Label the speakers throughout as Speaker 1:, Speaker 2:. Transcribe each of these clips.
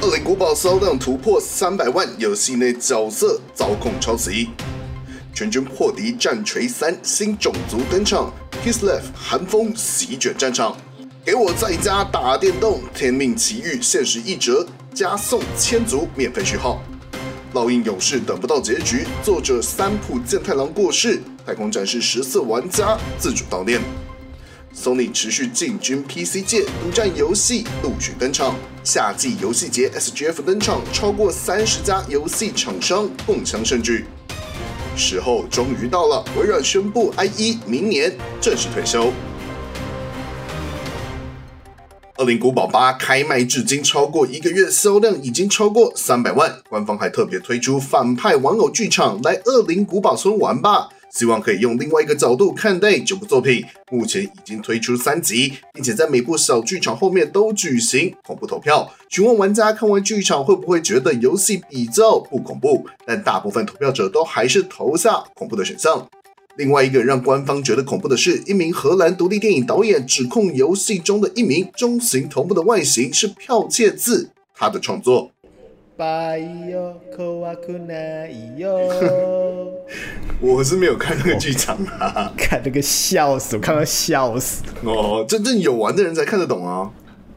Speaker 1: 带来国宝骚荡突破三百万，游戏内角色遭控抄袭，全军破敌战锤三新种族登场，Kislev 寒风席卷战场，给我在家打电动，天命奇遇限时一折，加送千族免费序号。烙印勇士等不到结局，作者三浦健太郎过世，太空战士十四玩家自主悼念。Sony 持续进军 PC 界，独占游戏陆续登场。夏季游戏节 SGF 登场，超过三十家游戏厂商共襄盛举。时候终于到了，微软宣布 IE 明年正式退休。《恶灵古堡八》开卖至今超过一个月，销量已经超过三百万。官方还特别推出反派玩偶剧场，来恶灵古堡村玩吧。希望可以用另外一个角度看待这部作品。目前已经推出三集，并且在每部小剧场后面都举行恐怖投票，询问玩家看完剧场会不会觉得游戏比较不恐怖。但大部分投票者都还是投下恐怖的选项。另外一个让官方觉得恐怖的是，一名荷兰独立电影导演指控游戏中的一名中型头目的外形是剽窃自他的创作。
Speaker 2: バイオ怖くないよ。
Speaker 1: 我是没有看那个剧场啊，
Speaker 2: 看那个笑死，我看到笑死。
Speaker 1: 哦，真正有玩的人才看得懂啊。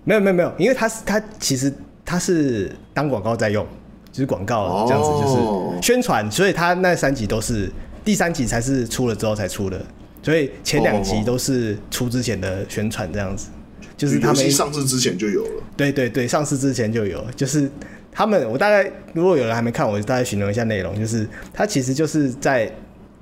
Speaker 2: 没有没有没有，因为它是它其实它是当广告在用，就是广告这样子，
Speaker 1: 哦
Speaker 2: 就是宣传，所以它那三集都是第三集才是出了之后才出的，所以前两
Speaker 1: 哦
Speaker 2: 集都是出之前的宣传这样子，就
Speaker 1: 就是
Speaker 2: 他
Speaker 1: 游
Speaker 2: 们
Speaker 1: 戏上市之前就有了。
Speaker 2: 对对对，上市之前就有，就是他们，我大概如果有人还没看，我就大概形容一下内容，就是它其实就是在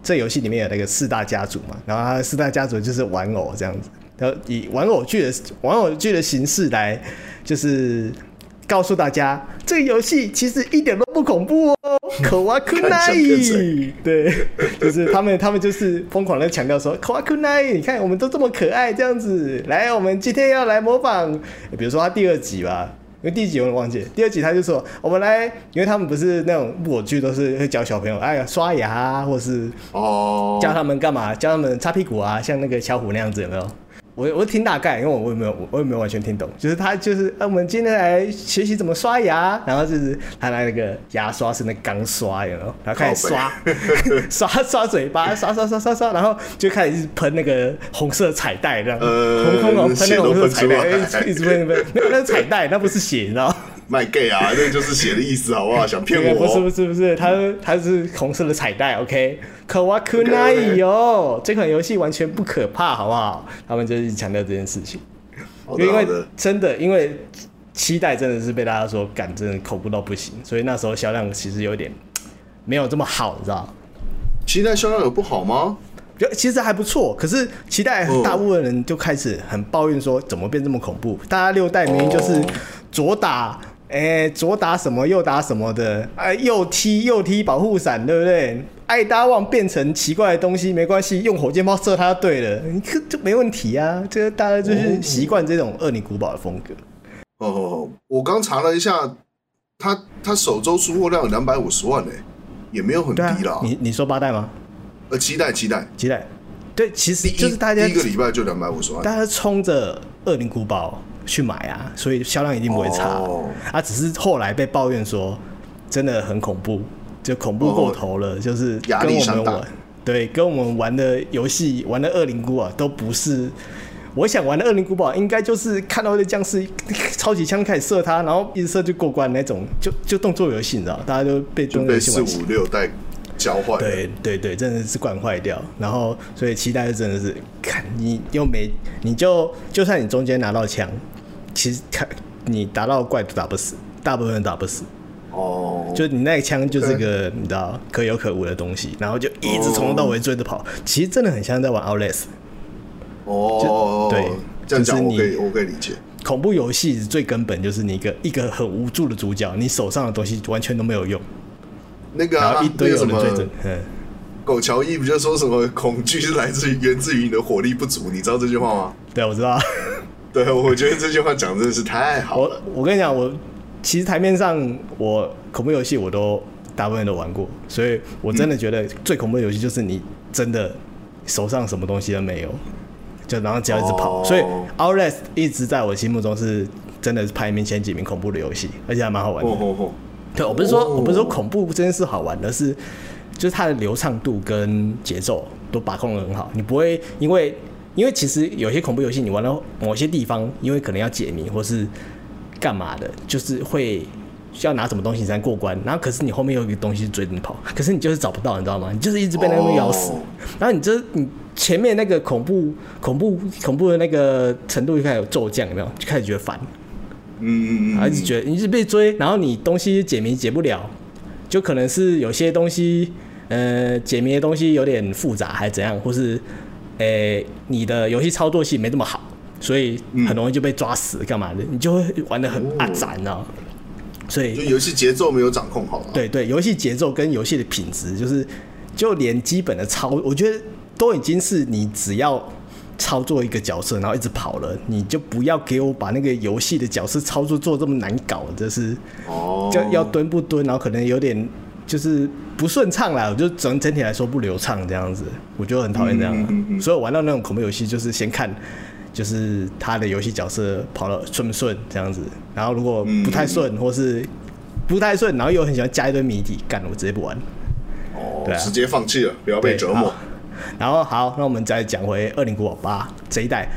Speaker 2: 这游戏里面有那个四大家族嘛，然后它的四大家族就是玩偶这样子，然后以玩偶剧的玩偶剧的形式来，就是告诉大家这个游戏其实一点都不恐怖哦，可哇可奈
Speaker 1: 看起来骗谁，
Speaker 2: 对，就是他们他们就是疯狂的强调说可哇可奈，你看我们都这么可爱这样子，来，我们今天要来模仿，比如说他第二集吧。因为第一集我有点忘记了，第二集他就说我们来，因为他们不是那种木偶剧都是会教小朋友哎呀刷牙啊，或是
Speaker 1: 哦，
Speaker 2: 教他们干嘛？教他们擦屁股啊，像那个巧虎那样子，有没有？我我听大概，因为我我也没有我我也没有完全听懂，就是他就是，呃，我们今天来学习怎么刷牙，然后就是他拿那个牙刷是那个钢刷，有没有？然后开始刷刷 刷 嘴巴，刷刷刷刷刷，然后就开始一直喷那个红色彩带，这样，
Speaker 1: 呃
Speaker 2: 红红红喷那个红色彩带，哎
Speaker 1: 血都喷出来
Speaker 2: 一直一直喷喷，那那是彩带，那不是血，你知道吗？
Speaker 1: 卖 gay 啊，那就是血的意思，好不好？想骗
Speaker 2: 对 不是
Speaker 1: 我
Speaker 2: 不？是不是，它它是红色的彩带，OK。可哇可奈哟，这款游戏完全不可怕，好不好？他们就是强调这件事情，
Speaker 1: 好的
Speaker 2: 因
Speaker 1: 哦好
Speaker 2: 为
Speaker 1: 的，
Speaker 2: 真的，因为期待真的是被大家说感真的恐怖到不行，所以那时候销量其实有点没有这么好，你知道吗？
Speaker 1: 期待销量有不好吗？
Speaker 2: 就其实还不错，可是期待
Speaker 1: 嗯
Speaker 2: 大部分人就开始很抱怨说，怎么变这么恐怖？大家六代明明就是
Speaker 1: 哦
Speaker 2: 左打，哎、左打什么，右打什么的，哎、右踢右踢保护伞，对不对？爱达旺变成奇怪的东西没关系，用火箭炮射它就对了，你这就没问题啊。这个大家就是习惯这种恶灵古堡的风格。
Speaker 1: 哦，我刚查了一下，他他首周出货量有两百五十万呢、也没有很低
Speaker 2: 对啊
Speaker 1: 啦，。
Speaker 2: 你你说八代吗？
Speaker 1: 呃，期待期待，
Speaker 2: 期待，对，其实
Speaker 1: 第一
Speaker 2: 就是大家
Speaker 1: 第一个礼拜就两百五十万，
Speaker 2: 大家冲着恶灵古堡去买啊，所以销量一定不会差。
Speaker 1: 哦
Speaker 2: 啊，只是后来被抱怨说真的很恐怖，就恐怖过头了，就是
Speaker 1: 压
Speaker 2: 跟
Speaker 1: 力
Speaker 2: 我
Speaker 1: 山
Speaker 2: 们
Speaker 1: 大
Speaker 2: 玩，对，跟我们玩的游戏玩的恶灵古堡都不是。我想玩的恶灵古堡应该就是看到那僵尸 超级枪开始射他，然后一直射就过关那种，就就动作游戏，你知道，大家都被
Speaker 1: 就
Speaker 2: 动作
Speaker 1: 被
Speaker 2: 游戏
Speaker 1: 四
Speaker 2: 玩习
Speaker 1: 五六代教坏了。
Speaker 2: 对对对，真的是惯坏掉。然后，所以期待就真的是，看你又没，你就就算你中间拿到枪，其实看你打到怪都打不死，大部分都打不死。
Speaker 1: 哦，
Speaker 2: 就你那个枪就是个你知道可有可无的东西，然后就一直从头到尾追着跑。其实真的很像在玩 Outlast，
Speaker 1: 哦，
Speaker 2: 对
Speaker 1: 这样讲
Speaker 2: 就是
Speaker 1: 我
Speaker 2: 你
Speaker 1: 可以我可以理解。
Speaker 2: 恐怖游戏最根本就是你一个一个很无助的主角，你手上的东西完全都没有用，
Speaker 1: 那个
Speaker 2: 然
Speaker 1: 啊
Speaker 2: 后一堆
Speaker 1: 那
Speaker 2: 有
Speaker 1: 个什
Speaker 2: 人追着
Speaker 1: 么
Speaker 2: 你，嗯。
Speaker 1: 狗乔伊不就说什么恐惧是来自于源自于你的火力不足，你知道这句话吗？
Speaker 2: 对，我知道。
Speaker 1: 对，我觉得这句话讲得真的是太好
Speaker 2: 我
Speaker 1: 了。
Speaker 2: 我跟你讲，我其实台面上我恐怖游戏我都大部分都玩过，所以我真的觉得最恐怖的游戏就是你真的手上什么东西都没有，就然后只要一直跑。
Speaker 1: 哦
Speaker 2: 所以 Outlast 一直在我心目中是真的是排名前几名恐怖的游戏，而且还蛮好玩的。
Speaker 1: 吼吼吼，
Speaker 2: 对我不是说、
Speaker 1: 哦
Speaker 2: 我不是说恐怖这件事好玩，而是就是它的流畅度跟节奏都把控的很好，你不会因为因为其实有些恐怖游戏你玩到某些地方，因为可能要解谜或是干嘛的，就是会。需要拿什么东西才能过关？然后可是你后面又有一个东西追着你跑，可是你就是找不到，你知道吗？你就是一直被那个咬死。
Speaker 1: 哦
Speaker 2: 然后你这你前面那个恐怖恐怖恐怖的那个程度就开始有骤降，有没有？就开始觉得烦。
Speaker 1: 嗯嗯
Speaker 2: 然后一直
Speaker 1: 嗯，
Speaker 2: 觉得你一直被追，然后你东西解谜解不了，就可能是有些东西，呃，解谜的东西有点复杂，还是怎样，或是，诶、你的游戏操作性没这么好，所以很容易就被抓死，干嘛的？你就会玩的很
Speaker 1: 嗯哦
Speaker 2: 阿展啊，所
Speaker 1: 就
Speaker 2: 以
Speaker 1: 游戏节奏没有掌控好了。，
Speaker 2: 对对，游戏节奏跟游戏的品质，就是就连基本的操，我觉得都已经是你只要。操作一个角色，然后一直跑了，你就不要给我把那个游戏的角色操作做这么难搞，这是
Speaker 1: 哦，
Speaker 2: 就要蹲不蹲，然后可能有点就是不顺畅啦，我就整整体来说不流畅这样子，我就很讨厌这样、啊
Speaker 1: 嗯嗯嗯嗯
Speaker 2: 所以我玩到那种恐怖游戏，就是先看就是他的游戏角色跑了顺不顺这样子，然后如果不太顺、或是不太顺，然后又很喜欢加一堆谜底，干我直接不玩。
Speaker 1: 哦
Speaker 2: 对，啊
Speaker 1: 直接放弃了，不要被折磨
Speaker 2: 好。然后好，那我们再讲回《二零古堡八》这一代。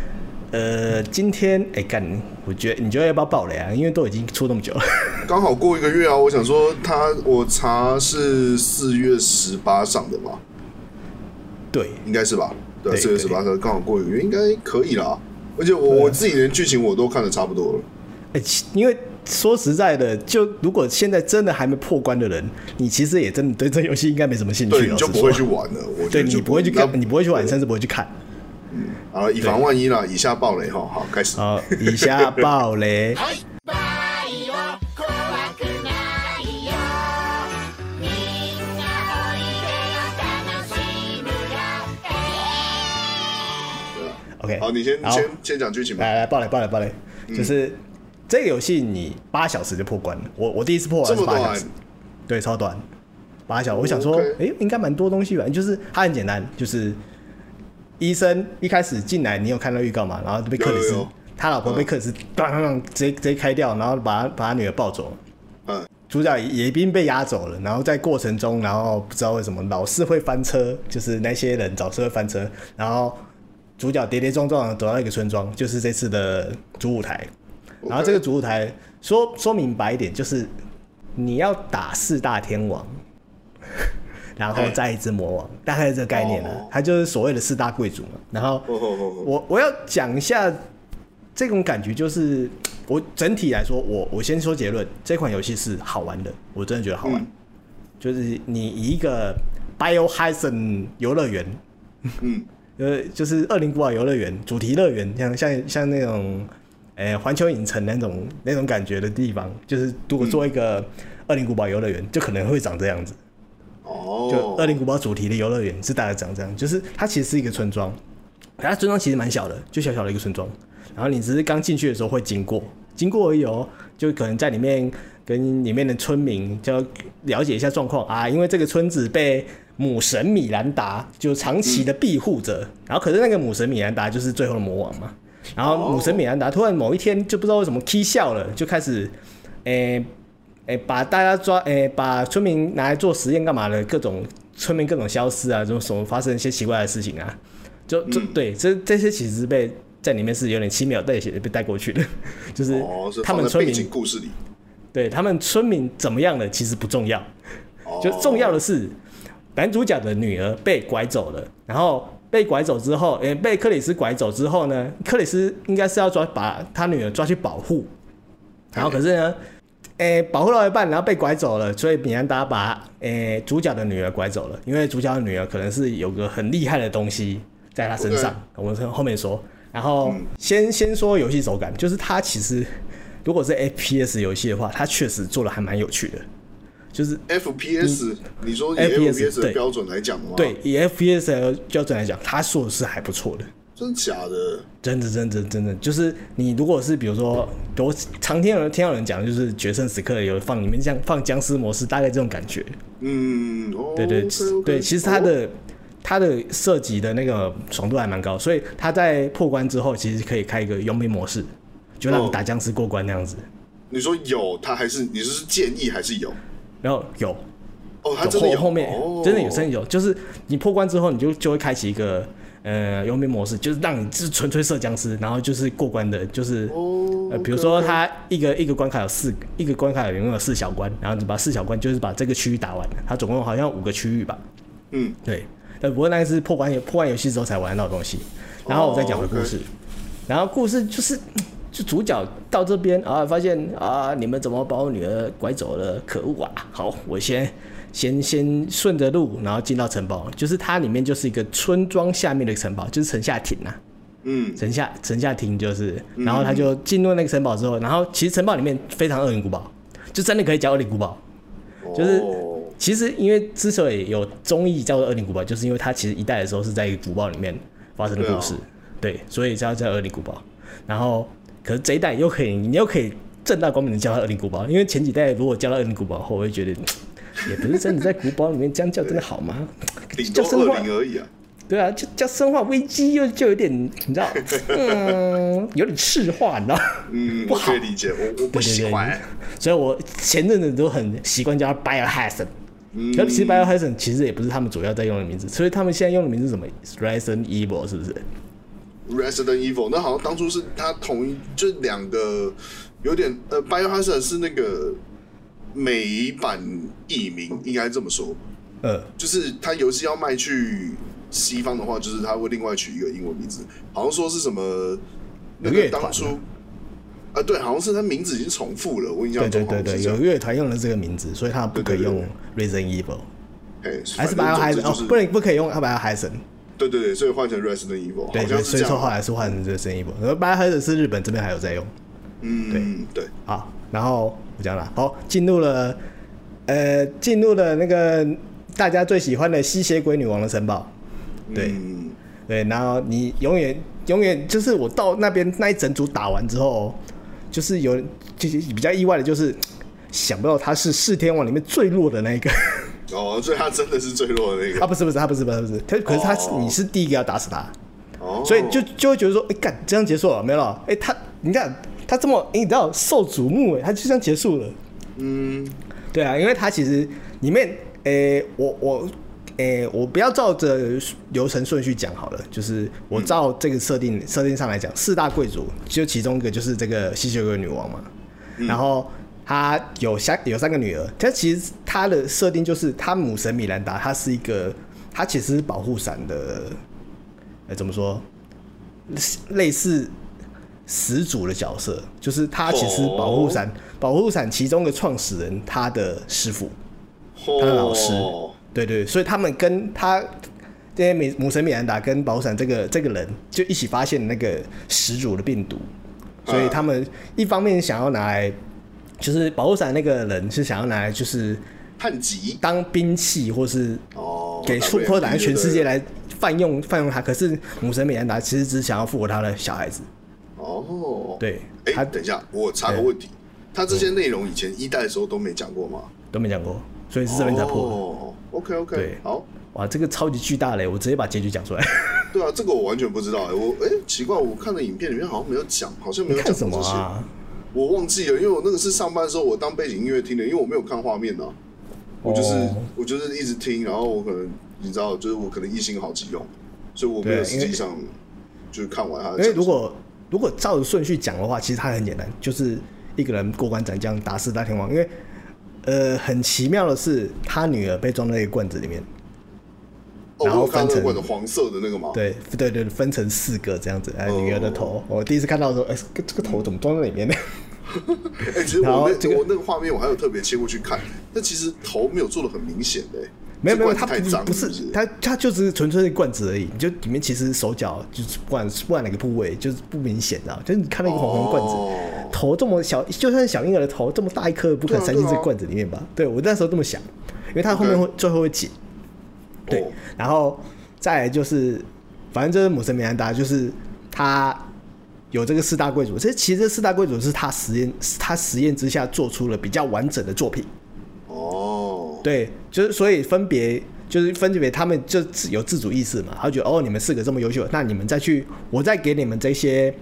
Speaker 2: 呃，今天哎干、我觉得你觉得要不要爆雷啊？因为都已经出那么 久了。
Speaker 1: 刚好过一个月啊，我想说他，我查是四月十八上的吧，
Speaker 2: 对，
Speaker 1: 应该是吧？对啊，
Speaker 2: 对啊
Speaker 1: 四月十八上刚好过一个月，应该可以啦。而且我我自己连剧情我都看的差不多了。
Speaker 2: 哎、其因为说实在的，就如果现在真的还没破关的人，你其实也真的对这游戏应该没什么兴趣，
Speaker 1: 对，你
Speaker 2: 老
Speaker 1: 就
Speaker 2: 实
Speaker 1: 不会
Speaker 2: 说
Speaker 1: 去玩了。我觉
Speaker 2: 对
Speaker 1: 得
Speaker 2: 你
Speaker 1: 就
Speaker 2: 不会去看，你不会去玩，
Speaker 1: 对
Speaker 2: 甚至不会去看。
Speaker 1: 好啊了，以防万一啦，以下暴雷哈。好，开始。
Speaker 2: 好，哦 以下爆雷，
Speaker 3: バイオ怖くないよみんなおいでよ楽しむよ
Speaker 2: OK
Speaker 1: 好，你先
Speaker 2: 好哎
Speaker 1: 先嗯先讲剧情吧。
Speaker 2: 来来爆雷爆雷爆雷，就是这个游戏你八小时就破关了。我我第一次破完
Speaker 1: 这
Speaker 2: 是
Speaker 1: 么啊
Speaker 2: 八小
Speaker 1: 短
Speaker 2: 时，对，超短，八小时。我想
Speaker 1: 哦
Speaker 2: 说，
Speaker 1: OK
Speaker 2: 哎、应该蛮多东西吧，就是它很简单，就是医生一开始进来，你有看到预告嘛？然后被克里斯
Speaker 1: 有有有嗯
Speaker 2: 他老婆被克里斯当当当直接直接开掉，然后把他把他女儿抱走。
Speaker 1: 嗯，
Speaker 2: 主角也已经被押走了，然后在过程中，然后不知道为什么老是会翻车，就是那些人早是会翻车，然后主角跌跌撞撞的走到一个村庄，就是这次的主舞台。然后这个主舞台说说明白一点，就是你要打四大天王， 然后再一只魔王，大概是这个概念了
Speaker 1: 哦。
Speaker 2: 它就是所谓的四大贵族嘛。然后
Speaker 1: 哦哦哦哦
Speaker 2: 我我要讲一下这种感觉，就是我整体来说，我我先说结论，这款游戏是好玩的，我真的觉得好玩。
Speaker 1: 嗯
Speaker 2: 就是你以一个 Biohazard 游乐园，
Speaker 1: 嗯，
Speaker 2: 呃， 就是恶灵古堡游乐园主题乐园，像像像那种，呃，环球影城那种那种感觉的地方，就是如
Speaker 1: 嗯
Speaker 2: 果做一个恶灵古堡游乐园，就可能会长这样子。
Speaker 1: 哦，
Speaker 2: 就恶灵古堡主题的游乐园是大概长这样，就是它其实是一个村庄，它村庄其实蛮小的，就小小的一个村庄。然后你只是刚进去的时候会经过，经过而已哦，就可能在里面跟里面的村民就了解一下状况啊，因为这个村子被母神米兰达就长期的庇护着，然后可是那个母神米兰达就是最后的魔王嘛，然后母神米兰达突然某一天就不知道为什么 K 笑了，就开始，诶、诶、把大家抓，诶、把村民拿来做实验干嘛的？各种村民各种消失啊，就什么发生一些奇怪的事情啊，就
Speaker 1: 嗯
Speaker 2: 就、对，这这些其实被在里面是有点轻描淡写的被带过去的，就是
Speaker 1: 哦，是
Speaker 2: 他们
Speaker 1: 放在
Speaker 2: 村
Speaker 1: 背
Speaker 2: 民、
Speaker 1: 景故事里，
Speaker 2: 对他们村民怎么样了，其实不重要，
Speaker 1: 哦
Speaker 2: 就重要的是，男主角的女儿被拐走了，然后被拐走之后，诶、呃被克里斯拐走之后呢，克里斯应该是要抓把他女儿抓去保护，然后可是呢，诶、保护到一半，然后被拐走了，所以米兰达把诶、主角的女儿拐走了，因为主角的女儿可能是有个很厉害的东西在她身上，我们后面说。然后先先说游戏手感，就是它其实如果是 FPS 游戏的话，它确实做的还蛮有趣的，就是。
Speaker 1: FPS，你
Speaker 2: 嗯
Speaker 1: 说以
Speaker 2: FPS
Speaker 1: FPS
Speaker 2: 对
Speaker 1: 的标准来讲的话，
Speaker 2: 对，，以 FPS 的标准来讲，它做的是还不错的。
Speaker 1: 真假的？
Speaker 2: 真的，真的，真的，就是你如果是比如说，我常听有人听到有人讲，就是《决胜时刻》有放里面像放僵尸模式，大概这种感觉。
Speaker 1: 嗯，哦，
Speaker 2: 对对
Speaker 1: OK，OK
Speaker 2: 对，其实它
Speaker 1: 哦
Speaker 2: 的它的设计的那个爽度还蛮高，所以它在破关之后，其实可以开一个佣兵模式，就让
Speaker 1: 哦
Speaker 2: 你打僵尸过关那样子。
Speaker 1: 你说有，他还是你是建议还是有？
Speaker 2: 然后有
Speaker 1: 哦，他
Speaker 2: 有
Speaker 1: 真的
Speaker 2: 后
Speaker 1: 有
Speaker 2: 后面
Speaker 1: 哦
Speaker 2: 真的有真的有，就是你破关之后，你就就会开启一个呃佣兵模式，就是让你就是纯粹射僵尸，然后就是过关的，就是、
Speaker 1: 哦
Speaker 2: 呃比如说
Speaker 1: OK，OK
Speaker 2: 它一个一个关卡有四一个关卡里面有四小关，然后你把四小关就是把这个区域打完，它总共好像五个区域吧，
Speaker 1: 嗯，
Speaker 2: 对，但不过那是破关破完游戏之后才玩到的东西。然后我再讲回故事，
Speaker 1: OK
Speaker 2: 然后故事就是。就主角到这边啊，发现啊，你们怎么把我女儿拐走了？可恶啊！好，我先先先顺着路，然后进到城堡，就是它里面就是一个村庄下面的城堡，就是城下町啊。
Speaker 1: 嗯，
Speaker 2: 城下城下町就是，然后他就进入那个城堡之后，然后其实城堡里面非常恶灵古堡，就真的可以叫恶灵古堡。就是
Speaker 1: 哦
Speaker 2: 其实因为之所以有综艺叫做《恶灵古堡》，就是因为它其实一代的时候是在一个古堡里面发生的故事，对,、啊所以叫它叫《恶灵古堡》。然后，可是这一代又可以，你又可以正大光明的叫它《恶灵古堡》，因为前几代如果叫它《恶灵古堡》后，我会觉得嗯也不是真的在古堡里面这样叫真的好 吗？
Speaker 1: 顶
Speaker 2: 叫
Speaker 1: 多
Speaker 2: 生化
Speaker 1: 二零而已啊。
Speaker 2: 对啊，就叫《生化危机》又就有点，你知道，嗯，有点赤化，你知道。
Speaker 1: 嗯，
Speaker 2: 不
Speaker 1: 我
Speaker 2: 好
Speaker 1: 可以理解，我我不
Speaker 2: 对对
Speaker 1: 喜
Speaker 2: 对
Speaker 1: 欢。欸
Speaker 2: 所以我前阵子都很习惯叫它 Biohazard。可
Speaker 1: 嗯
Speaker 2: 其实 Biohazard 其实也不是他们主要在用的名字，所以他们现在用的名字是什么？Resident Evil 是不是？
Speaker 1: Resident Evil，那好像当初是他同一，就两个有点呃，Biohazard 是那个美版译名，应该这么说，
Speaker 2: 呃，
Speaker 1: 就是他游戏要卖去西方的话，就是他会另外取一个英文名字，好像说是什么那
Speaker 2: 有
Speaker 1: 个
Speaker 2: 乐团
Speaker 1: 当初。啊，对，好像是他名字已经重复了，我印
Speaker 2: 对
Speaker 1: 象
Speaker 2: 对
Speaker 1: 中好
Speaker 2: 对
Speaker 1: 像
Speaker 2: 对，
Speaker 1: 是这
Speaker 2: 有
Speaker 1: 样。
Speaker 2: 乐团用了这个名字，所以他不可以用
Speaker 1: 对
Speaker 2: Resident Evil，
Speaker 1: 哎，
Speaker 2: 还是
Speaker 1: 反
Speaker 2: Biohazard
Speaker 1: 正总之
Speaker 2: 哦
Speaker 1: 就，
Speaker 2: 不能不可以用 Biohazard。
Speaker 1: 对对对，所以换成 Resident Evil，
Speaker 2: 对
Speaker 1: 好
Speaker 2: 对，
Speaker 1: 像是
Speaker 2: 所
Speaker 1: 这
Speaker 2: 以说
Speaker 1: 样
Speaker 2: 后
Speaker 1: 吧。
Speaker 2: 来是换成 Resident Evil，而 Biohazard 是日本这边还有在用。
Speaker 1: 嗯，对，
Speaker 2: 好，然后我讲了，好，进入了，呃，进入了那个大家最喜欢的吸血鬼女王的城堡。对，
Speaker 1: 嗯，
Speaker 2: 对，然后你永远永远就是我到那边那一整组打完之后，就是有就是比较意外的就是，想不到他是四天王里面最弱的那一个
Speaker 1: 哦，所以他真的是最弱的那
Speaker 2: 啊，
Speaker 1: 个。
Speaker 2: 不是不是他不是不是不是，他可是他是、
Speaker 1: 哦
Speaker 2: 你是第一个要打死他，
Speaker 1: 哦，
Speaker 2: 所以就就会觉得说，哎、干这样结束了没有了？哎、他你看他这么，哎、你知道受瞩目哎，他就这样结束了。
Speaker 1: 嗯，
Speaker 2: 对啊，因为它其实里面，诶、我我，诶、我不要照着流程顺序讲好了，就是我照这个设定设、定上来讲，四大贵族就其中一个就是这个吸血鬼女王嘛，然后她有三有三个女儿，但其实她的设定就是她母神米兰达，她是一个，她其实是保护伞的，呃，怎么说，类似始祖的角色，就是他其实保护伞、保护伞其中的创始人他的师傅，
Speaker 1: 他
Speaker 2: 他的老师，
Speaker 1: 哦
Speaker 2: 对对，所以他们跟他这些米母神米兰达跟保护伞这个这个人就一起发现那个始祖的病毒，所以他们一方面想要拿来，就是保护伞那个人是想要拿来就是
Speaker 1: 叛极
Speaker 2: 当兵器或是
Speaker 1: 哦，
Speaker 2: 给出
Speaker 1: 破
Speaker 2: 或者打全世界来泛用泛用它，可是母神米兰达其实只想要复活他的小孩子，
Speaker 1: 哦，
Speaker 2: 对
Speaker 1: 哎、
Speaker 2: 他
Speaker 1: 等一下，我插个问题，他这些内容以前一代的时候都没讲过吗？
Speaker 2: 都没讲过，所以是这边才破的。
Speaker 1: 哦，OK OK，
Speaker 2: 对
Speaker 1: 好，
Speaker 2: 哇，这个超级巨大嘞！我直接把结局讲出来。
Speaker 1: 对啊，这个我完全不知道、哎，我哎、奇怪，我看的影片里面好像没有讲，好像没
Speaker 2: 你
Speaker 1: 有
Speaker 2: 看
Speaker 1: 讲
Speaker 2: 什
Speaker 1: 过
Speaker 2: 么
Speaker 1: 这些，
Speaker 2: 啊？
Speaker 1: 我忘记了，因为我那个是上班的时候我当背景音乐听的，因为我没有看画面呢、啊，我就是、
Speaker 2: 哦
Speaker 1: 我就是一直听，然后我可能你知道，就是我可能一心好几用，所以我没有
Speaker 2: 对
Speaker 1: 实
Speaker 2: 因
Speaker 1: 际
Speaker 2: 为
Speaker 1: 上就是看完他的
Speaker 2: 因
Speaker 1: 讲
Speaker 2: 为
Speaker 1: 解。
Speaker 2: 如果如果照着顺序讲的话，其实它很简单，就是一个人过关斩将打四大天王。因为呃，很奇妙的是，他女儿被装在一个罐子里面，
Speaker 1: 哦，
Speaker 2: 然后
Speaker 1: 我有看到那
Speaker 2: 分
Speaker 1: 个
Speaker 2: 成
Speaker 1: 罐的黄色的那个嘛，
Speaker 2: 对对对，分成四个这样子。哎，
Speaker 1: 哦
Speaker 2: 女儿的头，我第一次看到的时候，哎，这个这个头怎么装在里 面呢？
Speaker 1: 哎、其实
Speaker 2: 然
Speaker 1: 我
Speaker 2: 后
Speaker 1: 那、
Speaker 2: 这个
Speaker 1: 我那个画面我还有特别切过去看，但其实头没有做的很明显的、欸，
Speaker 2: 没有没有，
Speaker 1: 这
Speaker 2: 它
Speaker 1: 罐
Speaker 2: 不
Speaker 1: 子太
Speaker 2: 是
Speaker 1: 脏
Speaker 2: 不
Speaker 1: 是
Speaker 2: 是它它就只是纯粹是罐子而已，就里面其实手脚就是不管不管哪个部位就是不明显的，就是你看到一个红红罐子，
Speaker 1: 哦
Speaker 2: 头这么小，就算小婴儿的头这么大一颗，不可能塞进这
Speaker 1: 对啊
Speaker 2: 罐子里面吧？对我那时候这么想，因为它后面会最后会解。对
Speaker 1: 哦，
Speaker 2: 然后再来就是，反正就是母神米兰达，就是他有这个四大贵族，这其实这四大贵族是他实验他实验之下做出了比较完整的作品。
Speaker 1: 哦，
Speaker 2: 对，就是所以分别就是分别他们就自有自主意识嘛，他觉得哦你们四个这么优秀，那你们再去我再给你们这些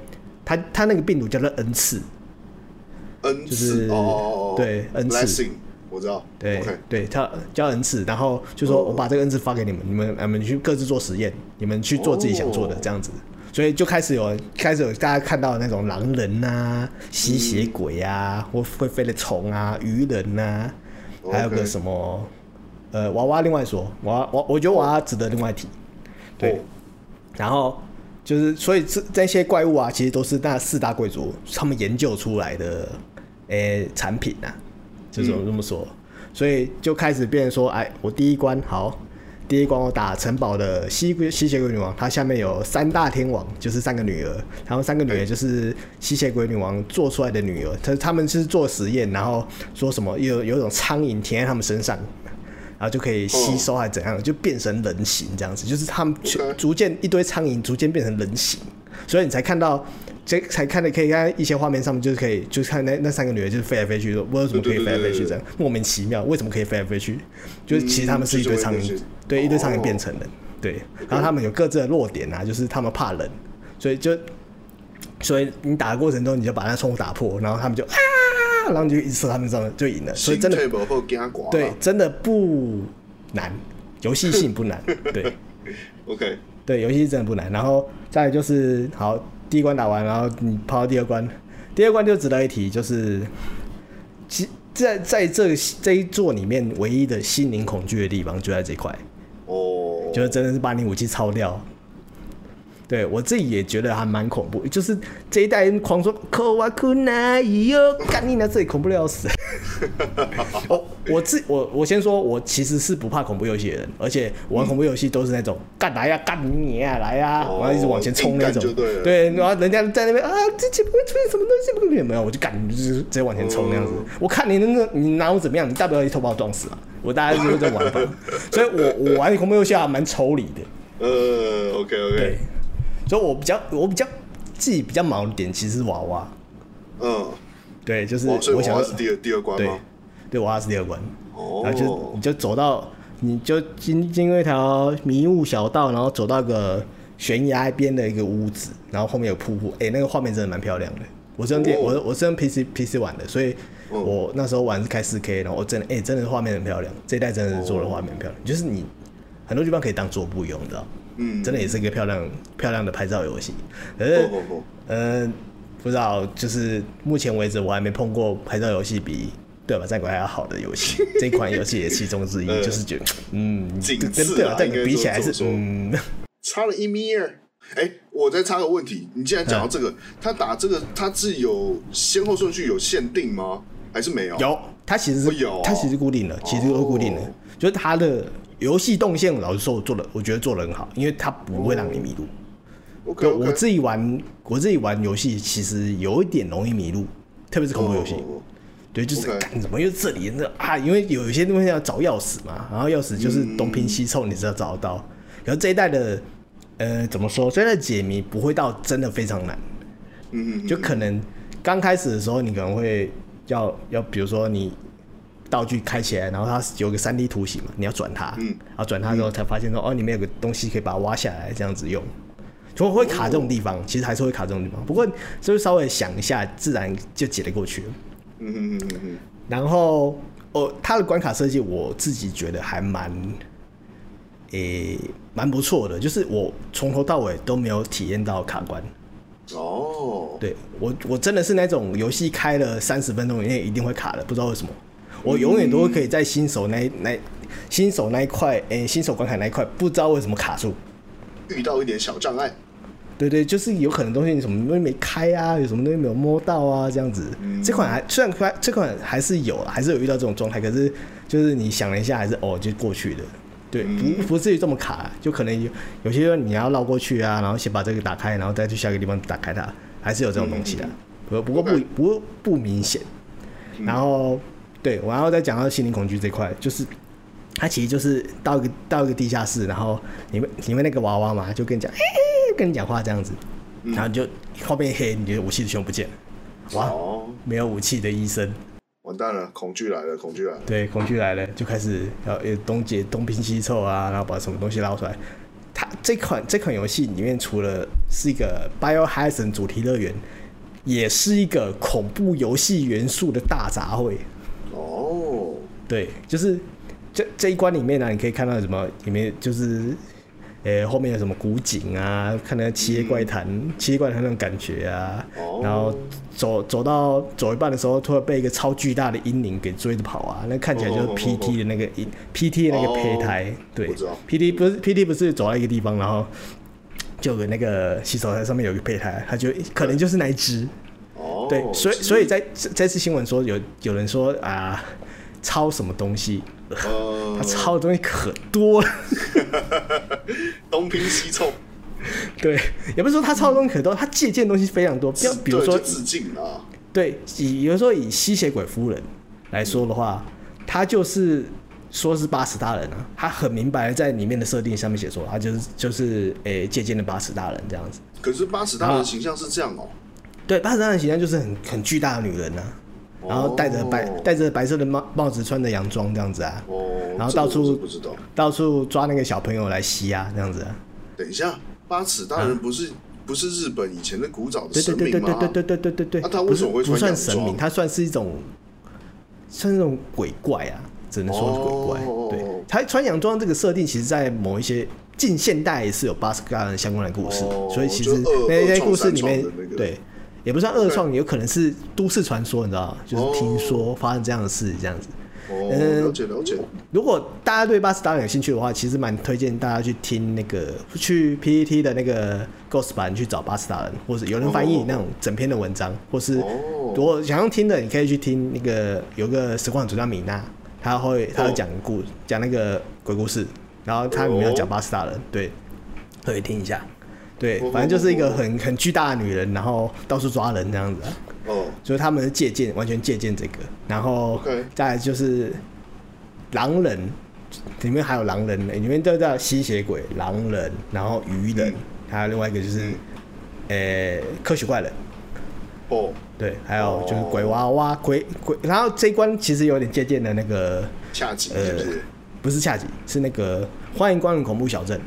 Speaker 2: 它它那个病毒叫做 N 次，
Speaker 1: 哦恩
Speaker 2: 就是
Speaker 1: 赐哦，
Speaker 2: 对恩赐
Speaker 1: blessing，我知道，
Speaker 2: 对
Speaker 1: OK，哦
Speaker 2: 对，它叫 N 次，然后就说我把这个 N 次发给你们，你们你们去各自做实验，你们去做自己想做的
Speaker 1: 哦
Speaker 2: 这样子。所以就开始有开始有大家看到的那种狼人呐、吸血鬼啊，或会飞的虫啊、鱼人呐、还有个
Speaker 1: 嗯 OK
Speaker 2: 什么呃娃娃，另外说娃娃，我我觉得娃娃值得另外提。对
Speaker 1: 哦
Speaker 2: 然后就是，所以这这些怪物啊，其实都是那四大贵族他们研究出来的诶、产品啊，就是我这么说。所以就开始变成说，哎，我第一关好，第一关我打城堡的吸吸血鬼女王，她下面有三大天王，就是三个女儿，然后三个女儿就是吸血鬼女王做出来的女儿，她她们是做实验，然后说什么有有一种苍蝇填在她们身上，然后就可以吸收还是怎样，就变成人形这样子，就是他们就
Speaker 1: OK
Speaker 2: 逐渐一堆苍蝇逐渐变成人形，所以你才看到。这才看的可以看一些画面上面就是可以，就是看那那三个女的就是飞来飞去，说为什么可以飞来飞去这样，莫名其妙，为什么可以飞来飞去？就是其实他们是一堆苍
Speaker 1: 嗯就
Speaker 2: 蝇
Speaker 1: 是，
Speaker 2: 对，一堆苍
Speaker 1: 哦
Speaker 2: 蝇变成人，对，然后他们有各自的弱点啊，就是他们怕人，所以就所以你打的过程中你就把那窗户打破，然后他们就啊，然后你就一直射他们上就赢了，所以真的
Speaker 1: 心退不后惊寡啦啊
Speaker 2: 对，真的不难，游戏性不难，对
Speaker 1: ，OK，
Speaker 2: 对，游戏性真的不难。然后再来就是，好，第一关打完，然后你跑到第二关，第二关就值得一提，就是其在在这这一座里面唯一的心灵恐惧的地方就在这块，
Speaker 1: 哦，
Speaker 2: 就是真的是把你武器抄掉。对我自己也觉得还蛮恐怖，就是这一代人狂说“可哇可奈哟”，干你娘，这里恐怖的 要死。我我自我我先说，我其实是不怕恐怖游戏的人，而且我玩恐怖游戏都是那种干来呀、干你呀、来呀、
Speaker 1: 哦
Speaker 2: 我要一直往前冲那种
Speaker 1: 硬干就对了。
Speaker 2: 对，然后人家在那边啊，这这不会出现什么东西，不会没有，我就干，就是直接往前冲那样子
Speaker 1: 嗯。
Speaker 2: 我看你那个你拿我怎么样，你大不了一头把我撞死啊！我大概就是这种玩法，所以我我玩恐怖游戏还蛮抽离的。
Speaker 1: 呃，OK
Speaker 2: 对
Speaker 1: OK，，
Speaker 2: 所以我比较我比较自己比较毛的点其实是娃娃，
Speaker 1: 嗯，
Speaker 2: 对，就是
Speaker 1: 哦所以
Speaker 2: 我
Speaker 1: 娃
Speaker 2: 想
Speaker 1: 娃
Speaker 2: 要
Speaker 1: 是第二第二关
Speaker 2: 对
Speaker 1: 吗？
Speaker 2: 对娃娃是第二关，
Speaker 1: 哦
Speaker 2: 然后就你就走到你就经经过一条迷雾小道，然后走到一个悬崖边的一个屋子，然后后面有瀑布，哎、那个画面真的蛮漂亮的。我是用电，
Speaker 1: 哦
Speaker 2: 我我是用 PC PC 玩的，所以
Speaker 1: 嗯
Speaker 2: 我那时候玩是开4 K，然后我真的哎、真的是画面很漂亮，这一代真的是做的画面很漂亮，就是你很多地方可以当桌布用，你知道吗？
Speaker 1: 嗯
Speaker 2: 真的也是一个漂亮漂亮的拍照游戏。可是，
Speaker 1: 哦哦哦
Speaker 2: 呃，不知道，就是目前为止我还没碰过拍照游戏比。对吧？战鬼还要好的 游戏，这款游戏也其中之一，
Speaker 1: 呃
Speaker 2: 就是觉得，嗯，
Speaker 1: 仅
Speaker 2: 跟
Speaker 1: 次
Speaker 2: 对
Speaker 1: 啊
Speaker 2: 吧？战
Speaker 1: 应该
Speaker 2: 鬼比
Speaker 1: 说
Speaker 2: 起来
Speaker 1: 这么
Speaker 2: 是，
Speaker 1: 说
Speaker 2: 嗯，
Speaker 1: 差了一米二。哎，我再插个问题，你既然
Speaker 2: 嗯
Speaker 1: 讲到这个，他打这个他是有先后顺序有限定吗？还是没有？
Speaker 2: 有，它其实
Speaker 1: 哦
Speaker 2: 是
Speaker 1: 有哦
Speaker 2: 它其实固定的，其实都固定的
Speaker 1: 哦，
Speaker 2: 就是它的游戏动线，老实说，我做的我觉得做的很好，因为它不会让你迷路。
Speaker 1: ，OK，
Speaker 2: 就我
Speaker 1: OK
Speaker 2: 自己玩，我自己玩游戏其实有一点容易迷路，特别是恐怖游戏。
Speaker 1: 哦哦哦
Speaker 2: 对，就是
Speaker 1: OK
Speaker 2: 干怎么又这里那啊？因为有一些东西要找钥匙嘛，然后钥匙就是
Speaker 1: 嗯
Speaker 2: 东拼西凑，你是要找得到。然后这一代的，呃，怎么说？这一代解谜不会到真的非常难，
Speaker 1: 嗯嗯嗯，
Speaker 2: 就可能刚开始的时候，你可能会要要，比如说你道具开起来，然后它有个三 D 图形嘛，你要转它，
Speaker 1: 嗯
Speaker 2: 然后转它之后才发现说，哦，里面有个东西可以把它挖下来，这样子用。就会卡这种地
Speaker 1: 哦
Speaker 2: 方，其实还是会卡这种地方。不过就是稍微想一下，自然就解得过去了。
Speaker 1: 嗯嗯嗯嗯嗯，
Speaker 2: 然后哦，它的关卡设计我自己觉得还蛮，诶、蛮不错的。就是我从头到尾都没有体验到卡关。
Speaker 1: 哦，
Speaker 2: 对我，我真的是那种游戏开了三十分钟以内一定会卡的，不知道为什么。我永远都会可以在新手那一那一新手那一块，诶、新手关卡那一块，不知道为什么卡住。
Speaker 1: 遇到一点小障碍，
Speaker 2: 对对，就是有可能东西你什么东西没开啊，有什么东西没有摸到啊，这样子。这款还虽然它这款还是有，还是有遇到这种状态，可是就是你想了一下，还是哦就过去的，对，不不至于这么卡、就可能有有些地方你要绕过去啊，然后先把这个打开，然后再去下一个地方打开它，还是有这种东西的、不不过不
Speaker 1: OK
Speaker 2: 不过不明显。然后对我然后再讲到心灵恐惧这块，就是它其实就是到一个到一个地下室，然后你们你们那个娃娃嘛，就跟你讲，嘿嘿跟你讲话这样子，然后你就后面黑，你的武器全部不见了，哇，
Speaker 1: 哦，
Speaker 2: 没有武器的医生，
Speaker 1: 完蛋了，恐惧来了，恐惧来了，
Speaker 2: 对，恐惧来了，就开始要呃东解东拼西凑啊，然后把什么东西捞出来。它这款这款游戏里面，除了是一个 Biohazard 主题乐园，也是一个恐怖游戏元素的大杂烩。
Speaker 1: 哦，
Speaker 2: 对，就是这这一关里面呢、啊你可以看到什么？里面就是，呃、后面有什么古井啊，看那个七夜怪谈、七夜怪谈那种感觉啊。
Speaker 1: 嗯哦
Speaker 2: 然后走走到走一半的时候，突然被一个超巨大的阴灵给追着跑啊，那看起来就是
Speaker 1: 哦哦哦哦哦
Speaker 2: PT 的那个阴、PT 的那个胚胎。对
Speaker 1: 我知道
Speaker 2: ，PT 不是 PT 不是走到一个地方，然后就有那个洗手台上面有一个胚胎，它就可能就是那一只。
Speaker 1: 哦，
Speaker 2: 对，所以
Speaker 1: 是
Speaker 2: 所以在这这次新闻说有有人说啊、抄什么东西，
Speaker 1: 呃
Speaker 2: 他，抄的东西可多了。
Speaker 1: 东拼西凑，
Speaker 2: 对，也不是说他抄的东西可多，他借鉴的东西非常多。比比如
Speaker 1: 对
Speaker 2: 说
Speaker 1: 就，致敬啦，
Speaker 2: 对，以比如说以吸血鬼夫人来说的话，他就是说是八十大人啊，他很明白地在里面的设定上面写说，他就是就是诶、借鉴了八十大人这样子。
Speaker 1: 可是八十大人
Speaker 2: 啊
Speaker 1: 的形象是这样哦、
Speaker 2: 对，八十大人形象就是很很巨大的女人呐、啊，然后戴着白
Speaker 1: 哦
Speaker 2: 戴着白色的帽帽子，穿着洋装这样子啊，
Speaker 1: 哦，
Speaker 2: 然后
Speaker 1: 这
Speaker 2: 到
Speaker 1: 个我是
Speaker 2: 处
Speaker 1: 不知道。
Speaker 2: 到处抓那个小朋友来吸啊，这样子、啊。
Speaker 1: 等一下，八尺大人不是、不是日本以前的古早的
Speaker 2: 啊对
Speaker 1: 神
Speaker 2: 对
Speaker 1: 明
Speaker 2: 对
Speaker 1: 吗？
Speaker 2: 对对对对对对对对。
Speaker 1: 那啊他为什么会
Speaker 2: 不是不
Speaker 1: 穿
Speaker 2: 算
Speaker 1: 洋
Speaker 2: 神
Speaker 1: 装
Speaker 2: 明？他算是一种，算是一种鬼怪啊，只能说是鬼怪。
Speaker 1: 哦
Speaker 2: 对，他穿洋装这个设定，其实在某一些近现代也是有巴斯克人相关的故事的，
Speaker 1: 哦
Speaker 2: 所以其
Speaker 1: 就
Speaker 2: 实
Speaker 1: 恶
Speaker 2: 那
Speaker 1: 恶
Speaker 2: 些
Speaker 1: 创
Speaker 2: 故事
Speaker 1: 三
Speaker 2: 里
Speaker 1: 创
Speaker 2: 面
Speaker 1: 的那个
Speaker 2: 对。也不算恶创，有可能是都市传说，你知道吗？就是听说发生这样的事，这样子。
Speaker 1: 哦，
Speaker 2: 嗯
Speaker 1: 了解了解。
Speaker 2: 如果大家对巴斯达人有兴趣的话，其实蛮推荐大家去听那个去 PPT 的那个 Ghost 版去找巴斯达人，或者有人翻
Speaker 1: 哦
Speaker 2: 译那种整篇的文章，或是
Speaker 1: 哦
Speaker 2: 如果想要听的，你可以去听那个有个实况主叫米娜，他会
Speaker 1: 哦
Speaker 2: 他会讲故讲那个鬼故事，然后他里面有讲巴斯达人，对，可以听一下。对
Speaker 1: 哦，
Speaker 2: 反正就是一
Speaker 1: 哦
Speaker 2: 个
Speaker 1: 哦
Speaker 2: 很很巨大的女人，然后到处抓人这样子、啊。
Speaker 1: 哦，
Speaker 2: 所以他们是借鉴，完全借鉴这个。然后
Speaker 1: OK
Speaker 2: 再来就是狼人，里面还有狼人，里面都叫吸血鬼、狼人，然后鱼人，
Speaker 1: 嗯
Speaker 2: 还有另外一个就是，呃、科学怪人，
Speaker 1: 哦，
Speaker 2: 对，还有就是
Speaker 1: 哦
Speaker 2: 鬼娃娃、鬼鬼。然后这一关其实有点借鉴的那个，
Speaker 1: 恰吉
Speaker 2: 呃
Speaker 1: 是不是？
Speaker 2: 不是恰吉，是那个欢迎光临恐怖小镇。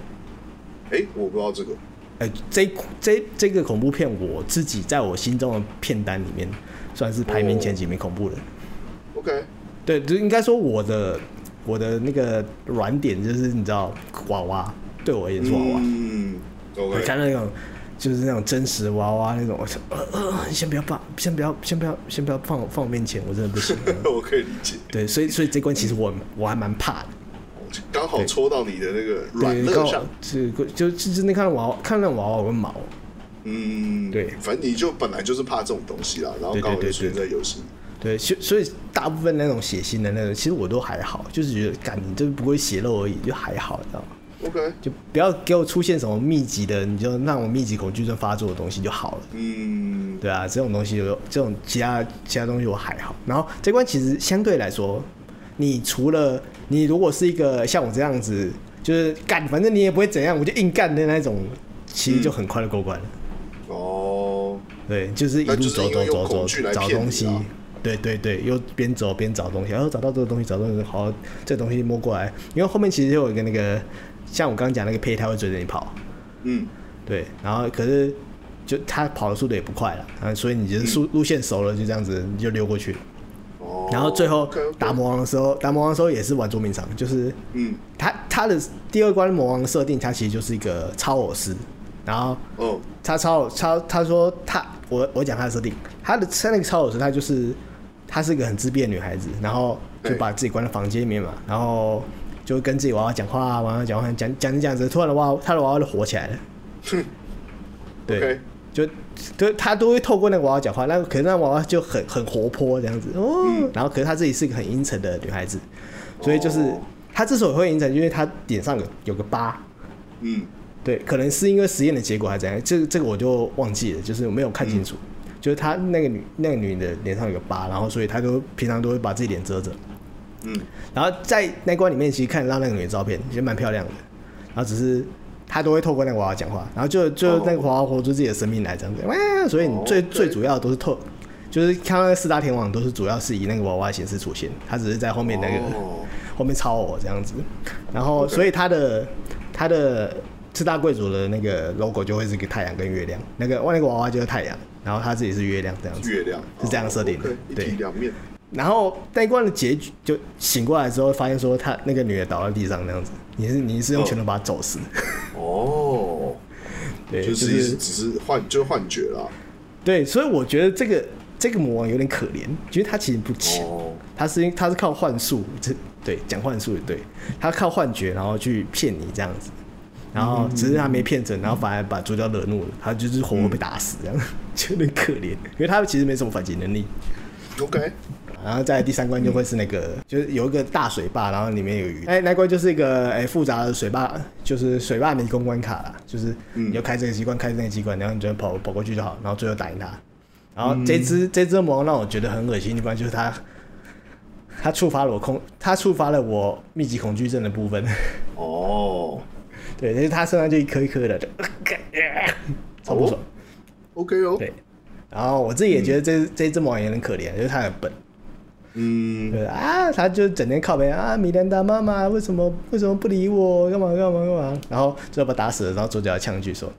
Speaker 1: 哎、我不知道这个。
Speaker 2: 呃，这这这个恐怖片，我自己在我心中的片单里面算是
Speaker 1: 哦
Speaker 2: 排名前几名恐怖的。
Speaker 1: OK，
Speaker 2: 对，就应该说我的我的那个软点就是你知道娃娃，对我而言是娃娃，
Speaker 1: 嗯
Speaker 2: 我
Speaker 1: ，OK，
Speaker 2: 看到那种就是那种真实娃娃那种，我想呃呃，先不要放，先不要，先不要，先不要放放我面前，我真的不行。
Speaker 1: 我可以理解。
Speaker 2: 对，所以所以这关其实我我还蛮怕的。
Speaker 1: 我就刚好戳到你的那个软
Speaker 2: 对，
Speaker 1: 肋
Speaker 2: 刚
Speaker 1: 上
Speaker 2: 好。这个就就是那看到娃娃看到那娃娃我会毛，
Speaker 1: 嗯，
Speaker 2: 对
Speaker 1: 反正你就本来就是怕这种东西啦，然后
Speaker 2: 对对
Speaker 1: 刚好就
Speaker 2: 对
Speaker 1: 出现在
Speaker 2: 对
Speaker 1: 游戏里。
Speaker 2: 对，所以所以大部分那种血腥的那种，其实我都还好，就是觉得干你就是不会血肉而已，就还好，你知道吗？
Speaker 1: OK，
Speaker 2: 就不要给我出现什么密集的，你就让我密集恐惧症发作的东西就好了。
Speaker 1: 嗯，
Speaker 2: 对啊，这种东西有这种其他其他东西我还好。然后这关其实相对来说，你除了你如果是一个像我这样子，就是干，反正你也不会怎样，我就硬干的那种，其实就很快的过关了。
Speaker 1: 哦，
Speaker 2: 对，就是一
Speaker 1: 那
Speaker 2: 路
Speaker 1: 就是
Speaker 2: 走
Speaker 1: 因为
Speaker 2: 走
Speaker 1: 用
Speaker 2: 走
Speaker 1: 恐
Speaker 2: 走
Speaker 1: 惧来
Speaker 2: 找
Speaker 1: 骗
Speaker 2: 东
Speaker 1: 你
Speaker 2: 西
Speaker 1: 啊，
Speaker 2: 对对对，又边走边找东西，然后找到这个东西，找到这个好，这东西摸过来，因为后面其实有一个那个，像我刚刚讲那个胚胎会追着你跑，
Speaker 1: 嗯，
Speaker 2: 对，然后可是就他跑的速度也不快了，啊，所以你就是速路线熟了，就这样子你就溜过去，
Speaker 1: 嗯哦，
Speaker 2: 然后最后
Speaker 1: OK，OK
Speaker 2: 打，魔王的时候，打魔王的时候也是玩捉迷藏，就是
Speaker 1: 嗯，
Speaker 2: 他他的第二关魔王的设定，他其实就是一个超偶师，然后
Speaker 1: 哦，
Speaker 2: 他超超他说他我我讲他的设定，他的他那个超偶师他就是她是一个很自闭的女孩子，然后就
Speaker 1: 对
Speaker 2: 把自己关在房间里面嘛，然后就跟自己娃娃讲话，娃娃讲话讲讲着讲着，突然的娃娃他的娃娃就火起来了，对
Speaker 1: OK
Speaker 2: 就就他都会透过那个娃娃讲话，那可是那娃娃就很很活泼这样子哦，然后可是她自己是一个很阴沉的女孩子，所以就是
Speaker 1: 哦
Speaker 2: 她之所以会阴沉，因为她脸上有有个疤，
Speaker 1: 嗯，
Speaker 2: 对，可能是因为实验的结果还是怎样，这个这个我就忘记了，就是我没有看清楚。
Speaker 1: 嗯
Speaker 2: 就是她那个女那个女的脸上有个疤，然后所以她都平常都会把自己脸遮着。
Speaker 1: 嗯，
Speaker 2: 然后在那关里面，其实看得到那个女的照片，其实蛮漂亮的。然后只是她都会透过那个娃娃讲话，然后就就
Speaker 1: 哦
Speaker 2: 那个娃娃活出自己的生命来这样子。哇！所以你最、
Speaker 1: 哦对
Speaker 2: 最主要都是透，就是看到那四大天王都是主要是以那个娃娃形式出现，她只是在后面哎那个。
Speaker 1: 哦
Speaker 2: 后面超我这样子，然后所以他的他的四大贵族的那个 logo 就会是一个太阳跟月亮，那个外那个娃娃就是太阳，然后他自己是月亮这样子。
Speaker 1: 月亮
Speaker 2: 是这样设定
Speaker 1: 哦
Speaker 2: 的
Speaker 1: ，OK，一
Speaker 2: 对
Speaker 1: 体两面，
Speaker 2: 然后那一关的结局就醒过来之后，发现说他那个女的倒在地上那样子，你是你是用拳头把她揍死，
Speaker 1: 哦，
Speaker 2: 对，
Speaker 1: 就
Speaker 2: 就是是
Speaker 1: 只是幻，就是幻觉啦。
Speaker 2: 对，所以我觉得这个这个魔王有点可怜，觉得他其实不强，
Speaker 1: 哦，
Speaker 2: 他是因他是靠幻术，这对讲幻术也对，他靠幻觉然后去骗你这样子，然后只是他没骗成，然后反而把主角惹怒了，他就是活活被打死这样， 就有点可怜，因为他其实没什么反击能力。
Speaker 1: OK，
Speaker 2: 然后再来第三关就会是那个，就是有一个大水坝，然后里面有鱼。哎，那关就是一个哎复杂的水坝，就是水坝迷宫关卡啦，就是你就开这个机关，开那个机关，然后你就跑跑过去就好，然后最后打赢它。然后这只、这只魔王让我觉得很恶心的地方就是它，它触发了我恐，它触发了我密集恐惧症的部分。
Speaker 1: 哦
Speaker 2: 对，就是它身上就一颗一颗的，就超不爽。
Speaker 1: ，OK 哦，
Speaker 2: 对，然后我自己也觉得这、这只魔王也很可怜，就是它很笨。
Speaker 1: 嗯，
Speaker 2: 对啊，他就整天靠北啊，米兰达妈妈为什么为什么不理我？干嘛干嘛干嘛？然后最后把他打死了，然后左脚呛一句说：“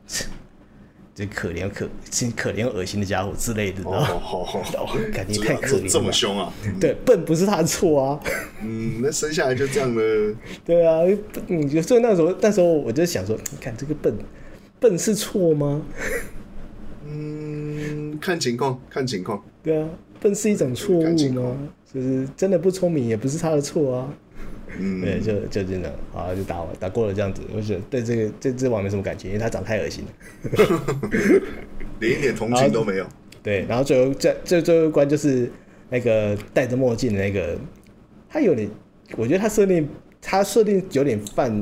Speaker 2: 这可怜可真可怜又恶心的家伙之类的。”然
Speaker 1: 哦
Speaker 2: 后、
Speaker 1: 好好，
Speaker 2: 哦
Speaker 1: 好
Speaker 2: 感觉
Speaker 1: 这
Speaker 2: 太可怜了吧
Speaker 1: 这么凶啊？
Speaker 2: 对笨不是他的错啊，
Speaker 1: 嗯，那生下来就这样了，
Speaker 2: 对啊，你就所以那时候那时候我就想说，你看这个笨笨是错吗？
Speaker 1: 嗯，看情况，看情况，
Speaker 2: 对啊，笨是一种错
Speaker 1: 看
Speaker 2: 误
Speaker 1: 情况
Speaker 2: 吗？就是真的不聪明也不是他的错啊。对，
Speaker 1: 嗯，
Speaker 2: 就就真的，好就打完打过了这样子，我觉得对这个这只网没什么感觉，因为它长得太恶心了。
Speaker 1: 连一点同情都没有，
Speaker 2: 对，然后最后最最最后一关就是那个戴着墨镜的那个，他有点，我觉得他设定他设定有点犯，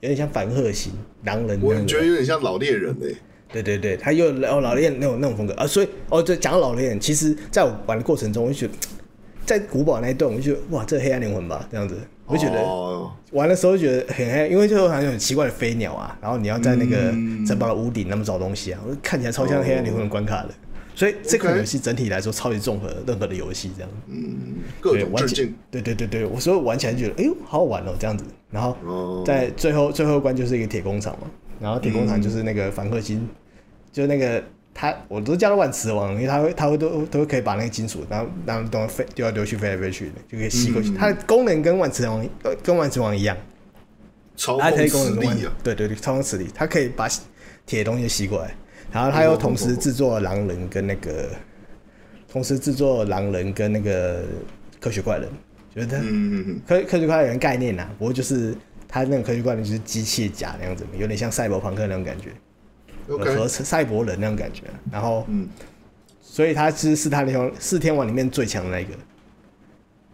Speaker 2: 有点像反恶型狼人
Speaker 1: 我
Speaker 2: 那
Speaker 1: 觉得
Speaker 2: 种。
Speaker 1: 有点像老猎人欸嘞，
Speaker 2: 对对对，他又哦老练那种那种风格啊，所以哦对，讲到老练，其实在我玩的过程中，我就觉得在古堡那一段，我就觉得哇，这黑暗灵魂吧这样子，我就觉得。
Speaker 1: 哦
Speaker 2: 玩的时候觉得很黑，因为就好像有很奇怪的飞鸟啊，然后你要在那个
Speaker 1: 嗯
Speaker 2: 城堡的屋顶那么找东西啊，我看起来超像黑暗灵魂的关卡的。
Speaker 1: 哦
Speaker 2: 所以这款
Speaker 1: OK
Speaker 2: 游戏整体来说超级综合任何的游戏这样，
Speaker 1: 嗯各
Speaker 2: 对，
Speaker 1: 种
Speaker 2: 玩
Speaker 1: 致
Speaker 2: 起
Speaker 1: 敬，
Speaker 2: 对对对对，我所以玩起来就觉得哎呦好好玩哦这样子，然后
Speaker 1: 哦
Speaker 2: 在最后最后一关就是一个铁工厂嘛，然后铁工厂就是那个凡克星，就是那个他我都叫他万磁王，因为他会他会都都可以把那个金属，然后然后都飞丢来丢去飞来飞去的，就可以吸过
Speaker 1: 嗯
Speaker 2: 去，它的功能跟万磁王呃跟万磁王一样。
Speaker 1: 操
Speaker 2: 它
Speaker 1: 控
Speaker 2: 可以功
Speaker 1: 实
Speaker 2: 能中
Speaker 1: 力啊，
Speaker 2: 对对对，超控磁力，它可以把铁的东西吸过来，然后它又同时制作狼人跟那个，同时制作狼人跟那个科学怪人，觉得它
Speaker 1: 嗯嗯嗯，
Speaker 2: 科科学怪人概念啊，不过就是它那个科学怪人就是机械甲那样子，有点像赛博朋克那种感觉，
Speaker 1: 嗯
Speaker 2: 和
Speaker 1: OK，
Speaker 2: 赛博人那种感觉，然后
Speaker 1: 嗯，
Speaker 2: 所以他是四大天王四天王里面最强的那一个。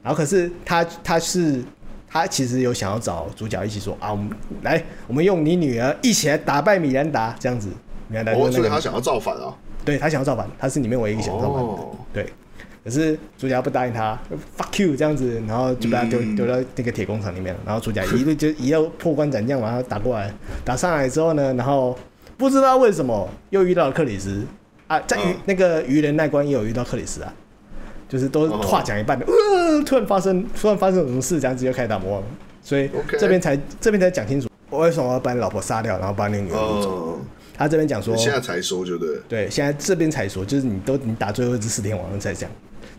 Speaker 2: 然后可是他他是他其实有想要找主角一起说啊，我们来我们用你女儿一起来打败米兰达这样子。米兰达就
Speaker 1: 哦，
Speaker 2: 是
Speaker 1: 所以
Speaker 2: 那
Speaker 1: 他
Speaker 2: 个，
Speaker 1: 想要造反啊，
Speaker 2: 对他想要造反，他是里面唯一一个想要造反的，
Speaker 1: 哦
Speaker 2: 对。可是主角不答应他，fuck you 这样子，然后就把他丢、
Speaker 1: 嗯
Speaker 2: 丢到那个铁工厂里面了。然后主角一路 就一路破关斩将，把他打过来，打上来之后呢，然后不知道为什么又遇到了克里斯啊，在鱼、
Speaker 1: 嗯
Speaker 2: 那个鱼人那关也有遇到克里斯啊，就是都
Speaker 1: 哦
Speaker 2: 话讲一半的，呃，突然发生突然发生什么事，这样子就开始打魔王了，所以
Speaker 1: OK
Speaker 2: 这边才这边才讲清楚，我为什么我要把你老婆杀掉，然后把你女儿掳走。
Speaker 1: 嗯，
Speaker 2: 他这边讲说，
Speaker 1: 现在才说就对了，
Speaker 2: 对，现在这边才说，就是你都你打最后一只四天王了才讲，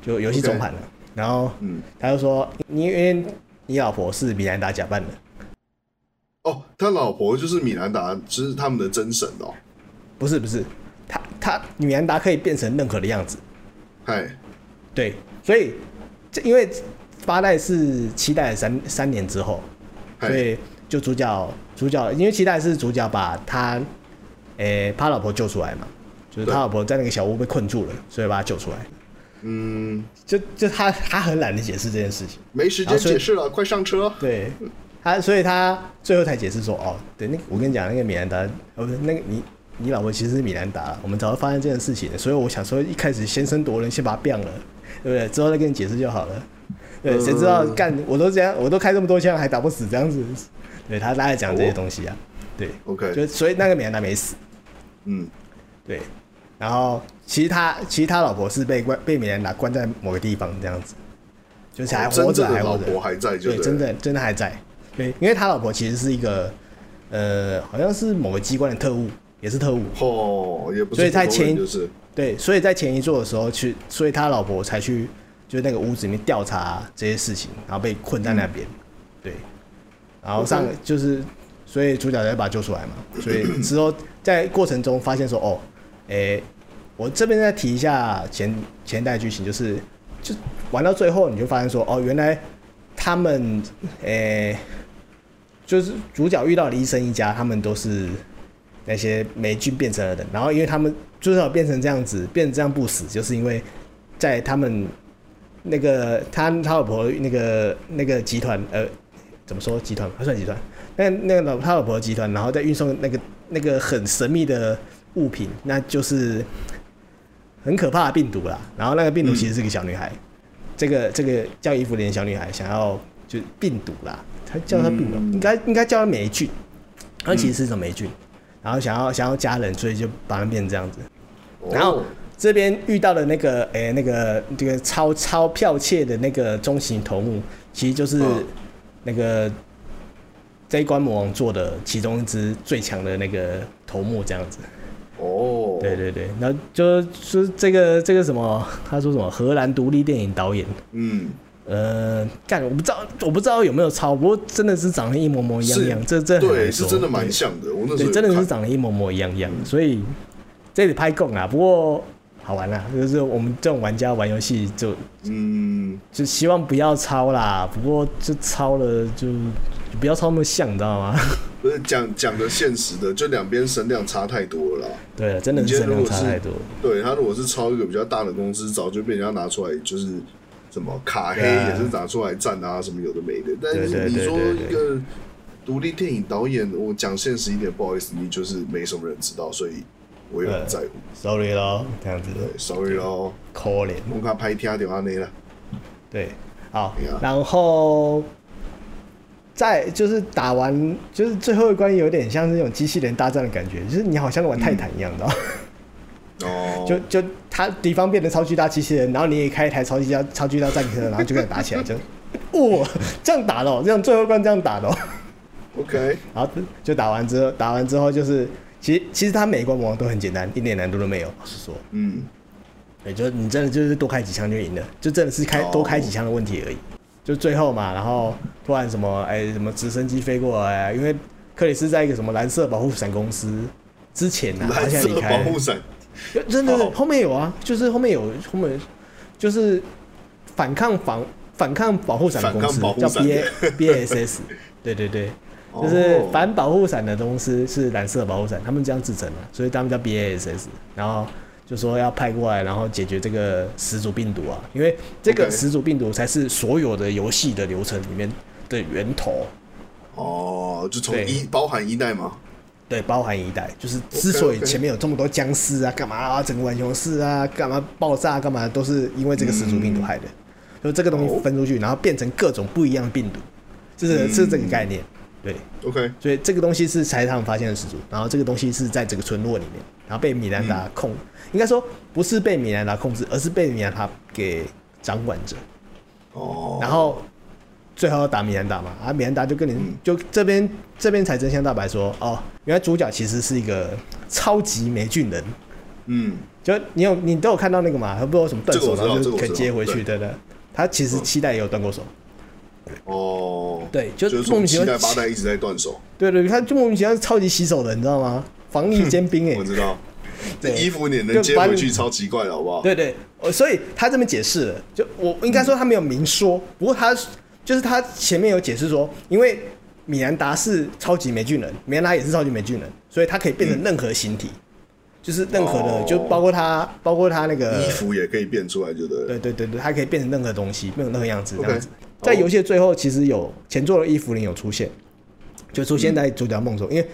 Speaker 2: 就游戏中盘了。然后，
Speaker 1: 嗯
Speaker 2: 他就说，你因为你老婆是米兰达假扮的，
Speaker 1: 哦，他老婆就是米兰达，就是他们的真神哦，
Speaker 2: 不是不是，他他米兰达可以变成任何的样子，
Speaker 1: 嗨，
Speaker 2: 对，所以这因为八代是七代的三三年之后，
Speaker 1: 嗨
Speaker 2: 所以就主角主角，因为七代是主角把他，诶、他老婆救出来嘛，就是他
Speaker 1: 对
Speaker 2: 老婆在那个小屋被困住了，所以把他救出来。
Speaker 1: 嗯，
Speaker 2: 就就他他很懒得解释这件事情，
Speaker 1: 没时间解释了，快上车，
Speaker 2: 对他，所以他最后才解释说，哦，对，那个我跟你讲，那个米兰达，哦，不是那个你你老婆其实是米兰达，我们早就发现这件事情了，所以我想说一开始先声夺人，先把他变了，对不对？之后再跟你解释就好了。对，谁知道
Speaker 1: 嗯
Speaker 2: 干我都这样，我都开这么多枪还打不死这样子。对他大概讲这些东西啊，对
Speaker 1: OK
Speaker 2: 就所以那个米兰达没死，
Speaker 1: 嗯，
Speaker 2: 对，然后其实他其实他老婆是被关被米兰达关在某个地方这样子，就是还
Speaker 1: 哦真
Speaker 2: 活着
Speaker 1: 正的
Speaker 2: 还活
Speaker 1: 老
Speaker 2: 着，
Speaker 1: 婆还在就
Speaker 2: 对，真
Speaker 1: 了，
Speaker 2: 的真的还在。对，因为他老婆其实是一个呃，好像是某个机关的特务，也是特务。
Speaker 1: 哦，也不是
Speaker 2: 所以他
Speaker 1: 普通人
Speaker 2: 前
Speaker 1: 就是
Speaker 2: 对，所以在前一座的时候去，所以他老婆才去就是那个屋子里面调查这些事情，然后被困在那边。对，然后上
Speaker 1: OK
Speaker 2: 就是，所以主角才把他救出来嘛。所以之后在过程中发现说，哦，诶、我这边再提一下前前代剧情，就是就玩到最后你就发现说，哦，原来他们诶、就是主角遇到的医生一家，他们都是那些霉菌变成的人，然后因为他们主角变成这样子，变成这样不死，就是因为在他们那个他他老婆那个那个集团，呃，怎么说集团？他算集团？那那个老他老婆的集团，然后再运送那个那个很神秘的物品，那就是很可怕的病毒啦。然后那个病毒其实是个小女孩，这个这个叫伊芙莲的小女孩想要就病毒啦，她叫她病毒，
Speaker 1: 嗯
Speaker 2: 应该应该叫她霉菌，她其实是一种霉菌，然后想要想要家人，所以就把它变成这样子。然后
Speaker 1: 哦
Speaker 2: 这边遇到的那个，诶、那个这个超超剽窃的那个中型头目，其实就是
Speaker 1: 嗯
Speaker 2: 那个这一关魔王做的其中一只最强的那个头目，这样子。
Speaker 1: 哦，
Speaker 2: 对，对对，然后就就是这个这个什么，他说什么荷兰独立电影导演，
Speaker 1: 嗯，
Speaker 2: 呃，干我不知道我不知道有没有抄，不过真的是长得一模模一样
Speaker 1: 是
Speaker 2: 样，这这很
Speaker 1: 对，
Speaker 2: 难
Speaker 1: 是
Speaker 2: 说
Speaker 1: 真的蛮
Speaker 2: 对
Speaker 1: 像的。我那时
Speaker 2: 对，
Speaker 1: 候
Speaker 2: 真的
Speaker 1: 有
Speaker 2: 是
Speaker 1: 看
Speaker 2: 长得一模模一样样，所以这里拍供啊。不过好玩啦、就是我们这种玩家玩游戏就
Speaker 1: 嗯，
Speaker 2: 就希望不要抄啦。不过就抄了就就不要抄那么像，你知道吗？
Speaker 1: 不是讲讲的现实的，就两边声量差太多了啦。
Speaker 2: 对啊了，真的
Speaker 1: 你
Speaker 2: 是
Speaker 1: 觉得
Speaker 2: 声量
Speaker 1: 如果
Speaker 2: 差
Speaker 1: 是
Speaker 2: 太多。
Speaker 1: 对他如果是超一个比较大的公司，早就被人家拿出来，就是什么卡黑
Speaker 2: 对啊
Speaker 1: 也是拿出来站啊，什么有的没的。但
Speaker 2: 对
Speaker 1: 是
Speaker 2: 对
Speaker 1: 你
Speaker 2: 对
Speaker 1: 说
Speaker 2: 对
Speaker 1: 一个独立电影导演，我讲现实一点，不好意思，你就是没什么人知道，所以我也很在乎。
Speaker 2: Sorry 咯，这样子
Speaker 1: 对，sorry 咯，
Speaker 2: 可怜。
Speaker 1: 我卡拍天掉阿内了。
Speaker 2: 对，好
Speaker 1: 对啊，
Speaker 2: 然后再就是打完，就是最后一关有点像是那种机器人大战的感觉，就是你好像玩泰坦一样，你知道吗？
Speaker 1: 哦，
Speaker 2: 就就他敌方变得超巨大机器人，然后你也开一台超巨大超巨大战车，然后就跟你打起来，就哇、这样打的、哦，这样最后一关这样打的、哦，
Speaker 1: OK，
Speaker 2: 然后就打完之后，打完之后就是其实其实他每一关魔王都很简单，一点难度都没有，老实说，
Speaker 1: 嗯，
Speaker 2: 对，就你真的就是多开几枪就赢了，就真的是开
Speaker 1: 哦
Speaker 2: 多开几枪的问题而已。就最后嘛，然后突然什么哎、什么直升机飞过来，啊因为克里斯在一个什么蓝色保护伞公司之前呢、啊，他
Speaker 1: 蓝
Speaker 2: 现在
Speaker 1: 色
Speaker 2: 离开
Speaker 1: 保
Speaker 2: 了
Speaker 1: 护伞，
Speaker 2: 有真的、
Speaker 1: 哦
Speaker 2: 后面有啊，就是后面有后面就是反抗防反抗保护伞的公司
Speaker 1: 反抗保护
Speaker 2: 叫
Speaker 1: 伞
Speaker 2: B A B A S S，对对对，就是
Speaker 1: 哦
Speaker 2: 反保护伞的公司是蓝色保护伞，他们这样自称的，所以他们叫 B A S S，然后就说要派过来，然后解决这个始祖病毒啊，因为这个
Speaker 1: OK
Speaker 2: 始祖病毒才是所有的游戏的流程里面的源头。
Speaker 1: 哦，就从
Speaker 2: 对
Speaker 1: 一包含一代嘛。
Speaker 2: 对，包含一代，就是之所以
Speaker 1: OK，OK
Speaker 2: 前面有这么多僵尸啊，干嘛啊，整个浣熊市啊，干嘛爆炸，干嘛，都是因为这个始祖病毒害的。就这个东西分出去，然后变成各种不一样的病毒，就是、
Speaker 1: 嗯
Speaker 2: 是这个概念。对，
Speaker 1: OK，
Speaker 2: 所以这个东西是才他们发现的始祖，然后这个东西是在整个村落里面，然后被米兰达控，应该说不是被米兰达控制，而是被米兰达给掌管着。
Speaker 1: 哦，
Speaker 2: 然后最后要打米兰达嘛，啊，米兰达就跟你、
Speaker 1: 嗯
Speaker 2: 就这边这边才真相大白说，哦，原来主角其实是一个超级霉菌人，
Speaker 1: 嗯，
Speaker 2: 就你有你都有看到那个嘛，他不知道有什么断手，
Speaker 1: 这个我知道
Speaker 2: 然后
Speaker 1: 这个
Speaker 2: 就
Speaker 1: 我
Speaker 2: 可
Speaker 1: 知
Speaker 2: 以
Speaker 1: 道
Speaker 2: 接回去
Speaker 1: 对嗯
Speaker 2: 对的。他其实七代也有断过手，
Speaker 1: 哦，
Speaker 2: 对就
Speaker 1: 就是
Speaker 2: 莫
Speaker 1: 从
Speaker 2: 名其
Speaker 1: 七
Speaker 2: 妙
Speaker 1: 代八代一直在断手。
Speaker 2: 对对，他就莫名其妙是超级洗手的，你知道吗？防 疫尖兵哎、
Speaker 1: 我知道，这
Speaker 2: 对
Speaker 1: 衣服你能接
Speaker 2: 就把
Speaker 1: 回
Speaker 2: 你
Speaker 1: 去超奇怪的，好不好？
Speaker 2: 对对，呃，所以他这边解释了，就我应该说他没有明说，不过他就是他前面有解释说，因为米兰达是超级霉菌人，米兰达也是超级霉菌人，所以他可以变成任何形体，就是任何的，
Speaker 1: 嗯哦
Speaker 2: 就包括他，包括他那个
Speaker 1: 衣服也可以变出来，就对
Speaker 2: 对
Speaker 1: 了。
Speaker 2: 对对对，它可以变成任何东西，变成任何样子这
Speaker 1: OK，
Speaker 2: 样子。
Speaker 1: 好
Speaker 2: 在游戏的最后，其实有前作的伊芙琳有出现，就出现在主角梦中，因为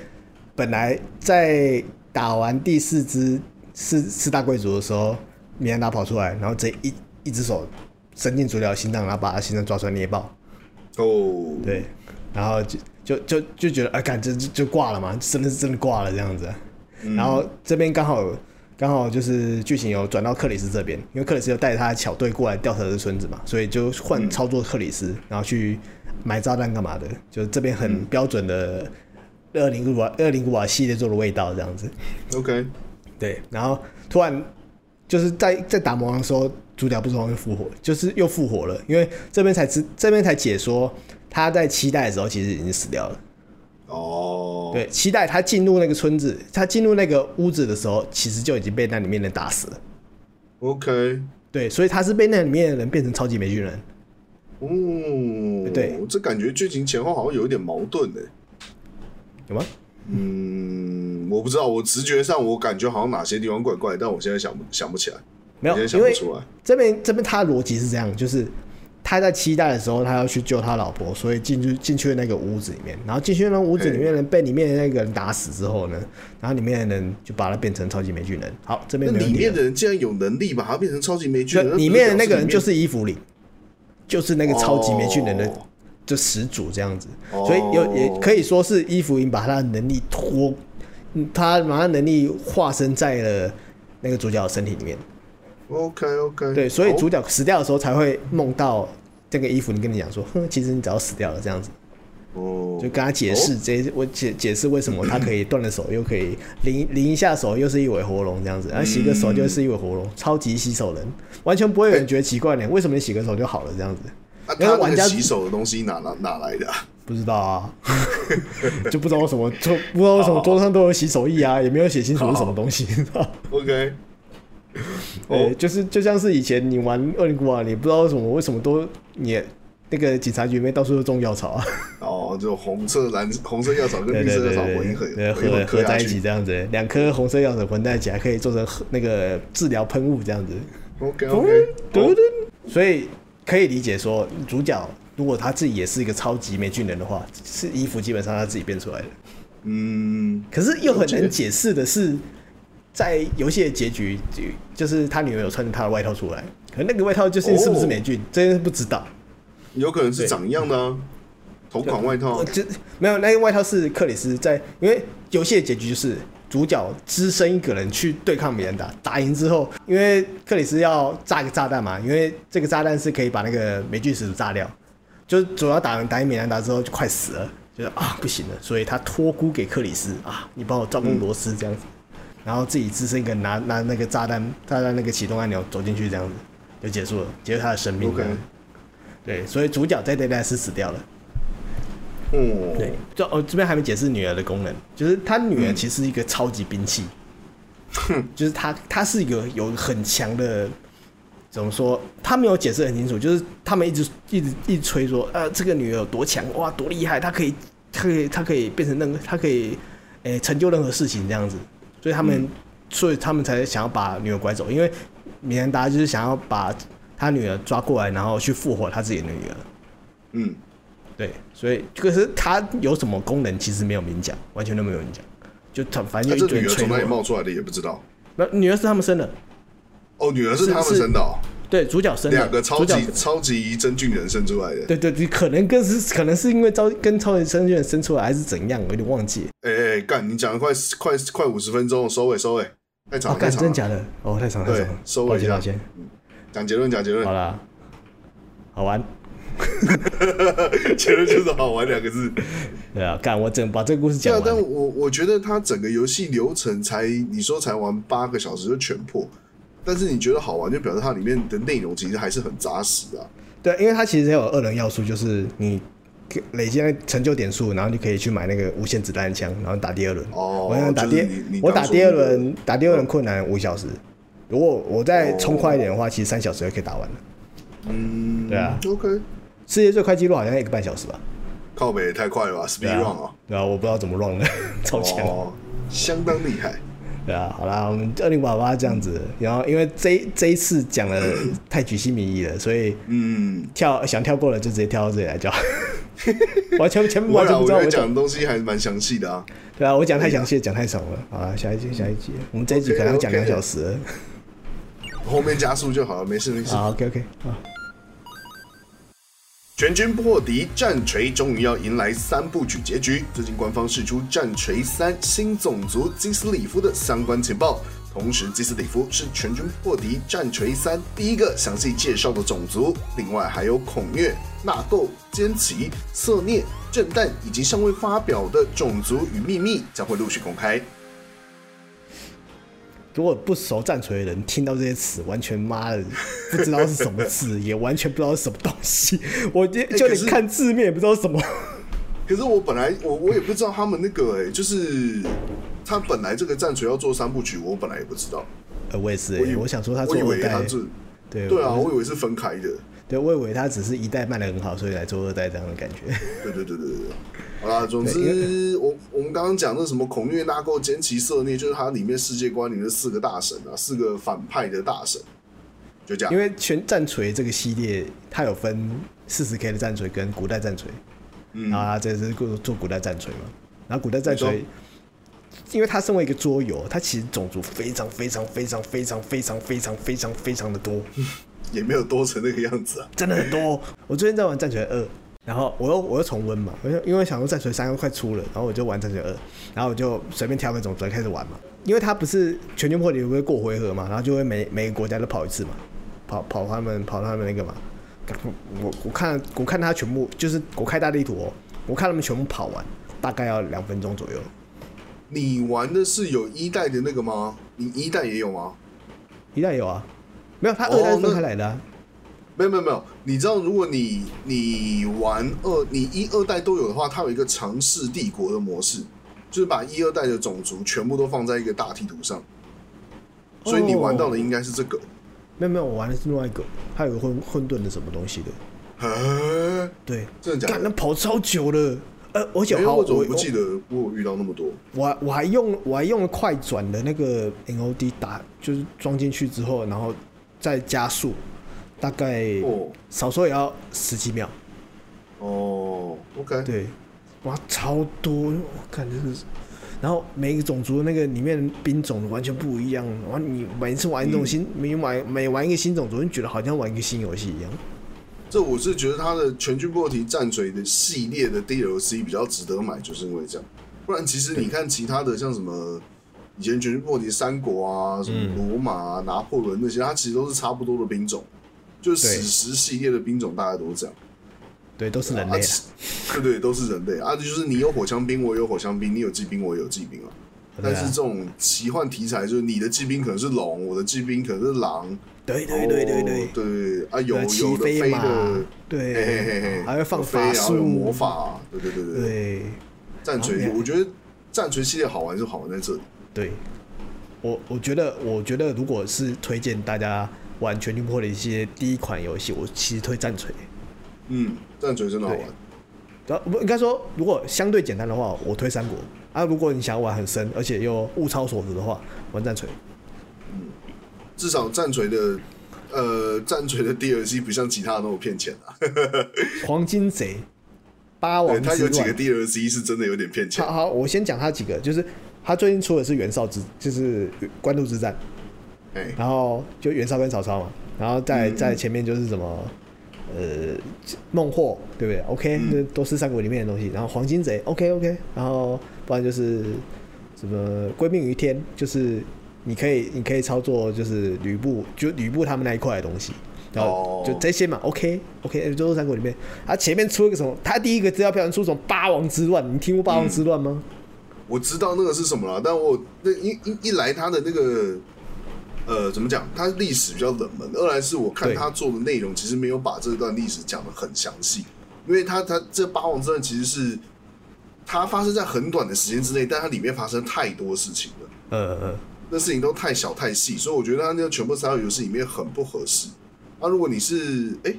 Speaker 2: 本来在打完第四只四四大贵族的时候，米兰达跑出来，然后直接一一只手伸进主角的心脏，然后把他心脏抓出来捏爆，
Speaker 1: 哦，
Speaker 2: 对，然后就就就就觉得啊，感觉就就挂了嘛，真的是真的挂了这样子。然后这边刚好刚好就是剧情有转到克里斯这边，因为克里斯又带着他的小队过来调查这村子嘛，所以就换操作克里斯，然后去买炸弹干嘛的，就是这边很标准的恶灵古瓦恶灵古瓦系列做的味道这样子。
Speaker 1: OK，
Speaker 2: 对，然后突然就是在在打魔王的时候，主角不是王又复活，就是又复活了，因为这边才知这边才解说他在期待的时候其实已经死掉了。
Speaker 1: 哦，，
Speaker 2: 对，期待他进入那个村子，他进入那个屋子的时候，其实就已经被那里面的人打死了。
Speaker 1: OK，
Speaker 2: 对，所以他是被那里面的人变成超级霉菌人。
Speaker 1: 哦，
Speaker 2: 对
Speaker 1: 这感觉剧情前后好像有一点矛盾呢。
Speaker 2: 有吗？
Speaker 1: 嗯，我不知道，我直觉上我感觉好像哪些地方怪怪，但我现在想不想不起来，
Speaker 2: 没有，
Speaker 1: 我现在
Speaker 2: 因
Speaker 1: 想不出
Speaker 2: 为
Speaker 1: 来。
Speaker 2: 这边这边他的逻辑是这样，就是他在期待的时候，他要去救他老婆，所以进去进去那个屋子里面，然后进去那个屋子里面的人被里面的那个人打死之后呢，然后里面的人就把他变成超级霉菌人。好，这边
Speaker 1: 那
Speaker 2: 没问
Speaker 1: 里
Speaker 2: 题
Speaker 1: 面
Speaker 2: 了。
Speaker 1: 的人竟然有能力把他变成超级霉菌人，
Speaker 2: 就
Speaker 1: 那
Speaker 2: 里
Speaker 1: 不
Speaker 2: 面的
Speaker 1: 表
Speaker 2: 那
Speaker 1: 示
Speaker 2: 个人就
Speaker 1: 里
Speaker 2: 是伊芙琳，就是那个超级霉菌人的
Speaker 1: 哦
Speaker 2: 就始祖这样子，
Speaker 1: 哦
Speaker 2: 所以有也可以说是伊芙琳把他的能力脱，嗯他把他能力化身在了那个主角的身体里
Speaker 1: 面
Speaker 2: 面。
Speaker 1: OK OK，
Speaker 2: 对，所以主角死掉的时候才会梦到这个伊芙琳跟你讲说，哼，其实你早死掉了这样子，
Speaker 1: 哦，
Speaker 2: 就跟他解释这我解解释为什么他可以断了手，又可以淋淋一下手又是一尾活龙这样子，然后洗个手就是一尾活龙，超级洗手人，完全不会有人觉得奇怪呢，为什么你洗个手就好了这样子？
Speaker 1: 那、啊、
Speaker 2: 因为
Speaker 1: 他那
Speaker 2: 玩
Speaker 1: 个
Speaker 2: 家
Speaker 1: 洗手的东西哪哪哪来的、啊？
Speaker 2: 不知道啊， 就不知道为什么桌不知道为什么桌上都有洗手液啊，也没有写清楚是什么东西，你知道？
Speaker 1: OK，
Speaker 2: 对，
Speaker 1: 哦
Speaker 2: 就是就像是以前你玩《恶灵古堡》，你不知道为什么为什么都你那个警察局里面到处都种药草啊，
Speaker 1: 哦，就红色蓝红色药草跟
Speaker 2: 对
Speaker 1: 绿
Speaker 2: 对
Speaker 1: 色
Speaker 2: 对
Speaker 1: 药草
Speaker 2: 对
Speaker 1: 混一合，
Speaker 2: 对，
Speaker 1: 混
Speaker 2: 合
Speaker 1: 合
Speaker 2: 合
Speaker 1: 磕下
Speaker 2: 在一起
Speaker 1: 去。
Speaker 2: 这样子，两颗红色药水混在一起，还可以做成喝那个治疗喷雾这样子。嗯
Speaker 1: OK OK，
Speaker 2: 嘟嘟所以可以理解说，主角如果他自己也是一个超级霉菌人的话，是衣服基本上他自己变出来的。
Speaker 1: 嗯，
Speaker 2: 可是又很难解释的是，在游戏的结局，就就是他女儿有穿着他的外套出来，可那个外套究
Speaker 1: 哦
Speaker 2: 竟是不是霉菌，真是不知道。
Speaker 1: 有可能是长一样的啊，同款外套
Speaker 2: 我。就没有那个外套是克里斯在，因为游戏的结局就是主角只身一个人去对抗米兰达，打赢之后，因为克里斯要炸一个炸弹嘛，因为这个炸弹是可以把那个霉菌始祖炸掉，就是主要打完打赢米兰达之后就快死了，就是啊不行了，所以他托孤给克里斯啊，你帮我照顾罗斯这样子，然后自己只身一个人拿拿那个炸弹炸弹那个启动按钮走进去这样子就结束了，结束他的生命这
Speaker 1: OK，
Speaker 2: 样。对，所以主角在 d e a d 是死掉了。
Speaker 1: 哦，
Speaker 2: 对，就哦，这边还没解释女儿的功能，就是她女儿
Speaker 1: 嗯
Speaker 2: 其实是一个超级兵器，就是她她是一个有很强的，怎么说？她没有解释很清楚，就是他们一直一直一直吹说，呃，这个女儿有多强哇，多厉害，她可以，她可以，她可以变成任何，她可以，诶、成就任何事情这样子，所以他
Speaker 1: 嗯
Speaker 2: 们，所以他们才想要把女儿拐走，因为米兰达就是想要把他女儿抓过来，然后去复活他自己的女儿。
Speaker 1: 嗯，
Speaker 2: 对，所以可是它有什么功能，其实没有明讲，完全都没有明讲，就他反
Speaker 1: 那
Speaker 2: 正就
Speaker 1: 这
Speaker 2: 一堆
Speaker 1: 女
Speaker 2: 人
Speaker 1: 儿
Speaker 2: 吹
Speaker 1: 从哪里
Speaker 2: 牛。
Speaker 1: 冒出来的也不知道。
Speaker 2: 那女儿是他们生的，
Speaker 1: 哦，女儿是他们
Speaker 2: 是
Speaker 1: 生的、哦，
Speaker 2: 对，主角生的，
Speaker 1: 两个超级
Speaker 2: 主角
Speaker 1: 超级真菌人生出来的。
Speaker 2: 对对对，可能更是可能是因为招跟超级生卷生出来还是怎样，我有点忘记。
Speaker 1: 哎哎，干，你讲了快快快五十分钟了，收尾收尾，太长
Speaker 2: 哦，
Speaker 1: 了，太
Speaker 2: 干，
Speaker 1: 长
Speaker 2: 真
Speaker 1: 了。
Speaker 2: 假的？哦，太长了太
Speaker 1: 对
Speaker 2: 长了，
Speaker 1: 收啊
Speaker 2: 抱
Speaker 1: 尾一
Speaker 2: 歉
Speaker 1: 下
Speaker 2: 抱歉。
Speaker 1: 讲结论，讲结论
Speaker 2: 好，啦，好玩。
Speaker 1: 结论就是好玩两个字。
Speaker 2: 对啊，干，我整把这个故事
Speaker 1: 对
Speaker 2: 讲
Speaker 1: 啊，但
Speaker 2: 完。
Speaker 1: 我我觉得它整个游戏流程才你说才玩八个小时就全破，但是你觉得好玩，就表示它里面的内容其实还是很扎实啊。
Speaker 2: 对，因为它其实也有二人要素，就是你累积那个成就点数，然后你可以去买那个无限子弹枪，然后打第二轮。
Speaker 1: 哦
Speaker 2: 我想打
Speaker 1: 就是
Speaker 2: 第
Speaker 1: 你你
Speaker 2: 我
Speaker 1: 当
Speaker 2: 打
Speaker 1: 初
Speaker 2: 第二
Speaker 1: 那个
Speaker 2: 轮，打第二轮困难五小时。如果我再冲快一点的话，其实三小时就可以打完了。
Speaker 1: 嗯，
Speaker 2: 对啊
Speaker 1: ，OK，
Speaker 2: 世界最快记录好像一个半小时吧？
Speaker 1: 靠北也太快了吧
Speaker 2: 对
Speaker 1: ，Speed
Speaker 2: 啊
Speaker 1: Run 哦，
Speaker 2: 对啊，我不知道怎么 run 的， 超强。
Speaker 1: 哦，相当厉害。
Speaker 2: 对啊，好啦，我们二零八八这样子，然后因为这一这一次讲的太举棋迷疑了，所以
Speaker 1: 嗯，
Speaker 2: 跳想跳过了就直接跳到这里来就好， 完全全部
Speaker 1: 我
Speaker 2: 完全
Speaker 1: 啦，
Speaker 2: 不
Speaker 1: 我
Speaker 2: 知
Speaker 1: 觉
Speaker 2: 道
Speaker 1: 得
Speaker 2: 我讲
Speaker 1: 讲的东西还蛮详细的啊。
Speaker 2: 对啊，我讲太详细，讲太少了。好了，下一集，
Speaker 1: 嗯
Speaker 2: 下一集，我们这一集
Speaker 1: OK，
Speaker 2: 可能要讲
Speaker 1: OK
Speaker 2: 两小时了。
Speaker 1: 后面加速就好了，没事没事。
Speaker 2: 好，OK，OK，、好，啊
Speaker 1: 全军破敌，战锤终于要迎来三部曲结局。最近官方释出《战锤三：新种族基斯里夫》的相关情报，同时，基斯里夫是全军破敌战锤三第一个详细介绍的种族，另外还有孔虐、纳垢、奸奇、色孽、震旦以及尚未发表的种族与秘密将会陆续公开。
Speaker 2: 如果不熟战锤的人听到这些词，完全妈的不知道是什么 字，也完全不知道是什么东西。我就就
Speaker 1: 哎可
Speaker 2: 连
Speaker 1: 是
Speaker 2: 看字面也不知道是什么。
Speaker 1: 可是我本来我我也不知道他们那个哎、就是他本来这个战锤要做三部曲，我本来也不知道，
Speaker 2: 呃，我也是、
Speaker 1: 我以
Speaker 2: 欸，我想说他
Speaker 1: 我
Speaker 2: 做
Speaker 1: 以
Speaker 2: 二
Speaker 1: 为他
Speaker 2: 代，
Speaker 1: 是
Speaker 2: 对
Speaker 1: 对啊，
Speaker 2: 我
Speaker 1: 我以为是分开的。
Speaker 2: 对，我以为他只是一代卖的很好，所以来做二代这样的感觉。
Speaker 1: 对对对对对，对好啦，总之我我们刚刚讲那什么孔虐、纳垢、奸奇、色孽，就是它里面世界观里面的四个大神啊，四个反派的大神，就这样。
Speaker 2: 因为全战锤这个系列，它有分四十 K 的战锤跟古代战锤，嗯，然后它这是做做古代战锤嘛，然后古代战
Speaker 1: 没
Speaker 2: 锤
Speaker 1: 错，
Speaker 2: 因为它身为一个桌游，它其实种族非常非常非常非常非常非常非常非常的多，
Speaker 1: 也没有多成那个样子啊。
Speaker 2: 真的很多哦。我最近在玩战锤二，然后我又我又重温嘛，我就因为想说战锤三又快出了，然后我就玩战锤二，然后我就随便挑个种族来开始玩嘛，因为它不是全军破敌不会过回合嘛，然后就会每每个国家都跑一次嘛，跑跑他们跑他们那个嘛，我我看我看他全部就是我开大地图哦，我看他们全部跑完大概要两分钟左右，
Speaker 1: 你玩的是有一代的那个吗？你一代也有吗？
Speaker 2: 一旦有啊，没有他二代
Speaker 1: 哦
Speaker 2: 是
Speaker 1: 那
Speaker 2: 分开来的、啊。
Speaker 1: 没有没有没有，你知道如果你你玩二你一二代都有的话，它有一个尝试帝国的模式，就是把一二代的种族全部都放在一个大地图上，所以你玩到的应该是这个。
Speaker 2: 没有没有，我玩的是另外一个，还有个混混沌的什么东西的，
Speaker 1: 嘿
Speaker 2: 对，
Speaker 1: 啊真的假
Speaker 2: 干，
Speaker 1: 的
Speaker 2: 那？跑超久了。呃，而且
Speaker 1: 哎、
Speaker 2: 好，
Speaker 1: 我
Speaker 2: 我
Speaker 1: 怎么不记得我有遇到那么多？
Speaker 2: 我还我还用我还用了快转的那个 NOD 打，就是装进去之后，然后再加速，大概
Speaker 1: 哦
Speaker 2: 少说也要十几秒。
Speaker 1: 哦，OK，
Speaker 2: 对，哇，超多，我感觉是。然后每个种族那个里面兵种完全不一样，然后你每一次玩
Speaker 1: 嗯
Speaker 2: 一种新，每玩每玩一个新种族，你觉得好像玩一个新游戏一样。
Speaker 1: 这我是觉得他的《全军破敌战锤》的系列的 DLC 比较值得买，就是因为这样。不然其实你看其他的，像什么以前《全军破敌三国》啊，什么罗马、啊、拿破仑那些，它其实都是差不多的兵种，就是
Speaker 2: 对
Speaker 1: 史实系列的兵种大概都是这样。
Speaker 2: 对，都是人
Speaker 1: 啊
Speaker 2: 类、啊。
Speaker 1: 其对 对，都是人类啊，就是你有火枪兵，我有火枪兵，你有骑兵，我有骑兵啊。但是这种奇幻题材，就是你的骑兵可能是龙，我的骑兵可能是狼，
Speaker 2: 对对对对对
Speaker 1: 哦。对啊，有
Speaker 2: 呃骑
Speaker 1: 有的
Speaker 2: 飞
Speaker 1: 飞
Speaker 2: 马
Speaker 1: 的，
Speaker 2: 对
Speaker 1: 嘿嘿嘿嘿，
Speaker 2: 还会放
Speaker 1: 有飞
Speaker 2: 法
Speaker 1: 然后有
Speaker 2: 术
Speaker 1: 魔法，啊对对对对，
Speaker 2: 对
Speaker 1: 战
Speaker 2: 然
Speaker 1: 锤，
Speaker 2: 后你
Speaker 1: 我觉得战锤系列好玩就好玩在这里，
Speaker 2: 对，我我觉得我觉得如果是推荐大家玩《全军破的一些第一款游戏，我其实推战锤。
Speaker 1: 嗯，战锤真的好玩
Speaker 2: 对，然后不应该说，如果相对简单的话，我推三国啊。如果你想玩很深，而且又物超所值的话，玩战锤。
Speaker 1: 至少战锤的。呃，战锤的 DLC 不像其他的那么骗钱啊，
Speaker 2: 黄金贼、八
Speaker 1: 对，
Speaker 2: 王
Speaker 1: 它
Speaker 2: 之
Speaker 1: 有几个
Speaker 2: 乱。
Speaker 1: DLC 是真的有点骗钱
Speaker 2: 好。好，我先讲他几个，就是他最近出的是袁绍之，就是官渡之战。
Speaker 1: 哎，
Speaker 2: 然后就袁绍跟曹操嘛，然后再
Speaker 1: 嗯嗯
Speaker 2: 在前面就是什么，呃，孟获对不对？OK，那、
Speaker 1: 嗯
Speaker 2: 都是三国里面的东西。然后黄金贼，OK OK，然后不然就是什么归命于天，就是你可以你可以操作就是吕布就吕布他们那一块的东西。然后
Speaker 1: 哦
Speaker 2: 就这些嘛，OK OK，都是三国里面。他前面出一个什么？他第一个资料片出什么八王之乱？你听过八王之乱吗？
Speaker 1: 我知道那个是什么了，但我那一一一来它的那个呃怎么讲，它历史比较冷门；二来是我看
Speaker 2: 对
Speaker 1: 他做的内容其实没有把这段历史讲的很详细，因为他他这八王之乱其实是它发生在很短的时间之内，但它里面发生太多事情了，
Speaker 2: 呃呃，
Speaker 1: 那事情都太小太细，所以我觉得它那个全部三个游戏里面很不合适。那、如果你是哎、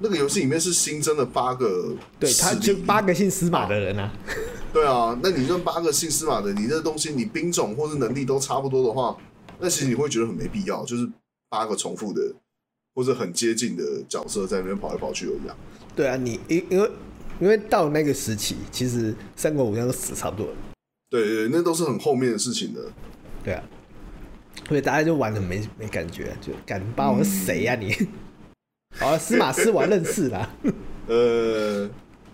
Speaker 1: 那个游戏里面是新增了八个
Speaker 2: 对，
Speaker 1: 势
Speaker 2: 他
Speaker 1: 力，
Speaker 2: 就八个姓司马的人啊。
Speaker 1: 对啊，那你这八个姓司马的，你这东西你兵种或是能力都差不多的话，那其实你会觉得很没必要，就是八个重复的或者很接近的角色在那边跑来跑去而已、啊。
Speaker 2: 对啊，你因因为因为到那个时期，其实三国武将都死差不多了，
Speaker 1: 对对，对那都是很后面的事情的。
Speaker 2: 对啊，所以大家就玩的没没感觉、啊就敢八王
Speaker 1: 嗯
Speaker 2: 是谁呀、啊、你？好啊，司马师我还认识啦，
Speaker 1: 呃，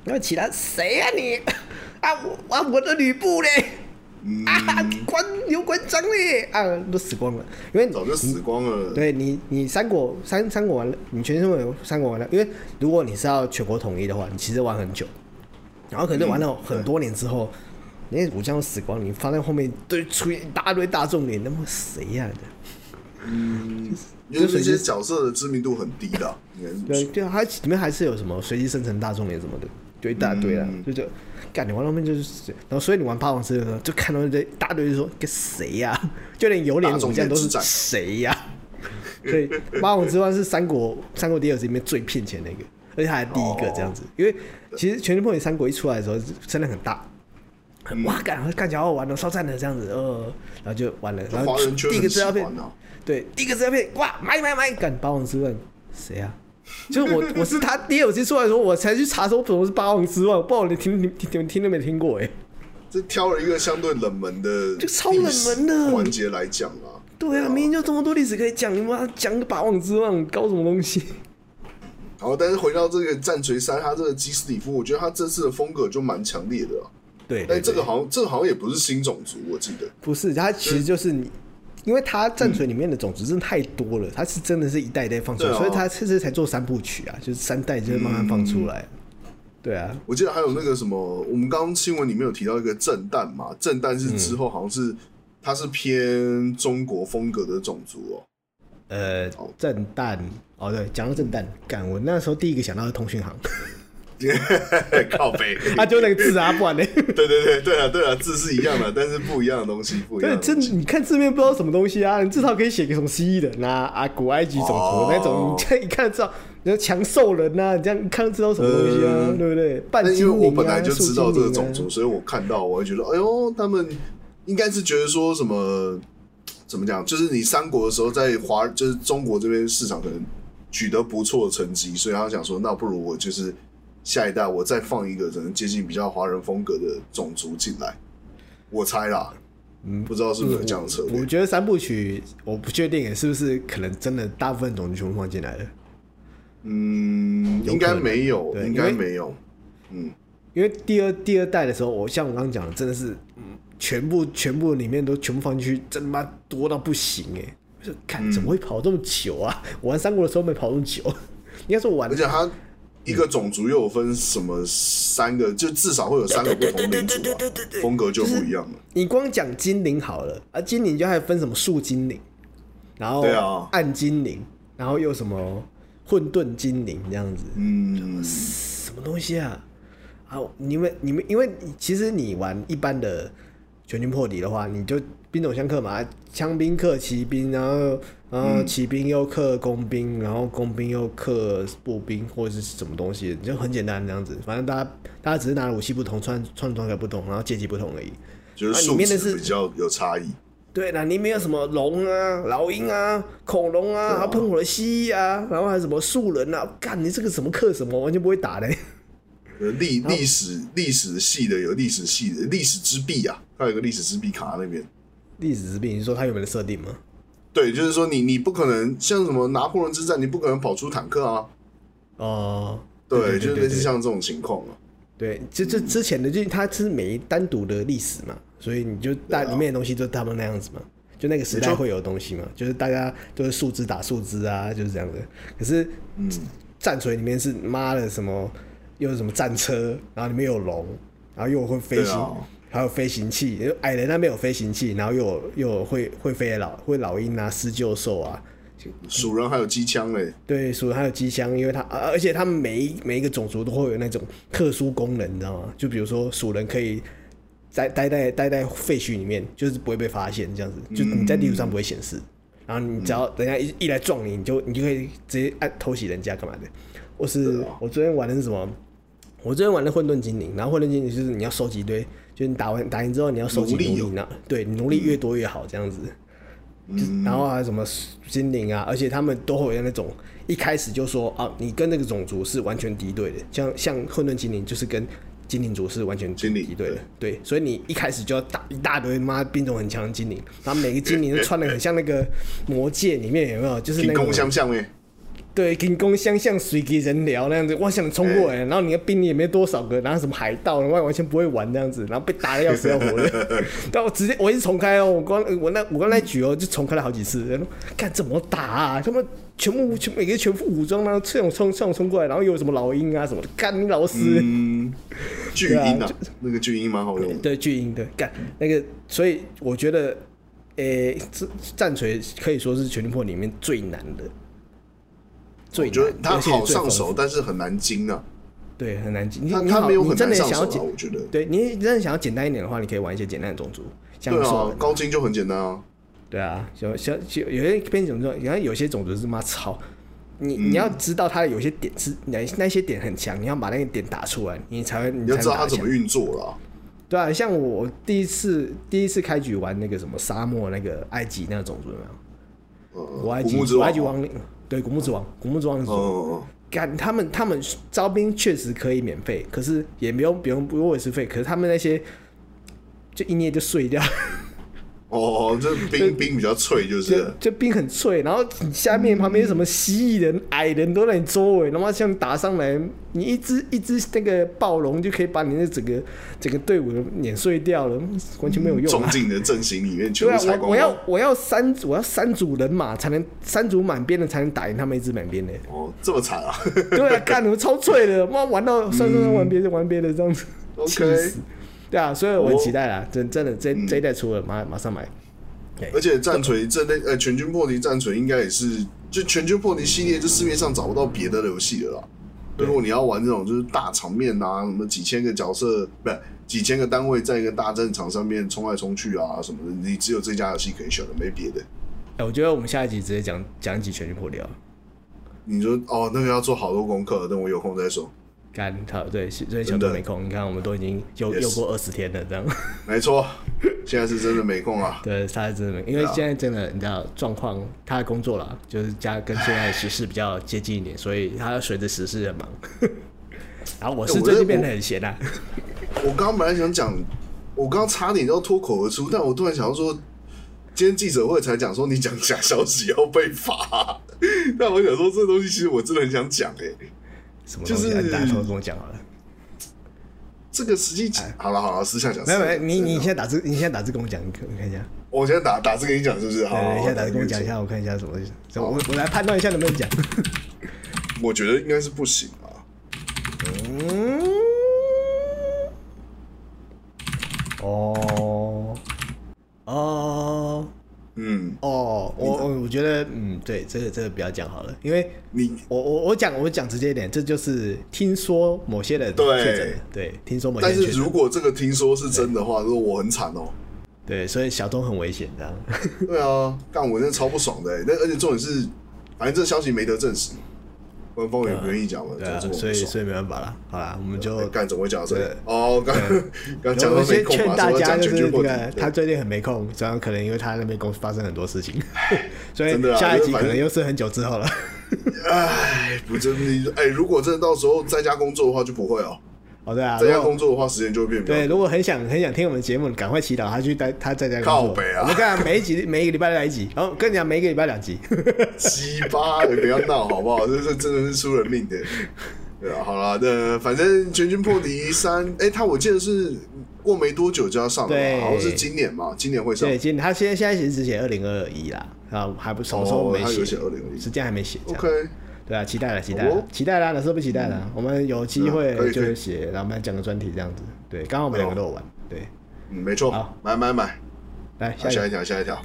Speaker 2: 那其他谁呀、啊、你？啊我啊我的吕布嘞，
Speaker 1: 嗯
Speaker 2: 啊，关刘关张嘞啊，都死光了，因为你
Speaker 1: 早就死光了。，
Speaker 2: 对你，你三国三三国玩了，你全身玩三国玩了，因为如果你是要全国统一的话，你其实玩很久，然后可能玩了很多年之后，那些武将都死光，你放在后面堆出一大堆大众脸，那么谁呀、
Speaker 1: 因为这些角色的知名度很低的，应该是
Speaker 2: 对对啊，它里面还是有什么随机生成大众脸什么的，就一大堆啦，就就干你玩到后面就是，然后所以你玩霸王之类的时候，就看到这一大堆就说跟谁呀、 就连有脸武将都是谁呀、 所以霸王之乱是三国三国 DLC 里面最骗钱的一个，而且它还第一个这样子，因为其实《全军破你三国一出来的时候声量很大。哇，干干起来好好玩哦，超赞的这样子，呃，然后就完了。然后
Speaker 1: 华人圈
Speaker 2: 第一个
Speaker 1: 很
Speaker 2: 资
Speaker 1: 喜
Speaker 2: 料片
Speaker 1: 欢啊。
Speaker 2: 对，第一个资料片，哇，买买买，干霸王之乱，谁啊？就是我，我是他 DLC 出来的时候，我才去查说什么是霸王之乱，不知道你听你听你们听都没听过哎、
Speaker 1: 这挑了一个相对冷门的，
Speaker 2: 就超冷门的
Speaker 1: 环节来讲啊。
Speaker 2: 对啊，明明就这么多历史可以讲，你妈讲个霸王之乱，搞什么东西？
Speaker 1: 然后，但是回到这个战锤三，他这个基斯里夫，我觉得他这次的风格就蛮强烈的、啊。
Speaker 2: 对
Speaker 1: 但这个好像，这个好像也不是新种族，我记得。
Speaker 2: 不是，它其实就是你，因为它战锤里面的种子真的太多了，它是真的是一代一代放出来，
Speaker 1: 对啊
Speaker 2: 所以它这次才做三部曲啊，就是三代就是慢慢放出来。
Speaker 1: 嗯
Speaker 2: 对啊，
Speaker 1: 我记得还有那个什么，我们刚刚新闻里面有提到一个震旦嘛，震旦
Speaker 2: 嗯
Speaker 1: 是之后好像是、它是偏中国风格的种族哦。
Speaker 2: 呃，震旦哦，对，讲到震旦，干我那时候第一个想到的通讯行，
Speaker 1: 靠背，
Speaker 2: 啊，就那个字啊，不然呢？
Speaker 1: 对对对对啊对啊，字是一样的，但是不一样的东西，不一样
Speaker 2: 对，
Speaker 1: 的
Speaker 2: 这
Speaker 1: 东西。
Speaker 2: 你看字面不知道什么东西啊，你至少可以写个什么蜥蜴人啊、啊古埃及种族那种，
Speaker 1: 哦
Speaker 2: 你这样一看就知道，你说强兽人呐、你这样一看就知道什么东西啊，
Speaker 1: 嗯
Speaker 2: 对不对？半
Speaker 1: 但
Speaker 2: 精
Speaker 1: 因
Speaker 2: 灵
Speaker 1: 为
Speaker 2: 啊，
Speaker 1: 我本来就
Speaker 2: 树
Speaker 1: 知道这个
Speaker 2: 精灵
Speaker 1: 种
Speaker 2: 啊
Speaker 1: 族，所以我看到我会觉得，哎呦，他们应该是觉得说什么怎么讲，就是你三国的时候在华，就是中国这边市场可能取得不错的成绩，所以他想说，那不如我就是下一代我再放一个可能接近比较华人风格的种族进来，我猜啦，嗯，不知道是不是有这样的策略
Speaker 2: 我。觉得三部曲，我不确定是不是可能真的大部分种族全部放进来了，
Speaker 1: 嗯，
Speaker 2: 有
Speaker 1: 应该
Speaker 2: 可能
Speaker 1: 没有，
Speaker 2: 对
Speaker 1: 应
Speaker 2: 因
Speaker 1: 该
Speaker 2: 为
Speaker 1: 没有。嗯，
Speaker 2: 因为第二第二代的时候，我像我刚刚讲的，真的是嗯全部全部里面都全部放进去，真他妈多到不行哎、我就看怎么会跑这么久啊？我玩三国的时候没跑这么久， 应该是我玩
Speaker 1: 而且它一个种族又有分什么三个，就至少会有三个不同民族啊，风格就不一样了。
Speaker 2: 你光讲精灵好了，啊，精灵就还分什么树精灵，然后
Speaker 1: 对啊
Speaker 2: 暗精灵，然后又什么混沌精灵这样子，
Speaker 1: 嗯，
Speaker 2: 什么东西啊？啊，你们你们，因为你其实你玩一般的全军破敌的话，你就兵种相克嘛，啊枪兵克骑兵，然后然后骑兵又克工兵，然后工兵又克步兵或者是什么东西，就很简单这样子。反正大家大家只是拿的武器不同，穿穿装甲不同，然后阶级不同而已。
Speaker 1: 就是
Speaker 2: 啊里
Speaker 1: 数
Speaker 2: 面的
Speaker 1: 值
Speaker 2: 是
Speaker 1: 比较有差异。
Speaker 2: 对啦，里面有什么龙啊、老鹰啊、恐龙啊，还有喷火的蜥蜴啊，然后还有什么树人啊，干你这个什么克什么，完全不会打嘞。
Speaker 1: 呃历历史历史系的有历史系的历史之壁啊，它有个历史之壁卡在那边。
Speaker 2: 历史之病，你说它有没有设定吗？
Speaker 1: 对，就是说你你不可能像什么拿破仑之战，你不可能跑出坦克啊。
Speaker 2: 哦，
Speaker 1: 对，就是类
Speaker 2: 对
Speaker 1: 似像这种情况啊。
Speaker 2: 对，这这之前的就它是每一单独的历史嘛，所以你就大里面的东西就是他们那样子嘛，就那个时
Speaker 1: 没
Speaker 2: 代
Speaker 1: 错
Speaker 2: 会有的东西
Speaker 1: 啊
Speaker 2: 嘛，就是大家都是数字打数字啊，就是这样的。可是，嗯，战锤里面是妈的什么，又是什么战车，然后里面有龙，然后又有会飞
Speaker 1: 对
Speaker 2: 行，
Speaker 1: 啊
Speaker 2: 还有飞行器，矮人那边有飞行器，然后又有又有会会飞的老会老鹰啊，狮鹫兽啊，
Speaker 1: 蜀人还有机枪嘞，
Speaker 2: 对，鼠还有机枪，因为它，啊而且它们每一每一个种族都会有那种特殊功能，你知道吗？就比如说鼠人可以在待在待在废墟里面，就是不会被发现，这样子，就你在地图上不会显示。然后你只要人家一一来撞你，你就你就可以直接按偷袭人家干嘛的？或是
Speaker 1: 啊
Speaker 2: 我昨天玩的是什么？我昨天玩的混沌精灵，然后混沌精灵就是你要收集一堆，就是你打完打赢之后你要收集
Speaker 1: 奴
Speaker 2: 奴
Speaker 1: 隶
Speaker 2: 隶
Speaker 1: 哦，
Speaker 2: 那对你奴隶越多越好这样子。就是然后还有啊什么精灵啊，而且他们都会有那种一开始就说啊，你跟那个种族是完全敌对的，像像混沌精灵就是跟精灵族是完全
Speaker 1: 精灵
Speaker 2: 敌对的，对，所以你一开始就要打一大堆妈兵种很强的精灵， 然后每个精灵都穿的很像那个魔戒里面有没有，就是
Speaker 1: 挺
Speaker 2: 那个
Speaker 1: 弓相向嘞。
Speaker 2: 对，仅供相向随给人聊那样子，我想冲过来，然后你的兵力也没多少个，然后什么海盗，我完全不会玩那样子，然后被打的要死要活 的。但我直接我一直重开哦，我刚我那我刚那局哦就重开了好几次，然后看怎么打、啊，他们全部全每个全副武装啊，这种冲这种冲过来，然后又有什么老鹰啊什么的，干你老师。
Speaker 1: 嗯，巨
Speaker 2: 对啊
Speaker 1: 婴啊
Speaker 2: 就，
Speaker 1: 那个巨婴蛮好用的。
Speaker 2: 对巨婴对干那个，所以我觉得，诶、这战锤可以说是全力破里面最难的，最
Speaker 1: 我
Speaker 2: 难
Speaker 1: 觉得它
Speaker 2: 而且
Speaker 1: 好
Speaker 2: 最
Speaker 1: 上
Speaker 2: 丰
Speaker 1: 手，
Speaker 2: 富
Speaker 1: 但是很难精啊。
Speaker 2: 对，很难记。你
Speaker 1: 它
Speaker 2: 你
Speaker 1: 它
Speaker 2: 好
Speaker 1: 没有
Speaker 2: 你
Speaker 1: 很
Speaker 2: 真
Speaker 1: 难
Speaker 2: 的
Speaker 1: 上
Speaker 2: 想要
Speaker 1: 手啊，
Speaker 2: 简，
Speaker 1: 我觉得。
Speaker 2: 对你真的想要简单一点的话，你可以玩一些简单的种族，像
Speaker 1: 对
Speaker 2: 兽
Speaker 1: 啊
Speaker 2: 人，
Speaker 1: 高精就很简单啊。
Speaker 2: 对啊，像像像有些变种族，然后有些种族是妈操，你
Speaker 1: 嗯
Speaker 2: 你要知道它有些点是哪那些点很强，你要把那个点打出来，你才会你
Speaker 1: 你要
Speaker 2: 才
Speaker 1: 知道
Speaker 2: 能
Speaker 1: 它
Speaker 2: 打得
Speaker 1: 怎
Speaker 2: 强
Speaker 1: 么运作啦。
Speaker 2: 对啊，像我第一次第一次开局玩那个什么沙漠那个埃及那个种族有没有？
Speaker 1: 呃，
Speaker 2: 我埃
Speaker 1: 古
Speaker 2: 及，
Speaker 1: 墓之
Speaker 2: 我
Speaker 1: 王
Speaker 2: 埃及亡灵，对，古墓之王，古墓之王的
Speaker 1: 嗯
Speaker 2: 种
Speaker 1: 嗯嗯，
Speaker 2: 干、他们他们招兵确实可以免费，可是也不用不用不用维持费，可是他们那些就一捏就碎掉，
Speaker 1: 哦，这冰冰比较脆，就
Speaker 2: 就是就冰很脆，然后你下面旁边什么蜥蜴人、矮人都在你周围，他妈像打上来，你一只一只那个暴龙就可以把你那整个整个队伍碾碎掉了，完全没有用、啊。
Speaker 1: 重进的阵型里面全
Speaker 2: 对
Speaker 1: 部
Speaker 2: 啊
Speaker 1: 拆，
Speaker 2: 我
Speaker 1: 光
Speaker 2: 我要
Speaker 1: 光。
Speaker 2: 我要三我要三组人马才能三组满编的才能打赢他们一支满编的。
Speaker 1: 哦，这么惨啊
Speaker 2: 对啊，干我超脆的，妈玩到算
Speaker 1: 嗯
Speaker 2: 算算玩别的玩别的这样子，气
Speaker 1: ！OK，
Speaker 2: 死。对啊，所以我很嗯期待啦，真真的这这一代出了，马马上买。
Speaker 1: 而且战锤这类呃全军破敌战锤应该也是就全军破敌系列，就市面上找不到别的游戏了啦。如果你要玩这种就是大场面啊，什么几千个角色不是几千个单位在一个大战场上面冲来冲去啊什么的，你只有这家游戏可以选了，没别的。
Speaker 2: 哎，我觉得我们下一集直接讲讲一集全军破掉。
Speaker 1: 你说哦，那个要做好多功课，等我有空再说。
Speaker 2: 干他对，所以小
Speaker 1: 真的
Speaker 2: 多没空，你看我们都已经又
Speaker 1: Yes
Speaker 2: 又过二十天了，这 样。
Speaker 1: 没错，现在是真的没空啊。
Speaker 2: 对，啊他是真的没，因为现在真的你知道状况，他的工作啦，就是加跟现在的时事比较接近一点，所以他随着时事很忙。 然后我是
Speaker 1: 我觉
Speaker 2: 最
Speaker 1: 得
Speaker 2: 近变
Speaker 1: 我
Speaker 2: 得很闲啦、啊
Speaker 1: 我刚刚本来想讲，我刚刚差点要脱口而出，但我突然想到说，今天记者会才讲说你讲假消息要被罚， 但我想说这东西其实我真的很想讲哎、
Speaker 2: 什么
Speaker 1: 就
Speaker 2: 东西？
Speaker 1: 是
Speaker 2: 啊你打错跟我讲好了。
Speaker 1: 这个实际好了好了，私下讲。
Speaker 2: 哎没有没有，
Speaker 1: 私下
Speaker 2: 你你
Speaker 1: 讲
Speaker 2: 现在打字，你现在打字跟我讲，你看我看一下。
Speaker 1: 我现在打打字给你讲是不是？好，
Speaker 2: 对
Speaker 1: 好
Speaker 2: 对，
Speaker 1: 好
Speaker 2: 你哎现在打字跟我讲一
Speaker 1: 好
Speaker 2: 下，我看一下什么东西。什么我我来判断一下能不能讲。
Speaker 1: 我觉得应该是不行啊。
Speaker 2: 嗯，哦，哦。
Speaker 1: 嗯，
Speaker 2: 哦，我我我觉得，嗯，对，这个这个不要讲好了，因为
Speaker 1: 你
Speaker 2: 我我我讲我讲直接一点，这就是听说某些人
Speaker 1: 对
Speaker 2: 确诊了，对，听说某些
Speaker 1: 但
Speaker 2: 人确
Speaker 1: 是
Speaker 2: 诊
Speaker 1: 如
Speaker 2: 了，
Speaker 1: 果这个听说是真的话，说我很惨哦。
Speaker 2: 对，所以小东很危险这样，
Speaker 1: 对啊，干我真的超不爽的、欸。那而且重点是，反正这消息没得证实，官方也不愿意讲嘛，
Speaker 2: 对啊，
Speaker 1: 总之我
Speaker 2: 所以
Speaker 1: 不爽。
Speaker 2: 所以没办法啦，好啦，我们就
Speaker 1: 哎干怎么会讲到这里
Speaker 2: 对？
Speaker 1: 哦，刚刚讲
Speaker 2: 我
Speaker 1: 到没
Speaker 2: 先
Speaker 1: 空
Speaker 2: 劝
Speaker 1: 嘛，
Speaker 2: 大
Speaker 1: 说要
Speaker 2: 家
Speaker 1: 讲
Speaker 2: 就
Speaker 1: 全
Speaker 2: 是
Speaker 1: 军
Speaker 2: 那
Speaker 1: 破敌
Speaker 2: 个。他最近很没空，这样可能因为他那边公司发生很多事情， 所以
Speaker 1: 真的啊
Speaker 2: 下一集
Speaker 1: 就是反
Speaker 2: 可
Speaker 1: 正
Speaker 2: 能又是很久之后了。
Speaker 1: 哎，不真的哎，如果真的到时候在家工作的话就不会哦，
Speaker 2: 哦，对啊，
Speaker 1: 在家
Speaker 2: 如果
Speaker 1: 工作的话时间就会变比
Speaker 2: 对，
Speaker 1: 较
Speaker 2: 如果很想很想听我们节目，赶快祈祷他去在他在家工作
Speaker 1: 靠北啊
Speaker 2: 我们跟你讲，每一集每一个礼拜来一集，然后跟你讲每一个礼拜两集。
Speaker 1: 鸡巴的，不要闹好不好？这是真的是出人命的。对啊，好啦，那反正全军破敌三，哎，他我记得是过没多久就要上了
Speaker 2: 对
Speaker 1: 嘛，好像是今年嘛，今年会上
Speaker 2: 对，。今他现在现在其实只写二零二一啦，啊，还不什么时候
Speaker 1: 哦
Speaker 2: 没
Speaker 1: 他
Speaker 2: 写，
Speaker 1: 有写2021
Speaker 2: 时间还没写。这样
Speaker 1: OK，
Speaker 2: 对啊，期待了，期待
Speaker 1: 好
Speaker 2: 了
Speaker 1: 哦，
Speaker 2: 期待啦，哪时候不期待了？我们有机会
Speaker 1: 嗯可以
Speaker 2: 就
Speaker 1: 可以
Speaker 2: 是写，然后我们讲个专题这样子。对，刚好我们两个都有玩。对，
Speaker 1: 嗯，没错
Speaker 2: 好，
Speaker 1: 买买买。
Speaker 2: 来
Speaker 1: 好
Speaker 2: 下一
Speaker 1: 下
Speaker 2: 个
Speaker 1: 一。条，下一条。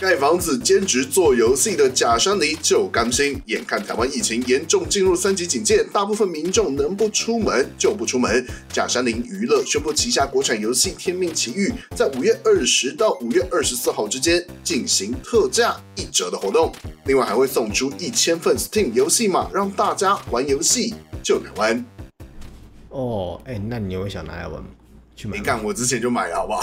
Speaker 1: 盖房子兼职做游戏的假山里就甘心，眼看台湾疫情严重进入三级警戒，大部分民众能不出门就不出门。假山林娱乐宣布旗下国产游戏《天命奇遇》在五月二十到五月二十四号之间进行特价一折的活动，另外还会送出一千份 Steam 游戏码，让大家玩游戏就台湾。
Speaker 2: 哦，哎，那你有想拿来玩吗？去买
Speaker 1: 你
Speaker 2: 吗？
Speaker 1: 看，我之前就买了，好不好？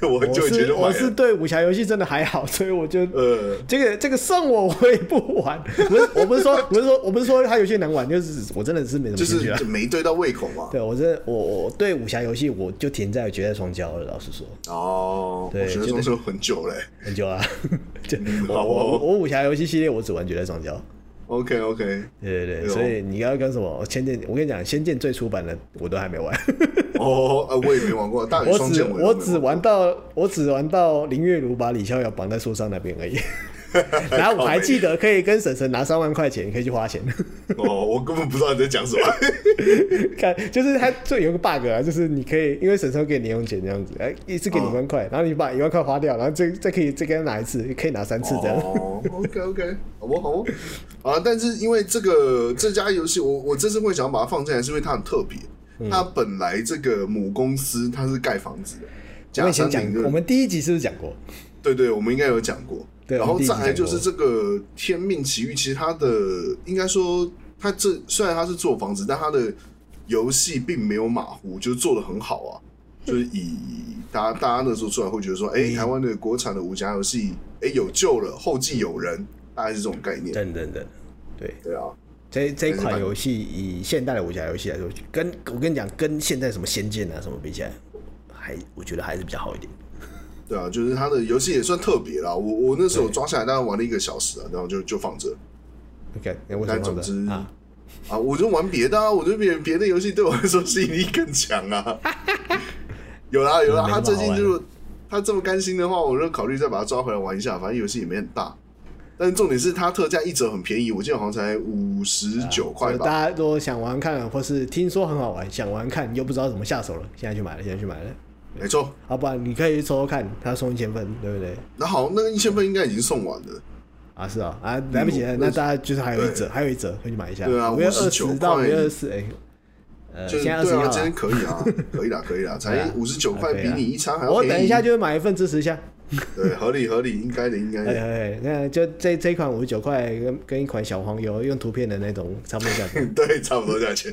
Speaker 1: 我很
Speaker 2: 我
Speaker 1: 久以前
Speaker 2: 是
Speaker 1: 就买
Speaker 2: 我是
Speaker 1: 了。
Speaker 2: 对武侠游戏真的还好，所以我就
Speaker 1: 呃，
Speaker 2: 这个这个送我我也不玩，不是我不 是说不是说我不是说它有些难玩，就是我真的是没什么
Speaker 1: 就
Speaker 2: 兴
Speaker 1: 是
Speaker 2: 趣啊
Speaker 1: 就。没对到胃口嘛。
Speaker 2: 对我真的我我对武侠游戏我就停在绝代双骄了，老实说
Speaker 1: 哦，
Speaker 2: 对
Speaker 1: 我觉得
Speaker 2: 就
Speaker 1: 中
Speaker 2: 是
Speaker 1: 秋很久嘞、欸。
Speaker 2: 很久啊。就
Speaker 1: 嗯
Speaker 2: 我
Speaker 1: 好哦
Speaker 2: 我我武侠游戏系列我只玩绝代双骄，
Speaker 1: OK OK，
Speaker 2: 对对
Speaker 1: 哎
Speaker 2: 对，
Speaker 1: 呦
Speaker 2: 所以你要跟什么《仙剑》，我跟你讲，《仙剑》最出版的我都还没玩，
Speaker 1: 哦，啊，我也没玩过大宇
Speaker 2: 我
Speaker 1: 双
Speaker 2: 只
Speaker 1: 剑，也都没
Speaker 2: 我只玩
Speaker 1: 过
Speaker 2: 到我只玩到林月如把李逍遥绑在树上那边 而已。 然后我还记得可以跟婶婶拿三万块钱，可以去花钱。
Speaker 1: 哦，我根本不知道你在讲什么。
Speaker 2: 看，就是它最有个 bug 啊，就是你可以因为婶婶会给你零用钱这样子，哎，一次给你一万块，然后你把一万块花掉，然后再再可以再跟他拿一次，可以拿三次这样。
Speaker 1: 哦，OK OK，好不好不？啊，但是因为这个这家游戏，我我这次会想把它放进来，是因为它很特别。
Speaker 2: 嗯
Speaker 1: 它本来这个母公司它是盖房子的，
Speaker 2: 我
Speaker 1: 假
Speaker 2: 们以前
Speaker 1: 山
Speaker 2: 讲
Speaker 1: 林，的
Speaker 2: 我们第一集是不是讲过？
Speaker 1: 对对，我们应该有讲过。
Speaker 2: 对
Speaker 1: 然
Speaker 2: 我
Speaker 1: 后
Speaker 2: 们第一集
Speaker 1: 再来就
Speaker 2: 讲过
Speaker 1: 是这个《天命奇遇》，其实它的应该说，它这虽然它是做房子，但它的游戏并没有马虎，就是做的很好啊。就是以大家大家那时候出来会觉得说，
Speaker 2: 嗯
Speaker 1: 哎、台湾的国产的武侠游戏，哎、有救了，后继有人，大概是这种概念。
Speaker 2: 等等等，对，
Speaker 1: 对啊，
Speaker 2: 这这一款游戏以现代的武侠游戏来说，跟我跟你讲，跟现在什么《仙剑》啊什么比起来，还我觉得还是比较好一点。
Speaker 1: 对啊，就是它的游戏也算特别啦。我我那时候抓下来，大概玩了一个小时啊，然后就就放着
Speaker 2: OK，那为什
Speaker 1: 但
Speaker 2: 么放
Speaker 1: 总之
Speaker 2: 着啊？
Speaker 1: 啊，我就玩别的啊，我就别别的游戏对我来说吸引力更强啊。 有啦有啦，
Speaker 2: 嗯没什么
Speaker 1: 他最近
Speaker 2: 好玩的
Speaker 1: 就是他这么甘心的话，我就考虑再把它抓回来玩一下，反正游戏也没很大。但是重点是它特价一折很便宜，我记得好像才五十九块
Speaker 2: 啊
Speaker 1: 吧。
Speaker 2: 大家如果想玩看，或是听说很好玩，想玩看又不知道怎么下手了，现在去买了，现在去买了。
Speaker 1: 没错，
Speaker 2: 啊，不然你可以去抽抽看，他送一千分，对不对？
Speaker 1: 那好，那个一千分应该已经送完了。
Speaker 2: 啊，是啊，啊，来不及了，
Speaker 1: 嗯
Speaker 2: 那大家就是还有一
Speaker 1: 对
Speaker 2: 折，还有一折，可以去买一下。
Speaker 1: 对啊
Speaker 2: 五月二
Speaker 1: 59
Speaker 2: 十到五
Speaker 1: 块
Speaker 2: 月二十，哎，呃，
Speaker 1: 就是
Speaker 2: 现在二
Speaker 1: 对
Speaker 2: 十
Speaker 1: 啊，
Speaker 2: 号
Speaker 1: 今天
Speaker 2: 了。
Speaker 1: 可以啊，可以啦，可以 啦，
Speaker 2: 对
Speaker 1: 才
Speaker 2: 啊
Speaker 1: 五十九块，
Speaker 2: 啊可以
Speaker 1: 比
Speaker 2: 啊
Speaker 1: 你一餐还要
Speaker 2: 我
Speaker 1: 便宜。
Speaker 2: 等一下就买一份支持一下。
Speaker 1: 对，合理合理，应该的，应该
Speaker 2: 哎
Speaker 1: 的。
Speaker 2: 哎，那就这这一款五十九块，跟跟一款小黄油用图片的那种差不多价格，
Speaker 1: 对，差不多价钱，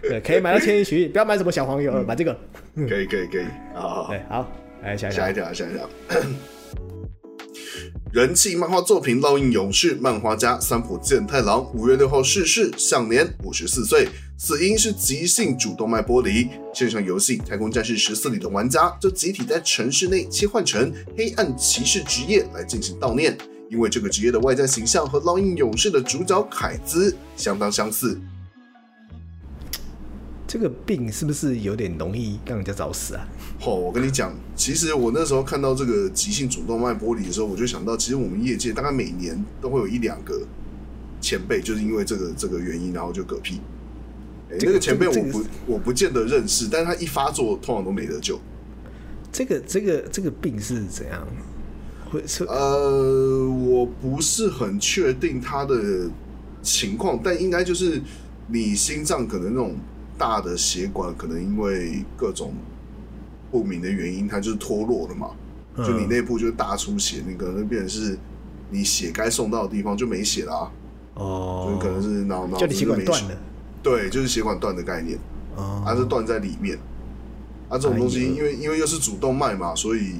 Speaker 2: 对，可以买到千亿许，不要买什么小黄油，买这个。
Speaker 1: 可以可以可以，好好好。
Speaker 2: 对，好，来下一
Speaker 1: 下一
Speaker 2: 条。
Speaker 1: 条，下一条。 人气漫画作品《烙印勇士》，漫画家三浦健太郎五月六号逝世，享年五十四岁，死因是急性主动脉剥离。线上游戏《太空战士十四》里的玩家就集体在城市内切换成黑暗骑士职业来进行悼念，因为这个职业的外在形象和《烙印勇士》的主角凯兹相当相似。
Speaker 2: 这个病是不是有点容易让人家早死啊？
Speaker 1: 哦，我跟你讲，其实我那时候看到这个急性主动脉剥离的时候，我就想到，其实我们业界大概每年都会有一两个前辈，就是因为这个这个原因，然后就嗝屁。哎那
Speaker 2: 这个
Speaker 1: 个前辈我
Speaker 2: 这个
Speaker 1: 不、
Speaker 2: 这个
Speaker 1: 我不见得认识，但是他一发作，通常都没得救。
Speaker 2: 这个这个这个病是怎样？会是
Speaker 1: 呃，我不是很确定他的情况，但应该就是你心脏可能那种大的血管，可能因为各种不明的原因，它就是脱落了嘛。
Speaker 2: 嗯
Speaker 1: 就你内部就大出血，你可能就变成是你血该送到的地方就没血啦、
Speaker 2: 哦，
Speaker 1: 就是可能是脑脑
Speaker 2: 就
Speaker 1: 子
Speaker 2: 你血管
Speaker 1: 没
Speaker 2: 断
Speaker 1: 血
Speaker 2: 了。
Speaker 1: 对，就是血管断的概念，
Speaker 2: 哦，
Speaker 1: 它、是断在里面。啊，这种东西
Speaker 2: 哎呦
Speaker 1: 因为因为又是主动脉嘛，所以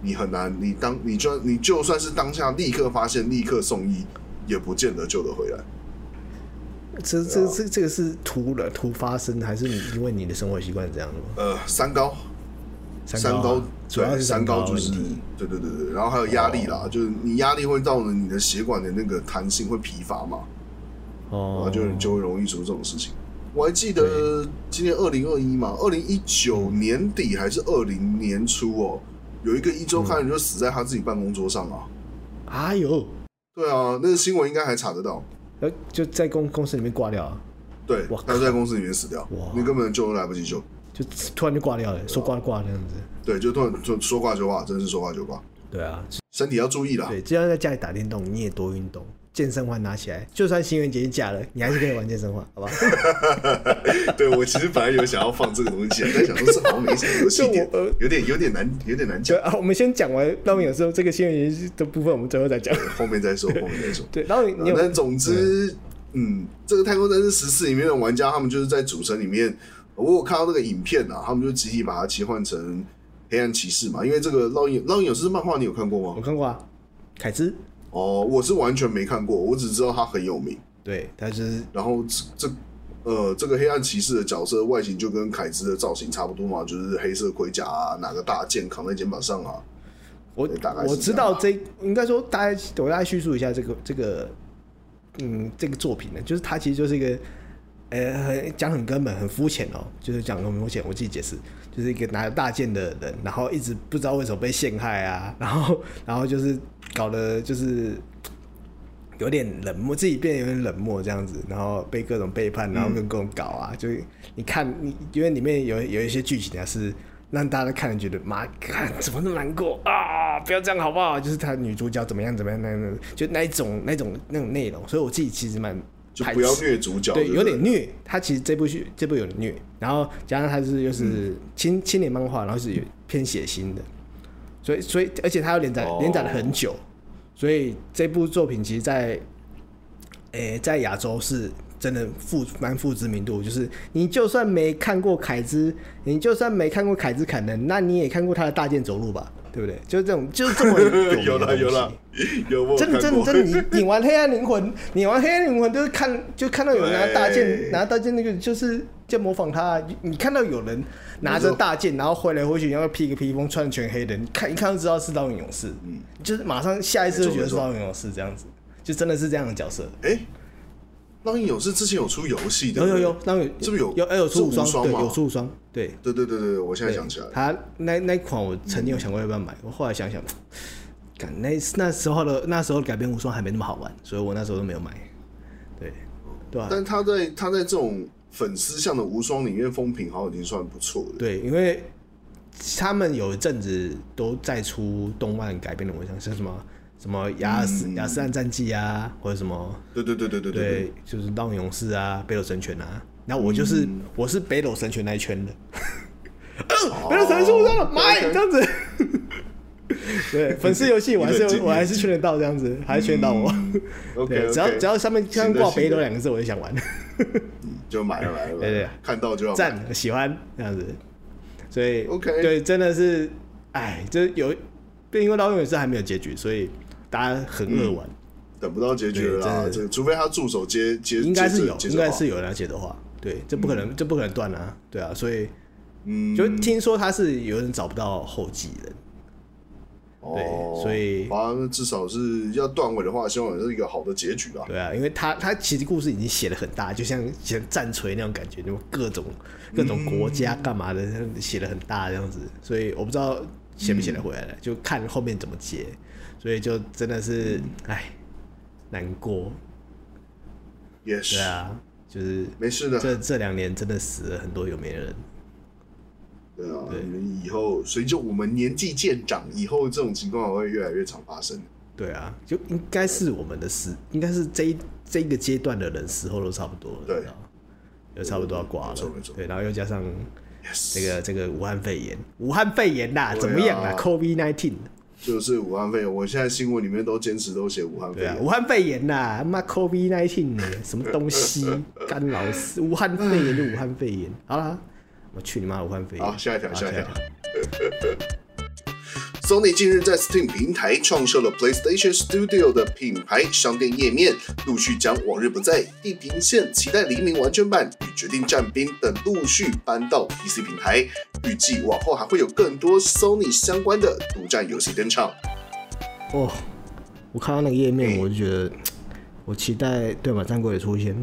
Speaker 1: 你很难，你当你就你就算是当下立刻发现，立刻送医，也不见得救得回来。
Speaker 2: 这
Speaker 1: 啊
Speaker 2: 这这这个是突了突发生，还是你因为你的生活习惯这样的吗？
Speaker 1: 呃，三高，三
Speaker 2: 高啊
Speaker 1: 高，
Speaker 2: 主要
Speaker 1: 对
Speaker 2: 是
Speaker 1: 三
Speaker 2: 高
Speaker 1: 高就是
Speaker 2: 的问题哦
Speaker 1: 对对对对，然后还有压力啦，就是你压力会造成你的血管的那个弹性会疲乏嘛，然
Speaker 2: 哦
Speaker 1: 后，就就会容易出这种事情。我还记得今年二零二一嘛，二零一九
Speaker 2: 嗯
Speaker 1: 年底还是二零年初哦，有一个一周
Speaker 2: 嗯
Speaker 1: 刊人就死在他自己办公桌上啊。
Speaker 2: 哎呦，
Speaker 1: 对啊，那个新闻应该还查得到。
Speaker 2: 呃，就在公公司里面挂掉啊，
Speaker 1: 对
Speaker 2: 哇，
Speaker 1: 他就在公司里面死掉
Speaker 2: 哇，
Speaker 1: 你根本就来不及救。
Speaker 2: 就突然就挂掉了，说挂就挂这样子。
Speaker 1: 对，就突然就说挂就挂，真是说挂就挂，
Speaker 2: 对啊，
Speaker 1: 身体要注意啦。
Speaker 2: 对，就像在家里打电动，你也多运动，健身环拿起来，就算新元节假了，你还是可以玩健身环，好吧？
Speaker 1: 对我其实本来有想要放这个东西，但想说这好像没什么游戏点
Speaker 2: 就我呃，
Speaker 1: 有点有点难，有点难
Speaker 2: 就
Speaker 1: 讲，
Speaker 2: 啊，我们先讲完，那我们有时候这个新元节的部分，我们最后再讲。
Speaker 1: 后面再说，后面再说。
Speaker 2: 对，然后你你有
Speaker 1: 但总之，嗯，这个《太空战士十四》里面的玩家，他们就是在主城里面，我有看到那个影片啊，他们就集体把它切换成黑暗骑士嘛，因为这个《烙印烙印勇士》漫画你有看过
Speaker 2: 我
Speaker 1: 吗？
Speaker 2: 看过啊，凯兹，
Speaker 1: 哦，我是完全没看过，我只知道它很有名。
Speaker 2: 对，他就是
Speaker 1: 然后这这呃，这个黑暗骑士的角色外形就跟凯兹的造型差不多嘛，就是黑色盔甲啊，拿个大剑扛在肩膀上啊。
Speaker 2: 我
Speaker 1: 对大概是
Speaker 2: 我
Speaker 1: 这
Speaker 2: 知
Speaker 1: 样
Speaker 2: 道
Speaker 1: 吧
Speaker 2: 这应该说大概我大概叙述一下这个这个嗯这个作品呢，就是它其实就是一个，呃，很讲很根本、很肤浅哦，就是讲很肤浅。我自己解释，就是一个拿着大剑的人，然后一直不知道为什么被陷害啊， 然后然后就是搞得就是有点冷漠，自己变得有点冷漠这样子，然后被各种背
Speaker 1: 嗯
Speaker 2: 叛，然后跟各种搞啊，就是你看你，因为里面有有一些剧情啊是。让大家看了觉得妈，看怎么那么难过啊！不要这样好不好？就是她女主角怎么样怎么样那那，就那一种那种那种内容，所以我自己其实蛮
Speaker 1: 就
Speaker 2: 排
Speaker 1: 不要
Speaker 2: 斥
Speaker 1: 虐主角，
Speaker 2: 对，
Speaker 1: 不
Speaker 2: 有点虐。他其实这部剧这部有点虐，然后加上他是又
Speaker 1: 嗯
Speaker 2: 是青、青年漫画，然后是有偏血腥的，所以所以而且他要连载、
Speaker 1: 哦
Speaker 2: 连载了很久，所以这部作品其实在，诶、在亚洲是真的负蛮负知名度，就是你就算没看过凯之，你就算没看过凯之砍人，那你也看过他的大剑走路吧，对不对？就是这种就是这么有
Speaker 1: 有
Speaker 2: 了
Speaker 1: 了有了。，有我有
Speaker 2: 真的
Speaker 1: 看
Speaker 2: 真的
Speaker 1: 过
Speaker 2: 真的，你你玩黑暗灵魂，你玩黑暗灵魂就是看就看到有人拿大剑
Speaker 1: 对
Speaker 2: 拿大剑那个就是在模仿他，你你看到有人拿着大剑然后挥来挥去，然后披个披风穿全黑的，你看一看就知道是刀影勇士，嗯，就是马上下意识就觉
Speaker 1: 没
Speaker 2: 得是
Speaker 1: 错没错
Speaker 2: 刀影勇士这样子，就真的是这样的角色。
Speaker 1: 哎，浪影勇士之前有出游戏的，
Speaker 2: 有有有
Speaker 1: 对不，对
Speaker 2: 当然
Speaker 1: 是不是有
Speaker 2: 有有有
Speaker 1: 是
Speaker 2: 出
Speaker 1: 无
Speaker 2: 无
Speaker 1: 双
Speaker 2: 双？对，
Speaker 1: 吗
Speaker 2: 有出无双，对。
Speaker 1: 对对对对对，我现在
Speaker 2: 对
Speaker 1: 想起来了，
Speaker 2: 他那那一款我曾经有想过要不要买，我后来想想，感那那时候的那时候的改编无双还没那么好玩，所以我那时候都没有买。对，对吧、
Speaker 1: 但他在他在这种粉丝向的无双里面风评好像已经算不错了。
Speaker 2: 对，因为他们有一阵子都在出动漫改编的文章，像什么什么雅尔
Speaker 1: 嗯
Speaker 2: 斯、雅斯兰战记啊，或者什么
Speaker 1: 对对对对对对
Speaker 2: 对，就是浪勇士啊、北斗神拳啊。那我就是、
Speaker 1: 嗯
Speaker 2: 我是北斗神拳那 一圈的，
Speaker 1: 哦
Speaker 2: 北斗神拳出了，买
Speaker 1: OK
Speaker 2: 这样子。 对，粉丝游 戏我还是
Speaker 1: 你的经
Speaker 2: 有
Speaker 1: 验
Speaker 2: 我还是圈得到这样子，还是圈得到我。
Speaker 1: OK，
Speaker 2: 对，只要
Speaker 1: OK
Speaker 2: 只要上面上
Speaker 1: 行
Speaker 2: 面
Speaker 1: 的
Speaker 2: 挂
Speaker 1: 行
Speaker 2: 北斗
Speaker 1: 的
Speaker 2: 两个字，我就想玩，
Speaker 1: 就买了买了，买
Speaker 2: 对对
Speaker 1: 了看到就要买。
Speaker 2: 赞，喜欢这样子。所以
Speaker 1: OK
Speaker 2: 对，真的是，哎，这有，因为到永远是还没有结局，所以大家很恶玩，
Speaker 1: 嗯等不到结局了啦，
Speaker 2: 对真的
Speaker 1: 这个除非他助手接接，
Speaker 2: 应该是有，
Speaker 1: 接着
Speaker 2: 应该是
Speaker 1: 有，
Speaker 2: 有了解的话，对，这不可能，这不可能断啊，对啊，所以
Speaker 1: 嗯，
Speaker 2: 就听说他是有人找不到后继人，
Speaker 1: 哦，
Speaker 2: 所以
Speaker 1: 好啊，那至少是要断尾的话，希望有一个好的结局啦。
Speaker 2: 对啊，因为他他其实故事已经写的很大，就像像战锤那种感觉，那种各种各种国家干嘛的，写的很大这样子，所以我不知道写不写得回来了，就看后面怎么结，所以就真的是哎、难过，
Speaker 1: 也
Speaker 2: 对
Speaker 1: 是，
Speaker 2: 啊，就是
Speaker 1: 没事的，
Speaker 2: 这这两年真的死了很多有名人，
Speaker 1: 对啊，
Speaker 2: 对
Speaker 1: 你们以后随着我们年纪渐长，以后这种情况会越来越常发生。
Speaker 2: 对啊，就应该是我们的时，应该是这一这一个阶段的人时候都差不多了，
Speaker 1: 对
Speaker 2: 你知道吗，就差不多要挂
Speaker 1: 没
Speaker 2: 了
Speaker 1: 错没错，
Speaker 2: 对，然后又加上。
Speaker 1: Yes，
Speaker 2: 这个这个武汉肺炎，武汉肺炎啦，
Speaker 1: 对啊
Speaker 2: 怎么样啦？COVID nineteen，
Speaker 1: 就是武汉肺炎，我现在新闻里面都坚持都写武汉肺
Speaker 2: 对啊，
Speaker 1: 炎
Speaker 2: 武。汉肺炎啦，他妈 COVID nineteen 呢，什么东西？ 干老师，武汉肺炎就武汉肺炎，好啦，我去你妈武汉肺炎！
Speaker 1: 好，下一条，
Speaker 2: 好
Speaker 1: 下一条。Sony 近日在 Steam 平台创设了 PlayStation Studio 的品牌商店页面，陆续将《往日不在》《地平线》《期待黎明》完全版与《决定战兵》等陆续搬到 PC 平台。预计往后还会有更多 Sony 相关的独占游戏登场。
Speaker 2: 哦，我看到那个页
Speaker 1: 哎
Speaker 2: 面，我就觉得，我期待对马战鬼的出现。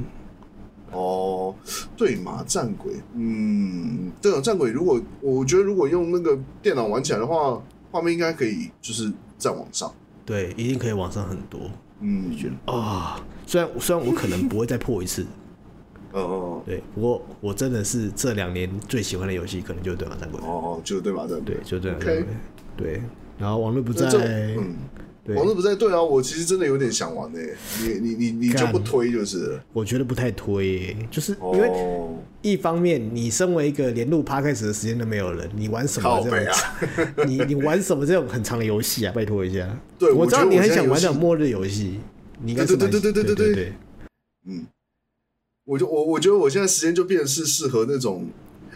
Speaker 1: 哦，对嘛，战鬼，嗯，对啊，战鬼，如果我觉得如果用那个电脑玩起来的话，画面应该可以就是再往上，
Speaker 2: 对，一定可以往上很多
Speaker 1: 嗯，
Speaker 2: 啊、虽然虽然我可能不会再破一次，
Speaker 1: 哦
Speaker 2: 对，不过我真的是这两年最喜欢的游戏，可能就是对马战鬼
Speaker 1: 哦。哦，就是对嘛，战鬼
Speaker 2: 对，，就这样。
Speaker 1: OK
Speaker 2: 对，然后网络不在
Speaker 1: 那，这嗯，
Speaker 2: 对
Speaker 1: 王子不在对啊，我其实真的有点想玩呢、你你你你就
Speaker 2: 干
Speaker 1: 不推就是了，
Speaker 2: 我觉得不太推耶、就是因为
Speaker 1: 哦，
Speaker 2: 一方面，你身为一个连录 podcast 的时间都没有人，你玩什么
Speaker 1: 靠
Speaker 2: 这
Speaker 1: 北啊
Speaker 2: 种？ 你你玩什么这种很长的游戏啊？拜托一下。
Speaker 1: 对
Speaker 2: 我
Speaker 1: 我
Speaker 2: 知
Speaker 1: 觉
Speaker 2: 道
Speaker 1: 得
Speaker 2: 你
Speaker 1: 我
Speaker 2: 很
Speaker 1: 现在
Speaker 2: 想玩那
Speaker 1: 游
Speaker 2: 种
Speaker 1: 戏
Speaker 2: 末日游戏，你应该是
Speaker 1: 对
Speaker 2: 蛮
Speaker 1: 对对对
Speaker 2: 对
Speaker 1: 对对
Speaker 2: 对，
Speaker 1: 我就我我觉得我现在时间就变成是适合那种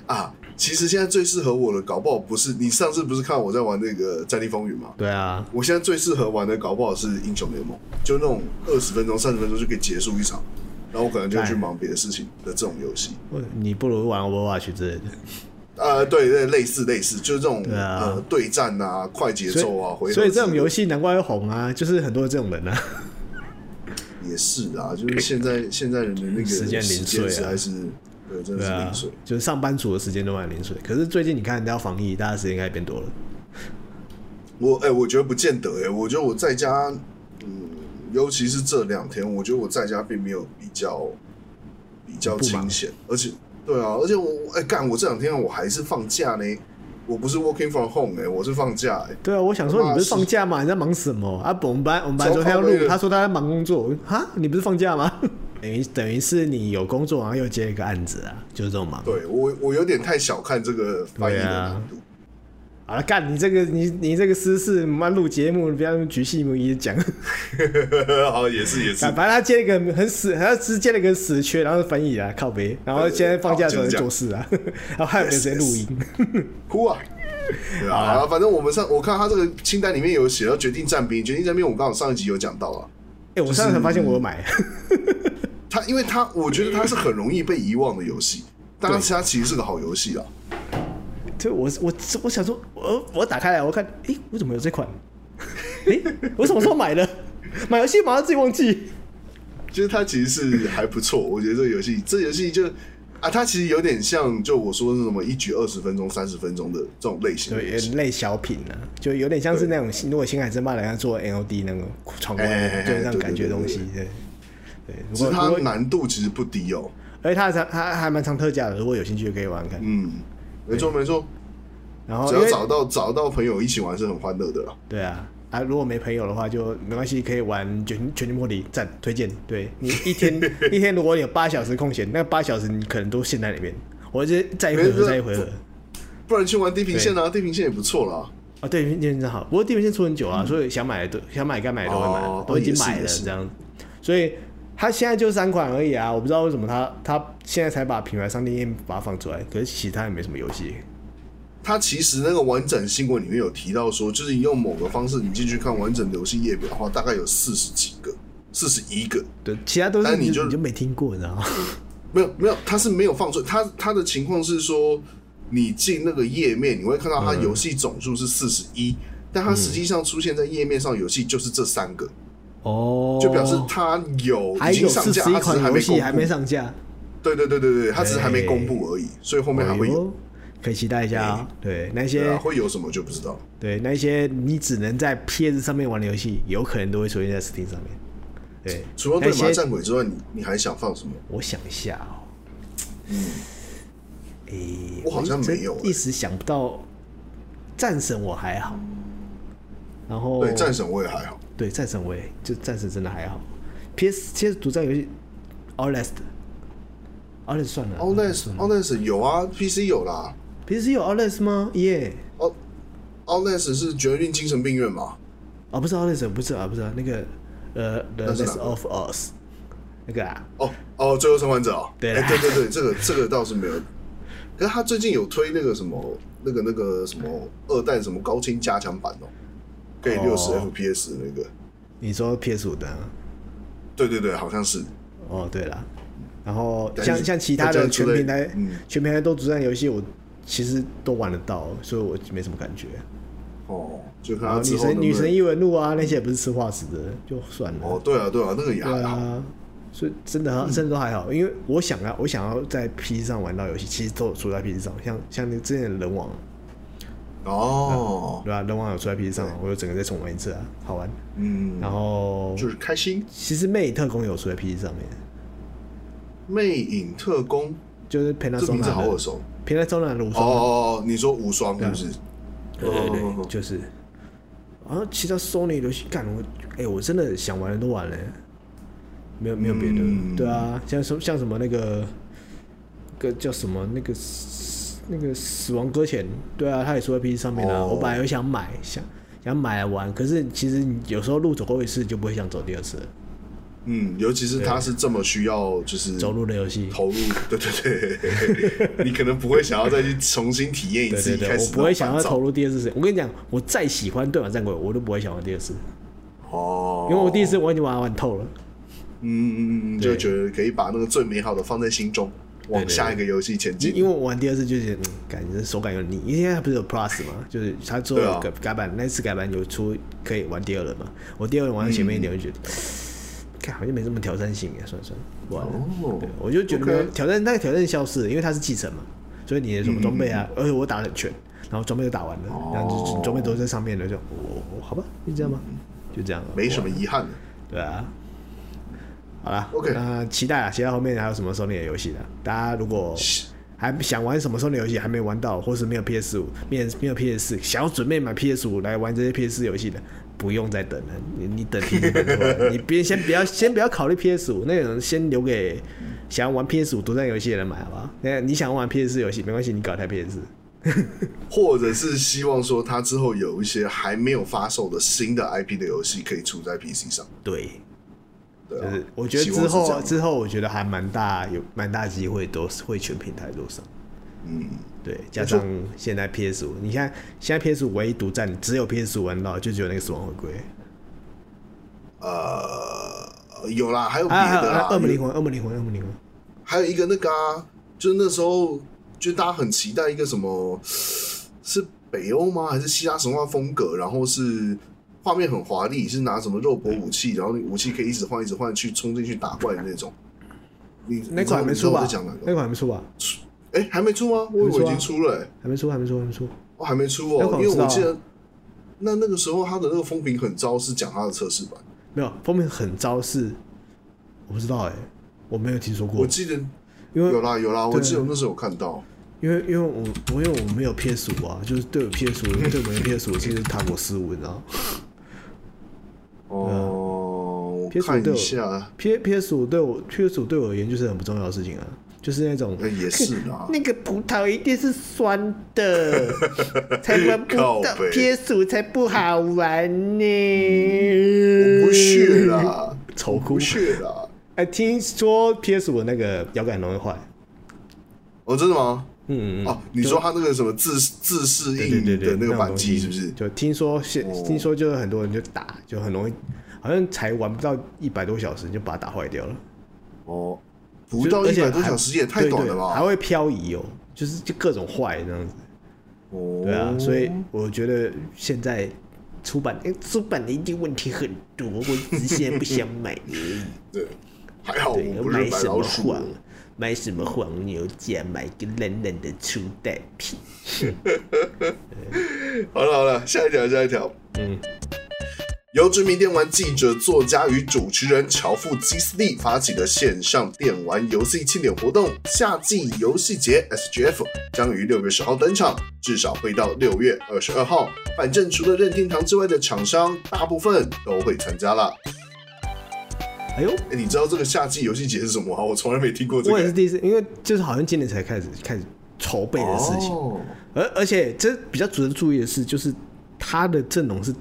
Speaker 1: 啊，其实现在最适合我的，搞不好不是你上次不是看我在玩那个《战地风云》吗？
Speaker 2: 对啊，
Speaker 1: 我现在最适合玩的，搞不好是英雄联盟，就那种二十分钟、三十分钟就可以结束一场，然后我可能就去忙别的事情的这种游戏。
Speaker 2: 我你不如玩 Overwatch 之类的。
Speaker 1: 啊，对对，类似类似，就是这种
Speaker 2: 对啊
Speaker 1: 呃对战啊、快节
Speaker 2: 所
Speaker 1: 奏啊、回合制
Speaker 2: 以所以这种游戏难怪会红啊，就是很多这种人啊。
Speaker 1: 也是啦，就是现在现在人的那个
Speaker 2: 时间零
Speaker 1: 时
Speaker 2: 碎啊
Speaker 1: 实在是，对，真的
Speaker 2: 对
Speaker 1: 是
Speaker 2: 啊
Speaker 1: 零碎。，
Speaker 2: 就是上班族的时间都蛮零碎。可是最近你看人家要防疫，大家时间应该变多了。
Speaker 1: 我哎、我觉得不见得哎、我觉得我在家，嗯，尤其是这两天，我觉得我在家并没有比较比较
Speaker 2: 不忙
Speaker 1: 清闲，而且对啊，而且我哎干、我这两天我还是放假呢，我不是 working from home 哎、我是放假哎、
Speaker 2: 对啊，我想说你不是放假吗？你在忙什么啊？我们班我们班昨天要
Speaker 1: 超靠背
Speaker 2: 录，
Speaker 1: 的
Speaker 2: 他说他在忙工作。哈，你不是放假吗？ 等于等于是你有工作，然后又接一个案子啊，就是这种忙。
Speaker 1: 对我我有点太小看这个翻译的
Speaker 2: 对啊
Speaker 1: 难度。
Speaker 2: 好了，干你这个你你这个私事，我们班录节目，你不要那么举戏迷一直 讲。
Speaker 1: 好，也是也是
Speaker 2: 反，正他接了一个很死，他只接了一个死缺，然后翻译啊，靠背，然后现在放假的时候在做事啊， 然后还有没有时间录音？
Speaker 1: 哭 啊！对啊，好了反正我们上我看他这个清单里面有写到决定战兵，决定战兵我刚好上一集有讲到啊，
Speaker 2: 哎、我上次才发现我有买，
Speaker 1: 他因为他我觉得他是很容易被遗忘的游戏，但它它其实是个好游戏啊。
Speaker 2: 对我我我想说，我我打开来我看，哎、我怎么有这款？哎、我什么时候买的？ 买游戏马上自己忘记。
Speaker 1: 就是它其实是还不错，我觉得这个游戏，这游戏就啊，它其实有点像就我说的那什么一局二十分钟、三十分钟的这种类型的
Speaker 2: 对，
Speaker 1: 游
Speaker 2: 有
Speaker 1: 戏。
Speaker 2: 点类小品啊，就有点像是那种新如果新海争霸人家做 N O D 那个闯关
Speaker 1: 哎哎哎哎，
Speaker 2: 就是那种感觉
Speaker 1: 对对
Speaker 2: 的东
Speaker 1: 对
Speaker 2: 西，
Speaker 1: 对
Speaker 2: 对对。如
Speaker 1: 只
Speaker 2: 果
Speaker 1: 是它
Speaker 2: 如果，
Speaker 1: 难度其实不低哦。
Speaker 2: 而且它还它还蛮常特价的，如果有兴趣可以玩玩看。
Speaker 1: 嗯，没错没错，
Speaker 2: 然后
Speaker 1: 只
Speaker 2: 因
Speaker 1: 要
Speaker 2: 为
Speaker 1: 找到找到朋友一起玩是很欢乐的啦。
Speaker 2: 对啊，啊，如果没朋友的话就没关系，可以玩全全军破敌，赞推荐。对你 一天一天，如果你有八小时空闲，那八小时你可能都陷在里面，我就是再一回
Speaker 1: 没事
Speaker 2: 合再一回合。
Speaker 1: 不然去玩地平线啊，地平线也不错啦。
Speaker 2: 哦，对，地平线真好，不过地平线出很久啊，所以想买的都想买该买的都会买，
Speaker 1: 嗯哦
Speaker 2: 都已经买
Speaker 1: 也
Speaker 2: 了
Speaker 1: 是也是
Speaker 2: 这样子，所以。它现在就三款而已啊，我不知道为什么它它现在才把品牌商店页把它放出来，可是其他也没什么游戏。
Speaker 1: 它其实那个完整新闻里面有提到说，就是你用某个方式你进去看完整游戏列表的话，大概有四十几个、四十一个，
Speaker 2: 对，其他都是
Speaker 1: 但你
Speaker 2: 你
Speaker 1: 就
Speaker 2: 你就没听过，你知道吗？
Speaker 1: 没有没有，它是没有放出它它的情况是说，你进那个页面，你会看到它游戏总数是四十一，但它实际上出现在页面上游戏就是这三个，
Speaker 2: 哦，
Speaker 1: 就表示它有
Speaker 2: 还
Speaker 1: 已经
Speaker 2: 有
Speaker 1: 上
Speaker 2: 四
Speaker 1: 架，
Speaker 2: 十一
Speaker 1: 它只是
Speaker 2: 款
Speaker 1: 还
Speaker 2: 游
Speaker 1: 没公
Speaker 2: 戏
Speaker 1: 布。
Speaker 2: 还没上架，
Speaker 1: 对对对对对，它只是还没公布而已，所以后面还会
Speaker 2: 哎
Speaker 1: 有。
Speaker 2: 呦，可以期待一下啊、对，那些
Speaker 1: 对
Speaker 2: 对,、
Speaker 1: 啊，会有什么就不知道。
Speaker 2: 那些你只能在 PS 上面玩的游戏，有可能都会出现在 Steam 上面。对，
Speaker 1: 除了对
Speaker 2: 那
Speaker 1: 马
Speaker 2: 些
Speaker 1: 战鬼之外，你你还想放什么？
Speaker 2: 我想一下哦、诶、
Speaker 1: 嗯我好像
Speaker 2: 真
Speaker 1: 没有欸
Speaker 2: 一时想不到。战神我还好，然后
Speaker 1: 对，战神我也还好。
Speaker 2: 对战神我也就战神真的还好。PS PS 独占游戏 o l e s t o l e s t 算了
Speaker 1: o l e s o l e s 有啊，PC 有啦。
Speaker 2: ，PS 有 o l e s t 吗？耶、
Speaker 1: O o l e s 是绝命精神病院嘛？
Speaker 2: 哦，不是 o l e s 不是啊，不是啊，那个呃，The
Speaker 1: 那是哪
Speaker 2: Last
Speaker 1: 个
Speaker 2: of Us，那个啊，
Speaker 1: 哦哦，最后生还者哦，
Speaker 2: 对
Speaker 1: 哎
Speaker 2: 啦
Speaker 1: 对对对，这个这个倒是没有。可是他最近有推那个什么，那个那个什么二代什么高清加强版哦，可以六十
Speaker 2: 哦
Speaker 1: FPS 那个。
Speaker 2: 你说 PS 五的、啊，
Speaker 1: 对对对，好像是。
Speaker 2: 哦，对了，然后
Speaker 1: 但是
Speaker 2: 像像其他
Speaker 1: 但
Speaker 2: 的
Speaker 1: 这样
Speaker 2: 全
Speaker 1: 之类
Speaker 2: 平台、
Speaker 1: 嗯
Speaker 2: 全平台都独占游戏，我其实都玩得到，所以我没什么感觉。
Speaker 1: 哦，就看
Speaker 2: 然
Speaker 1: 他
Speaker 2: 后
Speaker 1: 之
Speaker 2: 女
Speaker 1: 后能
Speaker 2: 神
Speaker 1: 不
Speaker 2: 女神
Speaker 1: 能。
Speaker 2: 异闻录啊，那些也不是吃化石的，就算了。
Speaker 1: 哦，对啊嗯对啊，那个也
Speaker 2: 对
Speaker 1: 还好。
Speaker 2: 啊，所以真的啊真的都还好，因为我想要我想要在 PC 上玩到游戏，其实都有出在 PC 上，像像那之前的人网，
Speaker 1: 哦
Speaker 2: 对，吧、人网有出在 PC 上，我就整个再重玩一次啊，好玩。
Speaker 1: 嗯，
Speaker 2: 然后
Speaker 1: 就是开心。
Speaker 2: 其实魅影特工有出在 PC 上面，
Speaker 1: 魅影特工
Speaker 2: 就是陪他
Speaker 1: 这
Speaker 2: 中
Speaker 1: 名字
Speaker 2: 南
Speaker 1: 好耳熟。
Speaker 2: 陪他中南的无
Speaker 1: 哦
Speaker 2: 双，
Speaker 1: 哦哦，你说无双是不是？
Speaker 2: 对啊对对，
Speaker 1: 哦
Speaker 2: 就是。然后其他 Sony 游戏，干我，哎、我真的想玩的都玩了，没有没有别的，
Speaker 1: 嗯
Speaker 2: 对啊，像什么像什么那个，那个叫什么那个那个死亡搁浅，对啊，它也出在 PC 上面啊。
Speaker 1: 哦
Speaker 2: 我本来有想买，想想买来玩，可是其实你有时候路走过一次就不会想走第二次了，
Speaker 1: 嗯，尤其是他是这么需要就是
Speaker 2: 走路的游戏，
Speaker 1: 投入，对对对，你 可能不会想要再去重新体验一
Speaker 2: 对
Speaker 1: 次
Speaker 2: 对
Speaker 1: 一
Speaker 2: 对，
Speaker 1: 开
Speaker 2: 我
Speaker 1: 始
Speaker 2: 不会想要
Speaker 1: 那种
Speaker 2: 投入第二次时间。我跟你讲，我再喜欢《对马战鬼》，我都不会想玩第二次，
Speaker 1: 烦躁哦，
Speaker 2: 因为我第一次我已经玩玩透了。
Speaker 1: 嗯嗯嗯嗯，
Speaker 2: 对
Speaker 1: 就觉得可以把那个最美好的放在心中，往下一个游戏前进。
Speaker 2: 因为我玩第二次就觉得，嗯，感觉手感有点腻，因为现在不是有 Plus 嘛，就是它做
Speaker 1: 对啊
Speaker 2: 了改改版，那次改版有出可以玩第二轮嘛。我第二轮玩到前面一点，我就觉得，看嗯好像没什么挑战性啊也算算完了。
Speaker 1: 哦
Speaker 2: 对我就觉得没有
Speaker 1: OK
Speaker 2: 挑战，那个挑战消失了，因为它是继承嘛，所以你的什么装备啊，
Speaker 1: 嗯
Speaker 2: 而且我打了很全，然后装备都打完了，
Speaker 1: 哦
Speaker 2: 然后就是装备都在上面了，就我我好吧，就这样吧，就这样啊了，
Speaker 1: 嗯没什么
Speaker 2: 完了
Speaker 1: 遗憾的。
Speaker 2: 对啊。好啦
Speaker 1: OK
Speaker 2: 那期待啊，期待后面还有什么狩猎游戏的。大家如果
Speaker 1: 是
Speaker 2: 还想玩什么狩猎游戏还没玩到，或是没有 PS 五、没有没有 PS 四，想要准备买 PS 五来玩这些 PS 四游戏的，不用再等了，你你等平时版就好了 你别先不要先不要考虑 PS 五，那种先留给想要玩 PS 五独占游戏的人买好不好？那你想玩 PS 四游戏没关系，你搞台 PS 四。
Speaker 1: 或者是希望说它之后有一些还没有发售的新的 IP 的游戏可以出在 PC 上。
Speaker 2: 对，
Speaker 1: 对、
Speaker 2: 就
Speaker 1: 啊，
Speaker 2: 是我觉得
Speaker 1: 希
Speaker 2: 之
Speaker 1: 望是这
Speaker 2: 后
Speaker 1: 样
Speaker 2: 之后，我觉得还蛮大有蛮大机会都是会全平台都上。
Speaker 1: 嗯，
Speaker 2: 对，加上现在 PS 五，你看现在 PS 五唯一独占，只有 PS 五玩到，就只有那个死亡回归，
Speaker 1: 呃，有啦，还有别
Speaker 2: 还有还有
Speaker 1: 的
Speaker 2: 还
Speaker 1: 啦
Speaker 2: 有，啊恶魔灵魂，恶魔灵魂，恶魔灵魂，
Speaker 1: 还有一个那个啊，就是那时候就大家很期待一个什么，是北欧吗？还是希腊神话风格？然后是画面很华丽，是拿什么肉搏武器，然后你武器可以一直换一直换去冲进去打怪的那种。你
Speaker 2: 那款还没
Speaker 1: 你知道
Speaker 2: 出
Speaker 1: 我
Speaker 2: 吧
Speaker 1: 在讲哪？
Speaker 2: 那
Speaker 1: 个？
Speaker 2: 款还没出吧？
Speaker 1: 哎、还没出吗？我以为已
Speaker 2: 还
Speaker 1: 经
Speaker 2: 没出啊
Speaker 1: 出了、欸。
Speaker 2: 还没出，还没出，还没出。
Speaker 1: 哦，还没出
Speaker 2: 那
Speaker 1: 哦，
Speaker 2: 款
Speaker 1: 因为
Speaker 2: 我知道
Speaker 1: 我
Speaker 2: 啊
Speaker 1: 记得那那个时候他的那个风评很糟，是讲他的测试版。
Speaker 2: 没有，封面很糟是，我不知道哎、我没有听说过
Speaker 1: 我，记得
Speaker 2: 因为
Speaker 1: 有啦有啦，我
Speaker 2: 对
Speaker 1: 记得我那时候有看到。
Speaker 2: 因为因为我我因为我没有 PS 五啊，就是对我 PS 五，对我们 PS 五其实是糖果失误，你知道啊
Speaker 1: 哦，我
Speaker 2: PS5
Speaker 1: 看
Speaker 2: 对
Speaker 1: 一
Speaker 2: 我
Speaker 1: 下，
Speaker 2: ？P PS 五对我 PS 五对我而言就是很不重要的事情啊，就是那种
Speaker 1: 那也是啦。
Speaker 2: 那个葡萄一定是酸 的，才玩不
Speaker 1: 靠
Speaker 2: 到
Speaker 1: 北
Speaker 2: PS 五才不好玩呢。
Speaker 1: 嗯我
Speaker 2: 我
Speaker 1: 不屑。啦，
Speaker 2: 丑
Speaker 1: 不
Speaker 2: 哭
Speaker 1: 啊屑啦。
Speaker 2: 哎，听说 PS 五那个摇杆容易坏。
Speaker 1: 哦，真的吗？
Speaker 2: 嗯，嗯嗯
Speaker 1: 哦，你说他那个什么自自适
Speaker 2: 对
Speaker 1: 应
Speaker 2: 对对
Speaker 1: 的
Speaker 2: 对，
Speaker 1: 那个
Speaker 2: 种
Speaker 1: 扳
Speaker 2: 东
Speaker 1: 机
Speaker 2: 西
Speaker 1: 是不是？
Speaker 2: 就听说现
Speaker 1: 哦
Speaker 2: 听说就是很多人就打，就很容易，好像才玩不到一百多小时就把它打坏掉了。
Speaker 1: 哦，不到
Speaker 2: 就而
Speaker 1: 一
Speaker 2: 且
Speaker 1: 百多
Speaker 2: 还
Speaker 1: 小时也太
Speaker 2: 对
Speaker 1: 短
Speaker 2: 对
Speaker 1: 了
Speaker 2: 还
Speaker 1: 吧？
Speaker 2: 会漂移哦，就是就各种坏这样子。
Speaker 1: 哦，
Speaker 2: 对啊，所以我觉得现在出版，诶出版的一定问题很多，我只是现在不想买而已。
Speaker 1: 对，还好
Speaker 2: 对，
Speaker 1: 我不
Speaker 2: 要
Speaker 1: 是白
Speaker 2: 买什
Speaker 1: 老
Speaker 2: 么
Speaker 1: 鼠
Speaker 2: 黄，买什么黄牛价，买个冷冷的初代品。
Speaker 1: 好了好了，下一条，下一条。嗯，由知名电玩记者、作家与主持人乔富基斯利发起的线上电玩游戏庆典活动——夏季游戏节 （SGF） 将于六月十号登场，至少会到六月二十二号。反正除了任天堂之外的厂商，大部分都会参加啦。
Speaker 2: 哎呦，
Speaker 1: 哎，你知道这个夏季游戏节是什么啊？我从来没听过这
Speaker 2: 我也
Speaker 1: 个
Speaker 2: 是第一次，因为就是好像今年才开始开始筹备的事情，
Speaker 1: 哦
Speaker 2: 而而且这比较值得注意的是，就是他的阵容是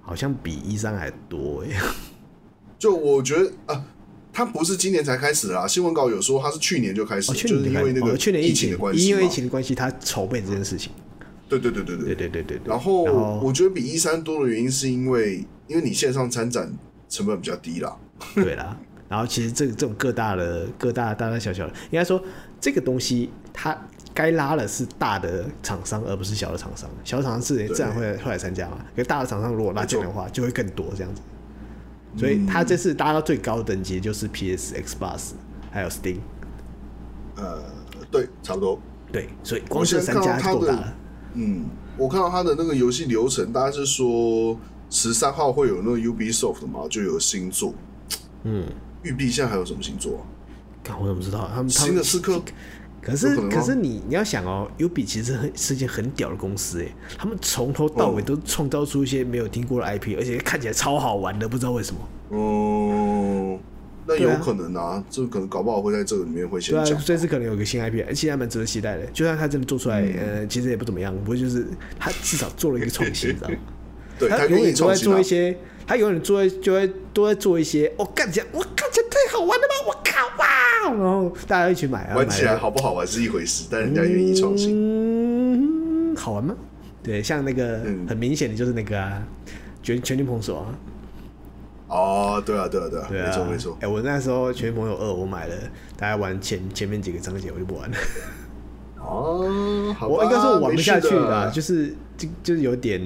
Speaker 2: 好像比一三还多哎、
Speaker 1: 就我觉得啊。它不是今年才开始啦，新闻稿有说它是去年就开始，
Speaker 2: 哦，去
Speaker 1: 就是
Speaker 2: 年
Speaker 1: 因为那
Speaker 2: 就开始
Speaker 1: 个
Speaker 2: 哦、去年
Speaker 1: 疫
Speaker 2: 情
Speaker 1: 的关系嘛，
Speaker 2: 因为疫情的关系，他筹备这件事情。
Speaker 1: 对对对对
Speaker 2: 对
Speaker 1: 对。
Speaker 2: 对对对对。
Speaker 1: 然后我觉得比一三多的原因是因为，因为你线上参展成本比较低啦。
Speaker 2: 对啦。然后其实这个这种各大的各大大大小小的，应该说这个东西它该拉的是大的厂商，而不是小的厂商。小的厂商是自然会来会来参加嘛，可是大的厂商如果拉进来的话，就会更多这样子。
Speaker 1: 嗯
Speaker 2: 所以它这次达到最高等级就是 PS、Xbox 还有 Steam。
Speaker 1: 呃，对，差不多。
Speaker 2: 对，所以光是三家就够大了。
Speaker 1: 嗯，我看到他的那个游戏流程，大概是说十三号会有那个 Ubisoft 嘛，就有新作。
Speaker 2: 嗯，
Speaker 1: 育碧现在还有什么新作啊、
Speaker 2: 看我怎么知道他们他
Speaker 1: 新的
Speaker 2: 们
Speaker 1: 刺客
Speaker 2: 可
Speaker 1: 有
Speaker 2: 是
Speaker 1: 可能吗
Speaker 2: 可是你你要想哦，UB 其实很是一件很屌的公司哎，他们从头到
Speaker 1: 哦
Speaker 2: 尾都创造出一些没有听过的 IP，而且看起来超好玩的，不知道为什么。
Speaker 1: 嗯，那
Speaker 2: 对
Speaker 1: 有
Speaker 2: 啊
Speaker 1: 可能啊，这可能搞不好会在这个里面会先
Speaker 2: 对啊，
Speaker 1: 讲。
Speaker 2: 这次可能有个新 IP，而且还蛮值得期待的。就算他真的做出来，
Speaker 1: 嗯
Speaker 2: 呃，其实也不怎么样，不过就是他至少做了一个创新，你知道吗？
Speaker 1: 对，他
Speaker 2: 他
Speaker 1: 愿
Speaker 2: 永
Speaker 1: 意
Speaker 2: 远都
Speaker 1: 创
Speaker 2: 在
Speaker 1: 新啊
Speaker 2: 做一。些，他永远做在就在都在做一些，我干起来，我干起来太好玩了吧，我靠哇！然后大家一起买啊，
Speaker 1: 玩
Speaker 2: 买
Speaker 1: 起
Speaker 2: 了
Speaker 1: 来好不好玩是一回事，但人家愿意创新。
Speaker 2: 嗯，好玩吗？对，像那个、
Speaker 1: 嗯
Speaker 2: 很明显的就是那个啊，全全军朋手啊，
Speaker 1: 哦，对啊，对啊，对啊，
Speaker 2: 对啊，
Speaker 1: 没错没错
Speaker 2: 哎、。我那时候全军朋友二我买了，大概玩前前面几个章节我就不玩了，
Speaker 1: 哦，好吧，
Speaker 2: 我应该说我玩不下去
Speaker 1: 了，
Speaker 2: 了，就是就就是有点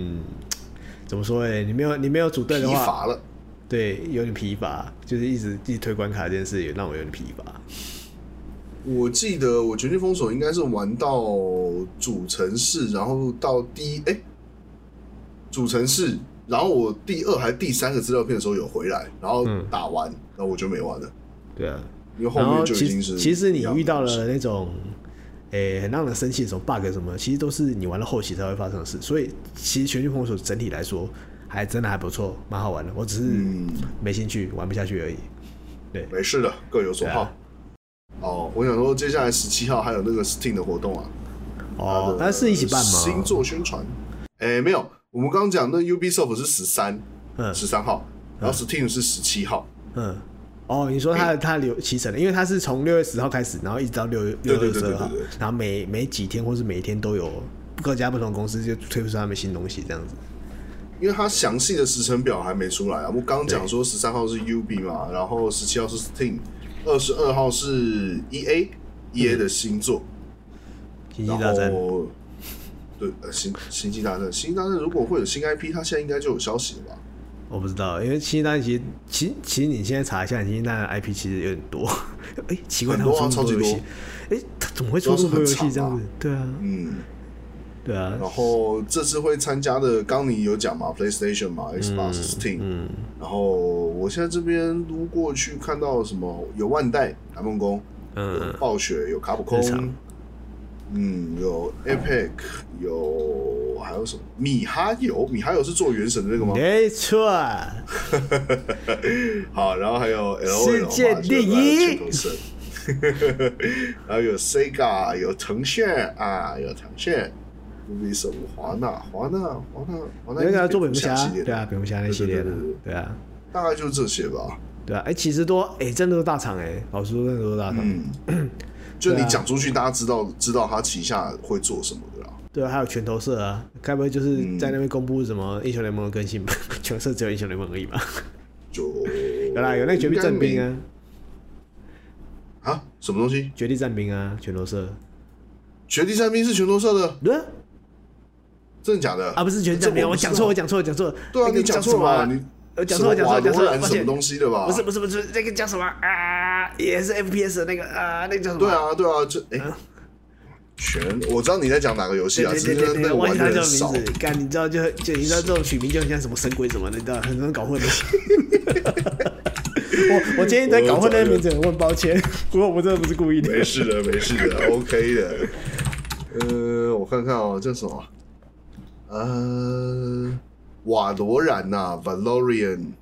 Speaker 2: 怎么说哎、你没有你没有组队的
Speaker 1: 疲
Speaker 2: 话，
Speaker 1: 乏了。
Speaker 2: 对有点疲乏，就是一直一直推关卡这件事也让我有点疲乏。
Speaker 1: 我记得我全境封锁应该是玩到主城市，然后到第一哎、主城市，然后我第二还第三个资料片的时候有回来，然后打完，然后我就没玩了，
Speaker 2: 对啊，
Speaker 1: 因为后
Speaker 2: 嗯然后
Speaker 1: 面就
Speaker 2: 其
Speaker 1: 已经
Speaker 2: 实
Speaker 1: 是
Speaker 2: 其实你
Speaker 1: 一样的
Speaker 2: 遇到
Speaker 1: 东西
Speaker 2: 了那种，诶、很让人生气的什么 bug 什么，其实都是你玩到后期才会发生的事。所以其实全军封锁整体来说还真的还不错，蛮好玩的。我只是
Speaker 1: 嗯
Speaker 2: 没兴趣，玩不下去而已。
Speaker 1: 没事的，各有所好。
Speaker 2: 对啊
Speaker 1: 哦，我想说，接下来十七号还有那个 Steam 的活动啊，
Speaker 2: 哦，
Speaker 1: 它的
Speaker 2: 那是一起办吗？
Speaker 1: 星座宣传？哎、没有，我们刚刚讲那 Ubisoft 是十三、
Speaker 2: 嗯
Speaker 1: 十三号，然后 Steam 是十七号。
Speaker 2: 嗯，哦，你说他他留骑乘的，因为他是从六月十号开始，然后一直到六月
Speaker 1: 对
Speaker 2: 六
Speaker 1: 对
Speaker 2: 月
Speaker 1: 对
Speaker 2: 十
Speaker 1: 对
Speaker 2: 二号
Speaker 1: 对对，
Speaker 2: 然后每每几天或是每一天都有各家不同公司就推出他们新东西这样子。
Speaker 1: 因为它详细的时程表还没出来啊，我刚刚讲说十三号是 UB 嘛，然后十七号是 Steam，二十二号是 EA，EA 的星座，
Speaker 2: 嗯星际
Speaker 1: 然
Speaker 2: 大战，
Speaker 1: 后对，呃，星星际大战，星际大战如果会有新 IP，它现在应该就有消息了吧？
Speaker 2: 我不知道，因为星际大战其实其其实你现在查一下，星际大战的 IP 其实有点多。 哎、奇怪，
Speaker 1: 很
Speaker 2: 他
Speaker 1: 多
Speaker 2: 们
Speaker 1: 啊
Speaker 2: 出这么
Speaker 1: 超级
Speaker 2: 游戏
Speaker 1: 多，
Speaker 2: 哎、他怎么会出这么多游戏这
Speaker 1: 主要是
Speaker 2: 样
Speaker 1: 很
Speaker 2: 子？对啊，
Speaker 1: 嗯，
Speaker 2: 对啊，
Speaker 1: 然后这次会参加的，刚你有讲嘛，PlayStation 嘛，Xbox、Steam，、然
Speaker 2: 嗯
Speaker 1: 后我现在这边撸过去看到什么有万代、蓝梦宫，有
Speaker 2: 嗯，
Speaker 1: 暴雪，有卡普空
Speaker 2: 日常，
Speaker 1: 嗯，有 Epic，有还有什么？米哈游，米哈游是做原神的那个吗？
Speaker 2: 嗯没错，啊
Speaker 1: 好，然后还有 L
Speaker 2: 世界第一
Speaker 1: 然后有 Sega，有腾讯啊，有腾讯，Ubisoft 华纳，华纳，华纳，华纳
Speaker 2: 那个做
Speaker 1: 蝙
Speaker 2: 蝙蝠侠
Speaker 1: 系，列，
Speaker 2: 对啊，，蝙蝠侠那系列的
Speaker 1: 对对对对，
Speaker 2: 对啊。
Speaker 1: 大概就这些吧。
Speaker 2: 对啊，哎、其实都哎、真的都是大厂哎、老实说，真的都是大厂。
Speaker 1: 嗯，就你
Speaker 2: 对啊
Speaker 1: 讲出去，大家知 道知道他旗下会做什么的啦。
Speaker 2: 对啊，还有拳头社啊，该不会就是
Speaker 1: 嗯
Speaker 2: 在那边公布什么英雄联盟的更新吧？ 拳头社只有英雄联盟而已吧？
Speaker 1: 就
Speaker 2: 有啦，有那个绝地战兵啊，
Speaker 1: 啊，什么东西？
Speaker 2: 绝地战兵啊，拳头社。
Speaker 1: 绝地战兵是全都社的，
Speaker 2: 对啊
Speaker 1: 真的假的？
Speaker 2: 啊，不是绝地战兵啊，
Speaker 1: 这
Speaker 2: 我
Speaker 1: 不知道
Speaker 2: 讲错，我讲错，我讲错。
Speaker 1: 对啊，
Speaker 2: 那个
Speaker 1: 你
Speaker 2: 叫
Speaker 1: 讲
Speaker 2: 什
Speaker 1: 错
Speaker 2: 么
Speaker 1: 了吧，
Speaker 2: 啊？
Speaker 1: 你啊
Speaker 2: 呃，讲错，
Speaker 1: 什
Speaker 2: 讲
Speaker 1: 么
Speaker 2: 错，
Speaker 1: 瓦罗
Speaker 2: 讲错，
Speaker 1: 兰
Speaker 2: 抱
Speaker 1: 什么
Speaker 2: 歉。
Speaker 1: 东西的吧？
Speaker 2: 不是不是不是，那个叫什么啊？也是 FPS 的那个啊，那个叫什么？
Speaker 1: 对啊，对啊，这哎、
Speaker 2: 嗯
Speaker 1: 全我知道你在讲哪个游戏啊，
Speaker 2: 对
Speaker 1: 只
Speaker 2: 对
Speaker 1: 是
Speaker 2: 对对
Speaker 1: 那
Speaker 2: 对，
Speaker 1: 个
Speaker 2: 我
Speaker 1: 玩
Speaker 2: 忘记
Speaker 1: 的
Speaker 2: 他
Speaker 1: 很
Speaker 2: 叫
Speaker 1: 少。
Speaker 2: 名字。干，你知道就就你知道这种取名就很像什么神鬼什么的，你知道很多人搞混的。 我我今天在搞混那个名字，我很抱歉。 不过我真的不是故意的。
Speaker 1: 没事的，没事的，OK 的。呃，我看看哦，叫什么？呃，瓦罗兰呐、v a l o r i a n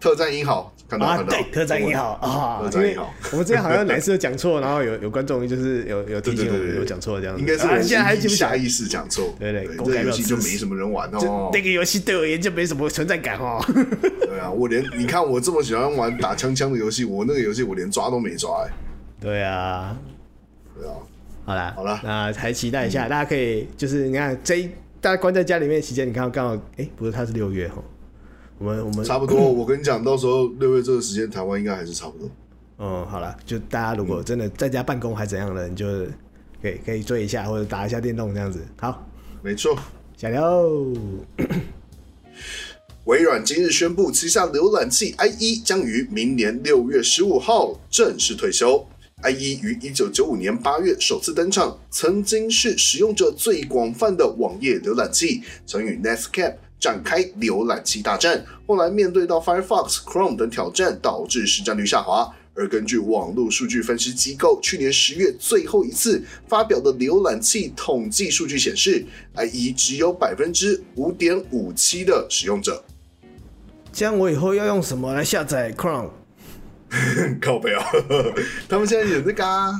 Speaker 1: 特战英豪，看到、
Speaker 2: 啊，
Speaker 1: 看到，
Speaker 2: 对，特战一号
Speaker 1: 特
Speaker 2: 啊，因
Speaker 1: 战一
Speaker 2: 为
Speaker 1: 号
Speaker 2: 我们之前好像哪一次有讲错，然后有有观众就是有有提醒
Speaker 1: 对
Speaker 2: 我
Speaker 1: 对对
Speaker 2: 们
Speaker 1: 对
Speaker 2: 有讲错这样子，
Speaker 1: 应该是
Speaker 2: 啊
Speaker 1: 我
Speaker 2: 现在还
Speaker 1: 记
Speaker 2: 记不起
Speaker 1: 下
Speaker 2: 来
Speaker 1: 意识讲错，
Speaker 2: 对对
Speaker 1: 这
Speaker 2: 公开
Speaker 1: 个游
Speaker 2: 没有
Speaker 1: 戏就
Speaker 2: 知
Speaker 1: 没
Speaker 2: 识
Speaker 1: 什么人玩
Speaker 2: 就
Speaker 1: 哦。
Speaker 2: 那个游戏对我而言就没什么存在感 哦。
Speaker 1: 对啊，我连你看我这么喜欢玩打枪枪的游戏，我那个游戏我连抓都没抓、哎，
Speaker 2: 对啊，
Speaker 1: 对啊，
Speaker 2: 好啦，
Speaker 1: 好啦
Speaker 2: 那还期待一下，大家可以就是你看这一大家关在家里面的期间，你看刚好哎、不是它是六月哈，我们我们
Speaker 1: 差不多。我跟你讲，到时候六月这个时间，台湾应该还是差不多。
Speaker 2: 嗯好了，就大家如果真的在家办公还怎样的，你就可以可以追一下或者打一下电动这样子。好，
Speaker 1: 没错，
Speaker 2: 下聊，
Speaker 1: 微软今日宣布，旗下浏览器 IE 将于明年六月十五号正式退休。IE 于一九九五年八月首次登场，曾经是使用者最广泛的网页浏览器，曾与 Netscape 展开浏览器大战。后来面对到 Firefox、Chrome 等挑战，导致市占率下滑。而根据网络数据分析机构去年十月最后一次发表的浏览器统计数据显示，IE 只有百分之五点五七的使用者。
Speaker 2: 这样我以后要用什么来下载 Chrome？
Speaker 1: 靠背哦，他们现在有那个、啊，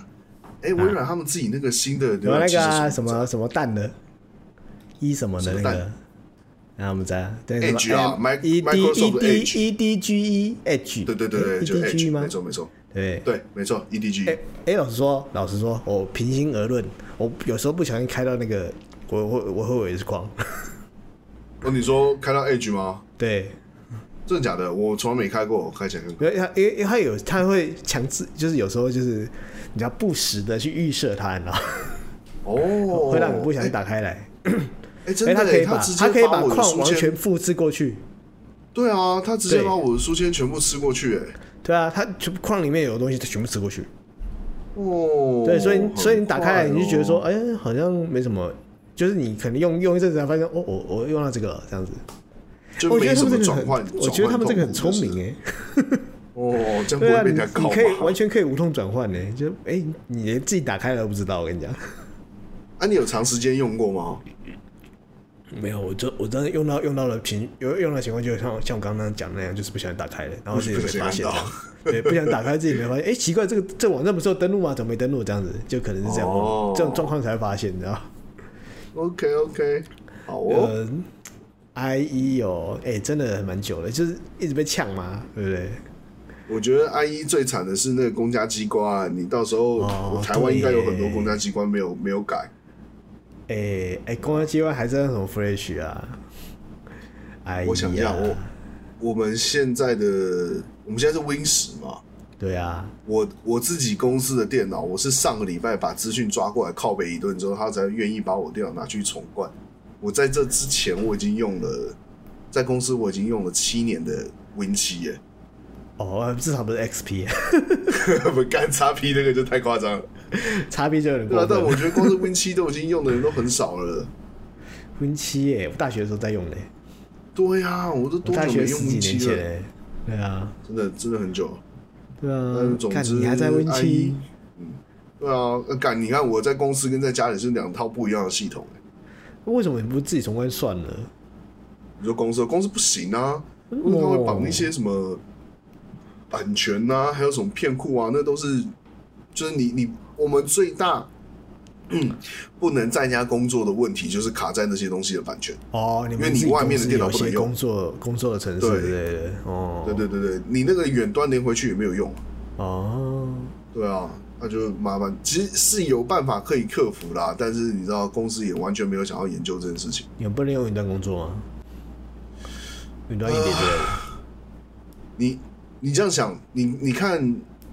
Speaker 1: 哎、微软他们自己那个新的浏
Speaker 2: 有
Speaker 1: 览
Speaker 2: 那
Speaker 1: 器
Speaker 2: 个、啊、
Speaker 1: 是
Speaker 2: 什么什么蛋的，一什么的那
Speaker 1: 什么蛋
Speaker 2: 个，那我们再对
Speaker 1: Edge 啊，Mi-
Speaker 2: E D E
Speaker 1: Microsoft
Speaker 2: D
Speaker 1: Edge
Speaker 2: E D G E H，
Speaker 1: 对对对对，
Speaker 2: ，E
Speaker 1: 就
Speaker 2: D G
Speaker 1: Edge，
Speaker 2: 吗
Speaker 1: 没？错没错，
Speaker 2: 对。
Speaker 1: 对没错，EDG，、，E
Speaker 2: 哎、哎，老实说，老实说，我平心而论，我有时候不小心开到那个，我会我会我也是框，
Speaker 1: 哦，你说开到 Edge 吗？
Speaker 2: 对，
Speaker 1: 真的假的？我从来没开过，我开起来看看。
Speaker 2: 因为它因为因为它有它会强制，就是有时候就是你要不时的去预设它，然后
Speaker 1: 哦，
Speaker 2: 会让你不小心
Speaker 1: 哎，
Speaker 2: 打开来，
Speaker 1: 哎、
Speaker 2: 因
Speaker 1: 真
Speaker 2: 为
Speaker 1: 的、
Speaker 2: 它可
Speaker 1: 欸，
Speaker 2: 以
Speaker 1: 他
Speaker 2: 把
Speaker 1: 直接
Speaker 2: 它可以把
Speaker 1: 我的
Speaker 2: 框
Speaker 1: 书
Speaker 2: 完
Speaker 1: 签
Speaker 2: 全复制过去，
Speaker 1: 对啊，他直接
Speaker 2: 对
Speaker 1: 把我的书签全部吃过去、哎，
Speaker 2: 对啊，它全部框里面有的东西，它全部吃过去。
Speaker 1: 哦，
Speaker 2: 对，所以你所以你
Speaker 1: 很
Speaker 2: 打开来，
Speaker 1: 快
Speaker 2: 你就觉得说，
Speaker 1: 哦
Speaker 2: 哎、好像没什么，就是你可能用用一阵子，才发现，哦，我我用到这个了这样子。
Speaker 1: 就
Speaker 2: 哎我觉
Speaker 1: 没
Speaker 2: 得他
Speaker 1: 什
Speaker 2: 们
Speaker 1: 么
Speaker 2: 这个
Speaker 1: 转换
Speaker 2: 很，，我觉得他们这个很聪明
Speaker 1: 哎、
Speaker 2: 哎、
Speaker 1: 哦，这样不
Speaker 2: 对啊，
Speaker 1: 会被人
Speaker 2: 你
Speaker 1: 家
Speaker 2: 你
Speaker 1: 靠
Speaker 2: 可以完
Speaker 1: 吧？
Speaker 2: 全可以无痛转换呢，就哎、你连自己打开了都不知道，我跟你讲，
Speaker 1: 啊，你有长时间用过吗？
Speaker 2: 没有，我就我真的用到用到了情有用到情况，就像像我刚刚讲的那样，就是不小心打开了，然后自己
Speaker 1: 不
Speaker 2: 没
Speaker 1: 小心
Speaker 2: 发现
Speaker 1: 按到，
Speaker 2: 对，不想打开自己没发现，哎、奇怪，这个这网站不是有登录吗？怎么没登录？这样子就可能是这样，
Speaker 1: 哦
Speaker 2: 这种状况才会发现，你知道。
Speaker 1: OK OK，好哦，
Speaker 2: 呃，I E 哦，哎、真的蛮久了，就是一直被呛嘛，对不对？
Speaker 1: 我觉得 IE 最惨的是那个公家机关，啊你到时候、
Speaker 2: 哦
Speaker 1: 我台湾应该有很
Speaker 2: 对
Speaker 1: 多
Speaker 2: 耶
Speaker 1: 公家机关没有没有改，
Speaker 2: 哎、哎、公安机关还在用什么 Flash 啊？I E 啊，
Speaker 1: 我想一下，我我们现在的我们现在是 Win 十嘛，
Speaker 2: 对啊，
Speaker 1: 我我自己公司的电脑，我是上个礼拜把资讯抓过来拷贝一顿之后，他才愿意把我电脑拿去重灌。我在这之前我已经用了，在公司我已经用了七年的 Win 七耶，
Speaker 2: 哦，至少不是 XP，
Speaker 1: 不干叉 P 那个就太夸张了，
Speaker 2: 叉 P 就有点
Speaker 1: 对吧、
Speaker 2: 过
Speaker 1: 啊？但
Speaker 2: 分
Speaker 1: 我
Speaker 2: 了。
Speaker 1: 觉得光是 Win 七都已经用的人都很少了。
Speaker 2: Win 七哎耶，我大学的时候在用嘞，
Speaker 1: 对呀、啊，我都
Speaker 2: 我
Speaker 1: 多
Speaker 2: 大
Speaker 1: 久
Speaker 2: 学
Speaker 1: 没用
Speaker 2: 十几
Speaker 1: Win
Speaker 2: 年
Speaker 1: 七
Speaker 2: 前
Speaker 1: 了？
Speaker 2: 嘞，对啊，
Speaker 1: 真的真的很久了。
Speaker 2: 对
Speaker 1: 但
Speaker 2: 啊
Speaker 1: 是，总
Speaker 2: 看
Speaker 1: 之，
Speaker 2: 你还在 Win 七
Speaker 1: IE，嗯，对啊，呃干你看我在公司跟在家里是两套不一样的系统、欸。
Speaker 2: 为什么你不自己重关算了？
Speaker 1: 你说公司公司不行啊，
Speaker 2: 为什
Speaker 1: 因
Speaker 2: 么
Speaker 1: 为它会绑一些什么版权呐、啊，还有什么片库啊，那都是就是你你我们最大。 嗯，不能在家工作的问题就是卡在那些东西的版权。
Speaker 2: 哦，你
Speaker 1: 因为
Speaker 2: 们
Speaker 1: 你
Speaker 2: 自己
Speaker 1: 外面的
Speaker 2: 公司
Speaker 1: 电脑
Speaker 2: 有
Speaker 1: 不能
Speaker 2: 些
Speaker 1: 用
Speaker 2: 工作工作的城市
Speaker 1: 对
Speaker 2: 之类的，哦，
Speaker 1: 对对对对，你那个远端连回去也没有用啊。
Speaker 2: 哦，
Speaker 1: 对啊，那就麻烦。其实是有办法可以克服啦，但是你知道公司也完全没有想要研究这件事情。
Speaker 2: 你们不能用云端工作吗？云端一点点，
Speaker 1: 呃你你这样想，你你看，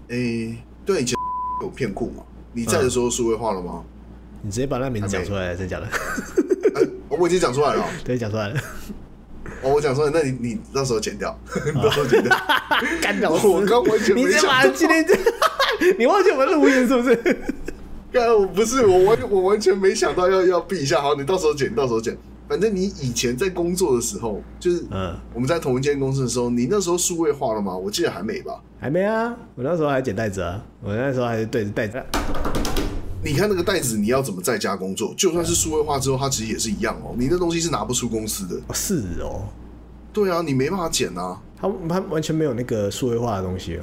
Speaker 1: 诶、对，以前有片库嘛？你
Speaker 2: 嗯
Speaker 1: 在的时候数位化了吗？
Speaker 2: 你直接把那名字讲出来，真假的？
Speaker 1: 哦我已经讲出来了哦，
Speaker 2: 对，讲出来了，
Speaker 1: 哦，我讲出来，那你你到时候剪掉， 你到时候剪掉。
Speaker 2: 干老师，
Speaker 1: 我刚完全没
Speaker 2: 你直接
Speaker 1: 想
Speaker 2: 把
Speaker 1: 到
Speaker 2: 今天这， 你忘记我们录音是不是？
Speaker 1: 干，我不是，我完我完全没想到要要避一下。好，你到时候剪，到时候剪。反正你以前在工作的时候，就是
Speaker 2: 嗯
Speaker 1: 我们在同一间公司的时候，你那时候数位化了吗？我记得还没吧。
Speaker 2: 还没啊，我那时候还剪袋子啊，我那时候还是对着袋子，哦
Speaker 1: 你看那个袋子，你要怎么在家工作？就算是数位化之后，它其实也是一样哦。你那东西是拿不出公司的，
Speaker 2: 哦是哦，
Speaker 1: 对啊，你没办法剪啊。
Speaker 2: 他他完全没有那个数位化的东西哦，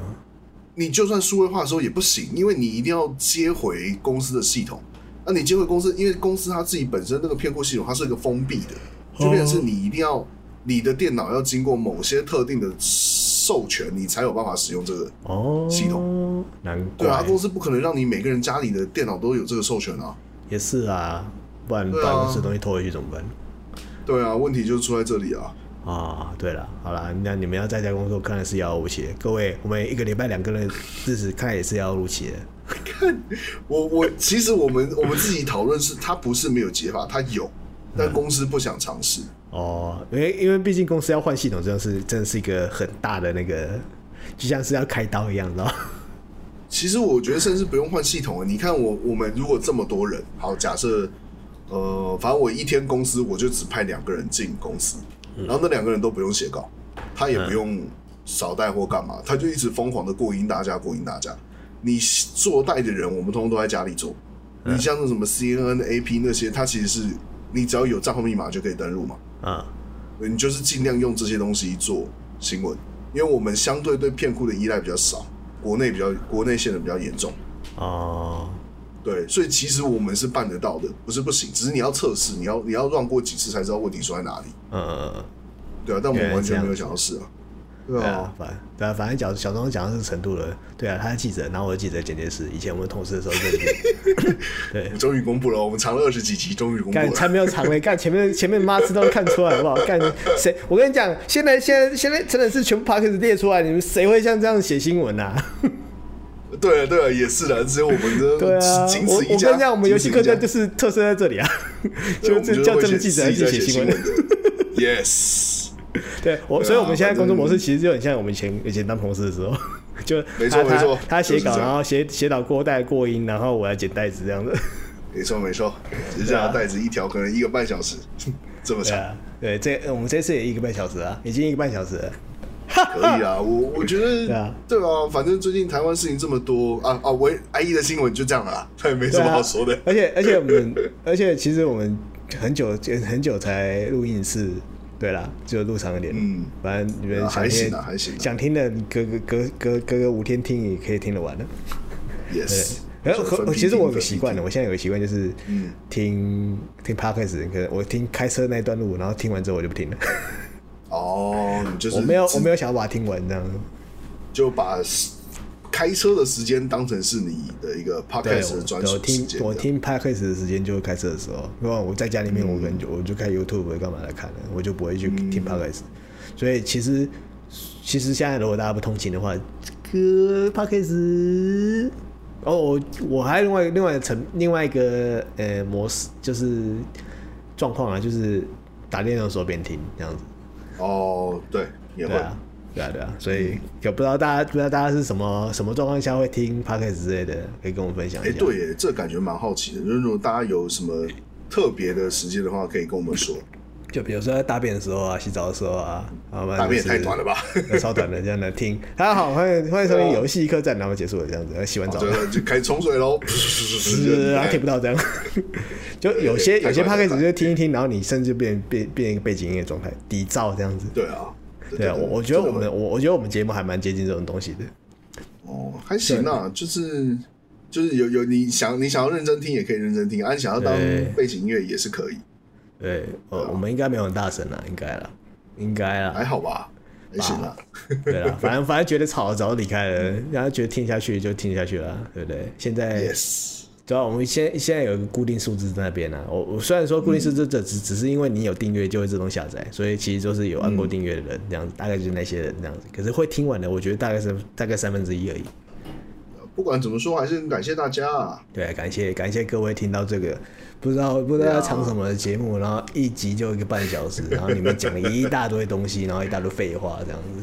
Speaker 1: 你就算数位化的时候也不行，因为你一定要接回公司的系统。那、你接回公司，因为公司它自己本身那个片库系统，它是一个封闭的，就变成是你一定要你的电脑要经过某些特定的授权，你才有办法使用这个。
Speaker 2: 哦，
Speaker 1: 系统，
Speaker 2: 难怪，
Speaker 1: 对啊，公司不可能让你每个人家里的电脑都有这个授权啊。
Speaker 2: 也是啊，不然
Speaker 1: 对啊
Speaker 2: 办公室东西偷回去怎么办？
Speaker 1: 对啊，问题就出在这里啊。
Speaker 2: 啊，对了，好了，那你们要在家工作，看来是遥遥无期的。各位，我们一个礼拜两个人的日子，看来也是遥遥无期的。
Speaker 1: 我我其实我们我们自己讨论是，它不是没有解法，它有，但公司不想尝试。
Speaker 2: 哦，因为因为毕竟公司要换系统，真的是真的是一个很大的那个，就像是要开刀一样，你知道吗？
Speaker 1: 其实我觉得甚至不用换系统了。欸你看我我们如果这么多人，好，假设呃，反正我一天公司我就只派两个人进公司，然后那两个人都不用写稿，他也不用扫带或干嘛，他就一直疯狂的过音大家过音大家。你做带的人，我们通通都在家里做。你像那什么 CNN、AP 那些，它其实是你只要有账号密码就可以登录嘛。
Speaker 2: 啊、
Speaker 1: 你就是尽量用这些东西做新闻，因为我们相对对片库的依赖比较少，国内比较国内限的比较严重，
Speaker 2: 哦，
Speaker 1: 对，所以其实我们是办得到的，不是不行，只是你要测试，你要你要乱过几次才知道问题出在哪里，
Speaker 2: 嗯，
Speaker 1: 对啊，但我
Speaker 2: 原
Speaker 1: 们
Speaker 2: 来
Speaker 1: 完
Speaker 2: 这
Speaker 1: 全
Speaker 2: 样
Speaker 1: 没有想到试啊，对
Speaker 2: 对
Speaker 1: 啊
Speaker 2: 啊，，反对啊，反正小小庄讲到这个程度了，对啊，他是记者，然后我是记者简介是以前我们同事的时候就是对
Speaker 1: 我。终于公布了，我们藏了二十几集，终于公布
Speaker 2: 干才
Speaker 1: 了，
Speaker 2: 没有长 嘞，干前面前面妈知道看出来好不好？干谁？我跟你讲，现在现在现在真的是全部 p a c k e 列出来，你们谁会像这样写新 闻啊？
Speaker 1: 对啊对啊，也是的，只有我们的
Speaker 2: 对啊，
Speaker 1: 仅
Speaker 2: 我
Speaker 1: 此一
Speaker 2: 我
Speaker 1: 家，
Speaker 2: 跟你讲，我们游戏
Speaker 1: 课
Speaker 2: 客栈就是特色在这里啊，
Speaker 1: 对
Speaker 2: 就
Speaker 1: 我们
Speaker 2: 这
Speaker 1: 是
Speaker 2: 叫
Speaker 1: 会
Speaker 2: 真的
Speaker 1: 写
Speaker 2: 记
Speaker 1: 自
Speaker 2: 者来
Speaker 1: 己在
Speaker 2: 写
Speaker 1: 写
Speaker 2: 新
Speaker 1: 新
Speaker 2: 闻
Speaker 1: 闻。的，yes，
Speaker 2: 对我，所以我
Speaker 1: 啊
Speaker 2: 们现在工作模式其实就很像我们以前以前当同事的时候，就
Speaker 1: 嗯没错
Speaker 2: 他他
Speaker 1: 没错
Speaker 2: 他写
Speaker 1: 就是
Speaker 2: 稿，
Speaker 1: 这样
Speaker 2: 然后写写稿过带过音，然后我来剪带子这 样子。
Speaker 1: 没错没错，只是这样带子一条可能一个半小时， 这么
Speaker 2: 啊对
Speaker 1: 长。
Speaker 2: 啊，对，这我们这次也一个半小时啊，已经一个半小时了。
Speaker 1: 可以啊，我我觉得
Speaker 2: 对啊
Speaker 1: 对吧？反正最近台湾事情这么多啊啊，我 IE 的新闻就这样了啊， 也没什么好说的。
Speaker 2: 而且而且我们， 而且其实我们很久很久才录音一次，对啦，就录长一点。
Speaker 1: 嗯
Speaker 2: 反正你们
Speaker 1: 啊
Speaker 2: 想
Speaker 1: 还行
Speaker 2: 听、
Speaker 1: 啊还行啊
Speaker 2: 想听的隔个隔隔隔个五天听也可以听得完的。
Speaker 1: yes，
Speaker 2: 然后
Speaker 1: 就分批
Speaker 2: 和其实我有
Speaker 1: 听
Speaker 2: 个习惯的，我，现在有个习惯就是，
Speaker 1: 嗯
Speaker 2: 听听 podcast，可能我听开车那一段路，然后听完之后我就不听 了。
Speaker 1: 分批听哦，你就是
Speaker 2: 我没有
Speaker 1: 只
Speaker 2: 我没有想要把它听完这样。
Speaker 1: 就把开车的时间当成是你的一个
Speaker 2: 对，
Speaker 1: podcast
Speaker 2: 我
Speaker 1: 的专
Speaker 2: 对我
Speaker 1: 属时
Speaker 2: 听
Speaker 1: 间。
Speaker 2: 我
Speaker 1: 这样嗯
Speaker 2: 听 podcast 的时间就是开车的时候，因为我在家里面，我可能就、我就看 YouTube 干嘛来看了，我就不会去听 podcast、所以其实其实现在如果大家不通勤的话，这个 podcast 哦，我我还有另外另外一层另外一个呃模式就是状况啊，就是打电动的时候边听这样子，
Speaker 1: 哦，对，也会嗯
Speaker 2: 对啊。对啊，对啊，所以也不知道大家不知道大家是什么什么状况下会听 podcast 之类的，可以跟我们分享一
Speaker 1: 哎、
Speaker 2: 下。
Speaker 1: 对耶，这感觉蛮好奇的。就是如果大家有什么特别的时间的话，可以跟我们 说。
Speaker 2: 就比如说在大便的时候啊，洗澡的时候啊，啊，
Speaker 1: 大便也太短了吧？啊
Speaker 2: 吧，超短的这样的听。大家好，欢迎欢迎收听游戏客栈，然后结束了这样子，洗完澡
Speaker 1: 哦就就开始冲水喽，
Speaker 2: 啊 是然后听不到这样， 就有些有些
Speaker 1: 哎太短了
Speaker 2: podcast 就听一听，然后你甚至变变变一个背景音乐状态，底噪这样子。
Speaker 1: 对啊，
Speaker 2: 对啊，我我觉得
Speaker 1: 真的
Speaker 2: 我们我我觉得我们节目还蛮接近这种东西的。
Speaker 1: 哦还行啊，就是就是有有你想你想要认真听也可以认真听，啊，你想要当
Speaker 2: 对
Speaker 1: 背景音乐也是可以，
Speaker 2: 对，呃，我们应该没有很大声啦，应该啦，应该
Speaker 1: 还
Speaker 2: 啦，
Speaker 1: 好吧，还行啊。
Speaker 2: 对啦，反正反正觉得吵早就离开了，然后觉得听下去就听下去了，对不对？现 在
Speaker 1: Yes，
Speaker 2: 主啊要我们现现在有一个固定数字在那边啊。我我虽然说固定数字这只只是因为你有订阅就会自动下载，所以其实就是有按过订阅的人这样子，大概就是那些人这样子。可是会听完的，我觉得大概是大概三分之一而已。
Speaker 1: 不管怎么说，还是很感谢大家啊。
Speaker 2: 对，感谢感谢各位听到这个不知道不知道要唱什么的节目，然后一集就一个半小 时，然后你们讲了一大堆东西，然后一大堆废话这样子。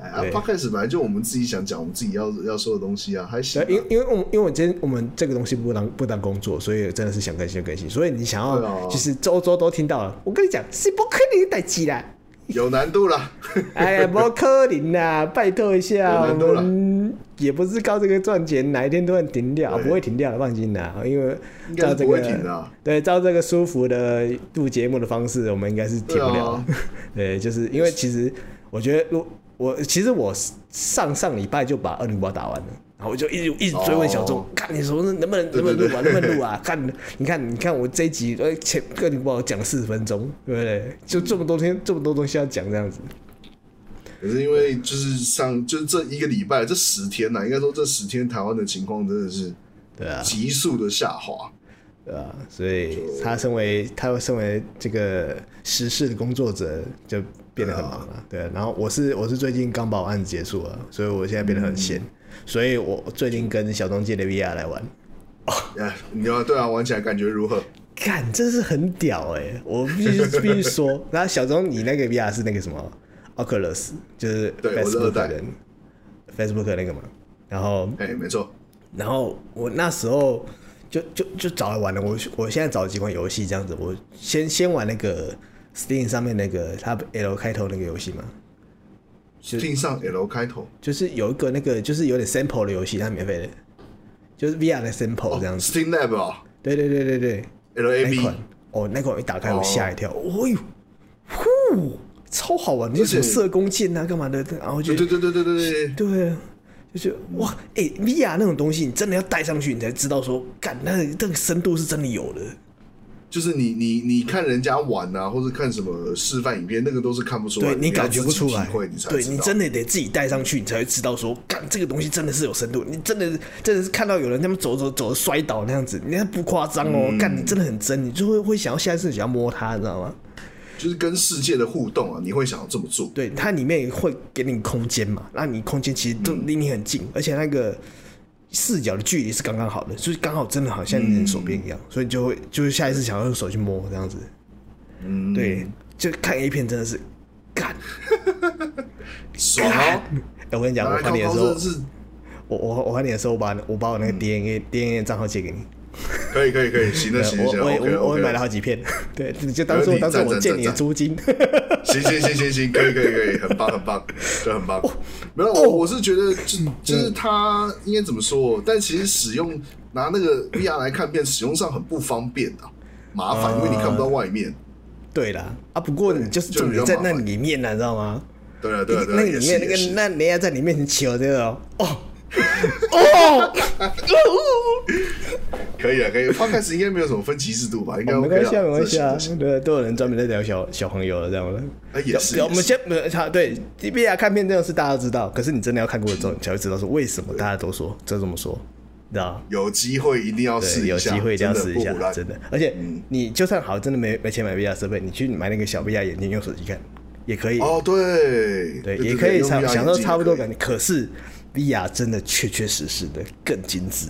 Speaker 1: 哎啊
Speaker 2: 对
Speaker 1: ，Podcast 本来就我们自己想讲我们自己要要说的东西啊，还行啊
Speaker 2: 对，。因因为我们因为我今天我们这个东西不当不当工作，所以真的是想更新就更新。所以你想
Speaker 1: 对
Speaker 2: 要
Speaker 1: 啊
Speaker 2: 就是周周都听到了，我跟你讲是不可能的代志啦。
Speaker 1: 有难度啦，
Speaker 2: 哎呀，不可能啦，拜托一下，
Speaker 1: 有难度
Speaker 2: 我
Speaker 1: 了
Speaker 2: 们也不是靠这个赚钱，哪一天突然停掉，
Speaker 1: 对
Speaker 2: 不会停掉的，放心啦，因为
Speaker 1: 应该
Speaker 2: 照
Speaker 1: 是
Speaker 2: 这
Speaker 1: 不会
Speaker 2: 个
Speaker 1: 停的啊
Speaker 2: 对，照这个舒服的录节目的方式，我们应该是停不了。
Speaker 1: 对啊
Speaker 2: 对，就是因为其实我觉得，如我其实我上上礼拜就把二零八打完了。然后我就一直一直追问小钟
Speaker 1: 哦，
Speaker 2: 看、你什么时候能不能能不能录啊，能不能录啊？ 看，你看，你看我这一集，呃，前二零八我讲四十分钟，对不对？就这么多天，这么多东西要讲，这样子。
Speaker 1: 可是因为就是上就是这一个礼拜这十天呐、应该说这十天台湾的情况真的是
Speaker 2: 对啊，
Speaker 1: 急速的下滑。
Speaker 2: 对啊，所以他身为他身为这个时事的工作者，就变得很忙了。对啊、然后我是我是最近刚把我案子结束了，所以我现在变得很闲，所以我最近跟小东借的 VR 来玩，
Speaker 1: 哎，你要对啊，玩起来感觉如何？
Speaker 2: 看真是很屌哎、我必须必须 说。然后小东，你那个 VR 是那个什么 Oculus，就是
Speaker 1: 对我是
Speaker 2: Facebook
Speaker 1: 二代
Speaker 2: 的人 Facebook 的那个嘛，然后
Speaker 1: 哎，没错，
Speaker 2: 然后我那时候就就就找来玩了，我我现在找几款游戏这样子，我先先玩那个 Steam 上面那个它 L 开头那个游戏嘛，
Speaker 1: 听上 L 开头，
Speaker 2: 就是有一个那个就是有点 sample 的游戏，它免费的，就是 VR 的
Speaker 1: 哦
Speaker 2: sample 这样子。
Speaker 1: Steam Lab 啊
Speaker 2: 对对对对对，那款
Speaker 1: ，LAB，
Speaker 2: 哦那款我一打开
Speaker 1: 哦
Speaker 2: 我吓一跳，哦呦，呼，超好玩，就是什么
Speaker 1: 而且
Speaker 2: 射弓箭啊干嘛的，然后就
Speaker 1: 对对对对对对对，
Speaker 2: 对啊，就是哇，哎、v r 那种东西，你真的要戴上去，你才知道说，干，那个那个深度是真的有的。
Speaker 1: 就是你你你看人家玩啊，或者看什么示范影片，那个都是看不出来
Speaker 2: 对
Speaker 1: 的，
Speaker 2: 你感觉不出
Speaker 1: 你要
Speaker 2: 来
Speaker 1: 自己体会你，才
Speaker 2: 对
Speaker 1: 知道
Speaker 2: 你真的得自己戴上去，你才会知道说，干这个东西真的是有深度。你真的真的是看到有人他们走走走摔倒那样子，你看不夸张哦，干你真的很真，你就会会想要下一次想要摸它，你知道吗？
Speaker 1: 就是跟世界的互动啊，你会想要这么做。
Speaker 2: 对，它里面会给你空间嘛，那你空间其实都离你很近，而且那个视角的距离是刚刚好的，就是刚好真的好像你的手边一样，所以你就嗯会就是下一次想要用手去摸这样子。嗯，对，就看 A 片真的是干！
Speaker 1: 爽 哦！
Speaker 2: 哎、我跟你讲，
Speaker 1: 拿
Speaker 2: 我
Speaker 1: 来
Speaker 2: 还
Speaker 1: 靠
Speaker 2: 你的
Speaker 1: 靠
Speaker 2: 时
Speaker 1: 真
Speaker 2: 候
Speaker 1: 的，是
Speaker 2: 我我我还你的时候，我把我把我
Speaker 1: 嗯
Speaker 2: 那个 DNA、DNA 账号借给你，
Speaker 1: 可以可以可以，
Speaker 2: 对
Speaker 1: 行了行了
Speaker 2: 我
Speaker 1: 行了
Speaker 2: 我也
Speaker 1: ，OK
Speaker 2: 我我
Speaker 1: OK，
Speaker 2: 也买了好几片，对，就当
Speaker 1: 没
Speaker 2: 做
Speaker 1: 问题
Speaker 2: 当做
Speaker 1: 赞
Speaker 2: 我
Speaker 1: 赞
Speaker 2: 借
Speaker 1: 赞
Speaker 2: 你的
Speaker 1: 赞
Speaker 2: 租金。
Speaker 1: 行行行行行，可以可以可以，很棒很 棒，这很棒。
Speaker 2: 哦
Speaker 1: 没有，我我是觉得就
Speaker 2: 嗯
Speaker 1: 就是它应该怎么说？但其实使用拿那个 VR 来看片，使用上很不方便啊，麻烦，因为你看不到外面。
Speaker 2: 对啦，啊，不过你就是
Speaker 1: 就
Speaker 2: 重
Speaker 1: 比较
Speaker 2: 点在
Speaker 1: 麻
Speaker 2: 那
Speaker 1: 烦
Speaker 2: 里面呢、你知道吗？
Speaker 1: 对啊对啊对啊，
Speaker 2: 那
Speaker 1: 也
Speaker 2: 里
Speaker 1: 是
Speaker 2: 面那
Speaker 1: 也是
Speaker 2: 个那人家在你面前求这个哦，哦哦，
Speaker 1: 可以啊了可以了，Podcast 应该没有什么分歧视度吧？应该
Speaker 2: 哦没
Speaker 1: OK
Speaker 2: 关
Speaker 1: 了，
Speaker 2: 系啊，没关系啊
Speaker 1: 这行，
Speaker 2: 对，都有人专门在聊小小朋友了，这样了。
Speaker 1: 这行哎也是，
Speaker 2: 对我
Speaker 1: 也
Speaker 2: 们
Speaker 1: 是
Speaker 2: 先没有他对 D B R 看片这种事大家都知道，可是你真的要看过之后，你才会知道说为什么大家都说就这么说，你知道吗？
Speaker 1: 有机会一定要试
Speaker 2: 对，
Speaker 1: 一下，
Speaker 2: 有机会一定要
Speaker 1: 真的
Speaker 2: 试一下啊
Speaker 1: 不胡乱，嗯
Speaker 2: 真的。而且你就算好，真的没没钱买 VR 设备，你去买那个小 VR 眼镜用手机看也可以，
Speaker 1: 哦，对
Speaker 2: 对，也可以
Speaker 1: 用
Speaker 2: 差
Speaker 1: VR
Speaker 2: 享受
Speaker 1: 眼镜
Speaker 2: 差不多
Speaker 1: 也可以
Speaker 2: 感觉。可是 VR 真的确确实实的更精致，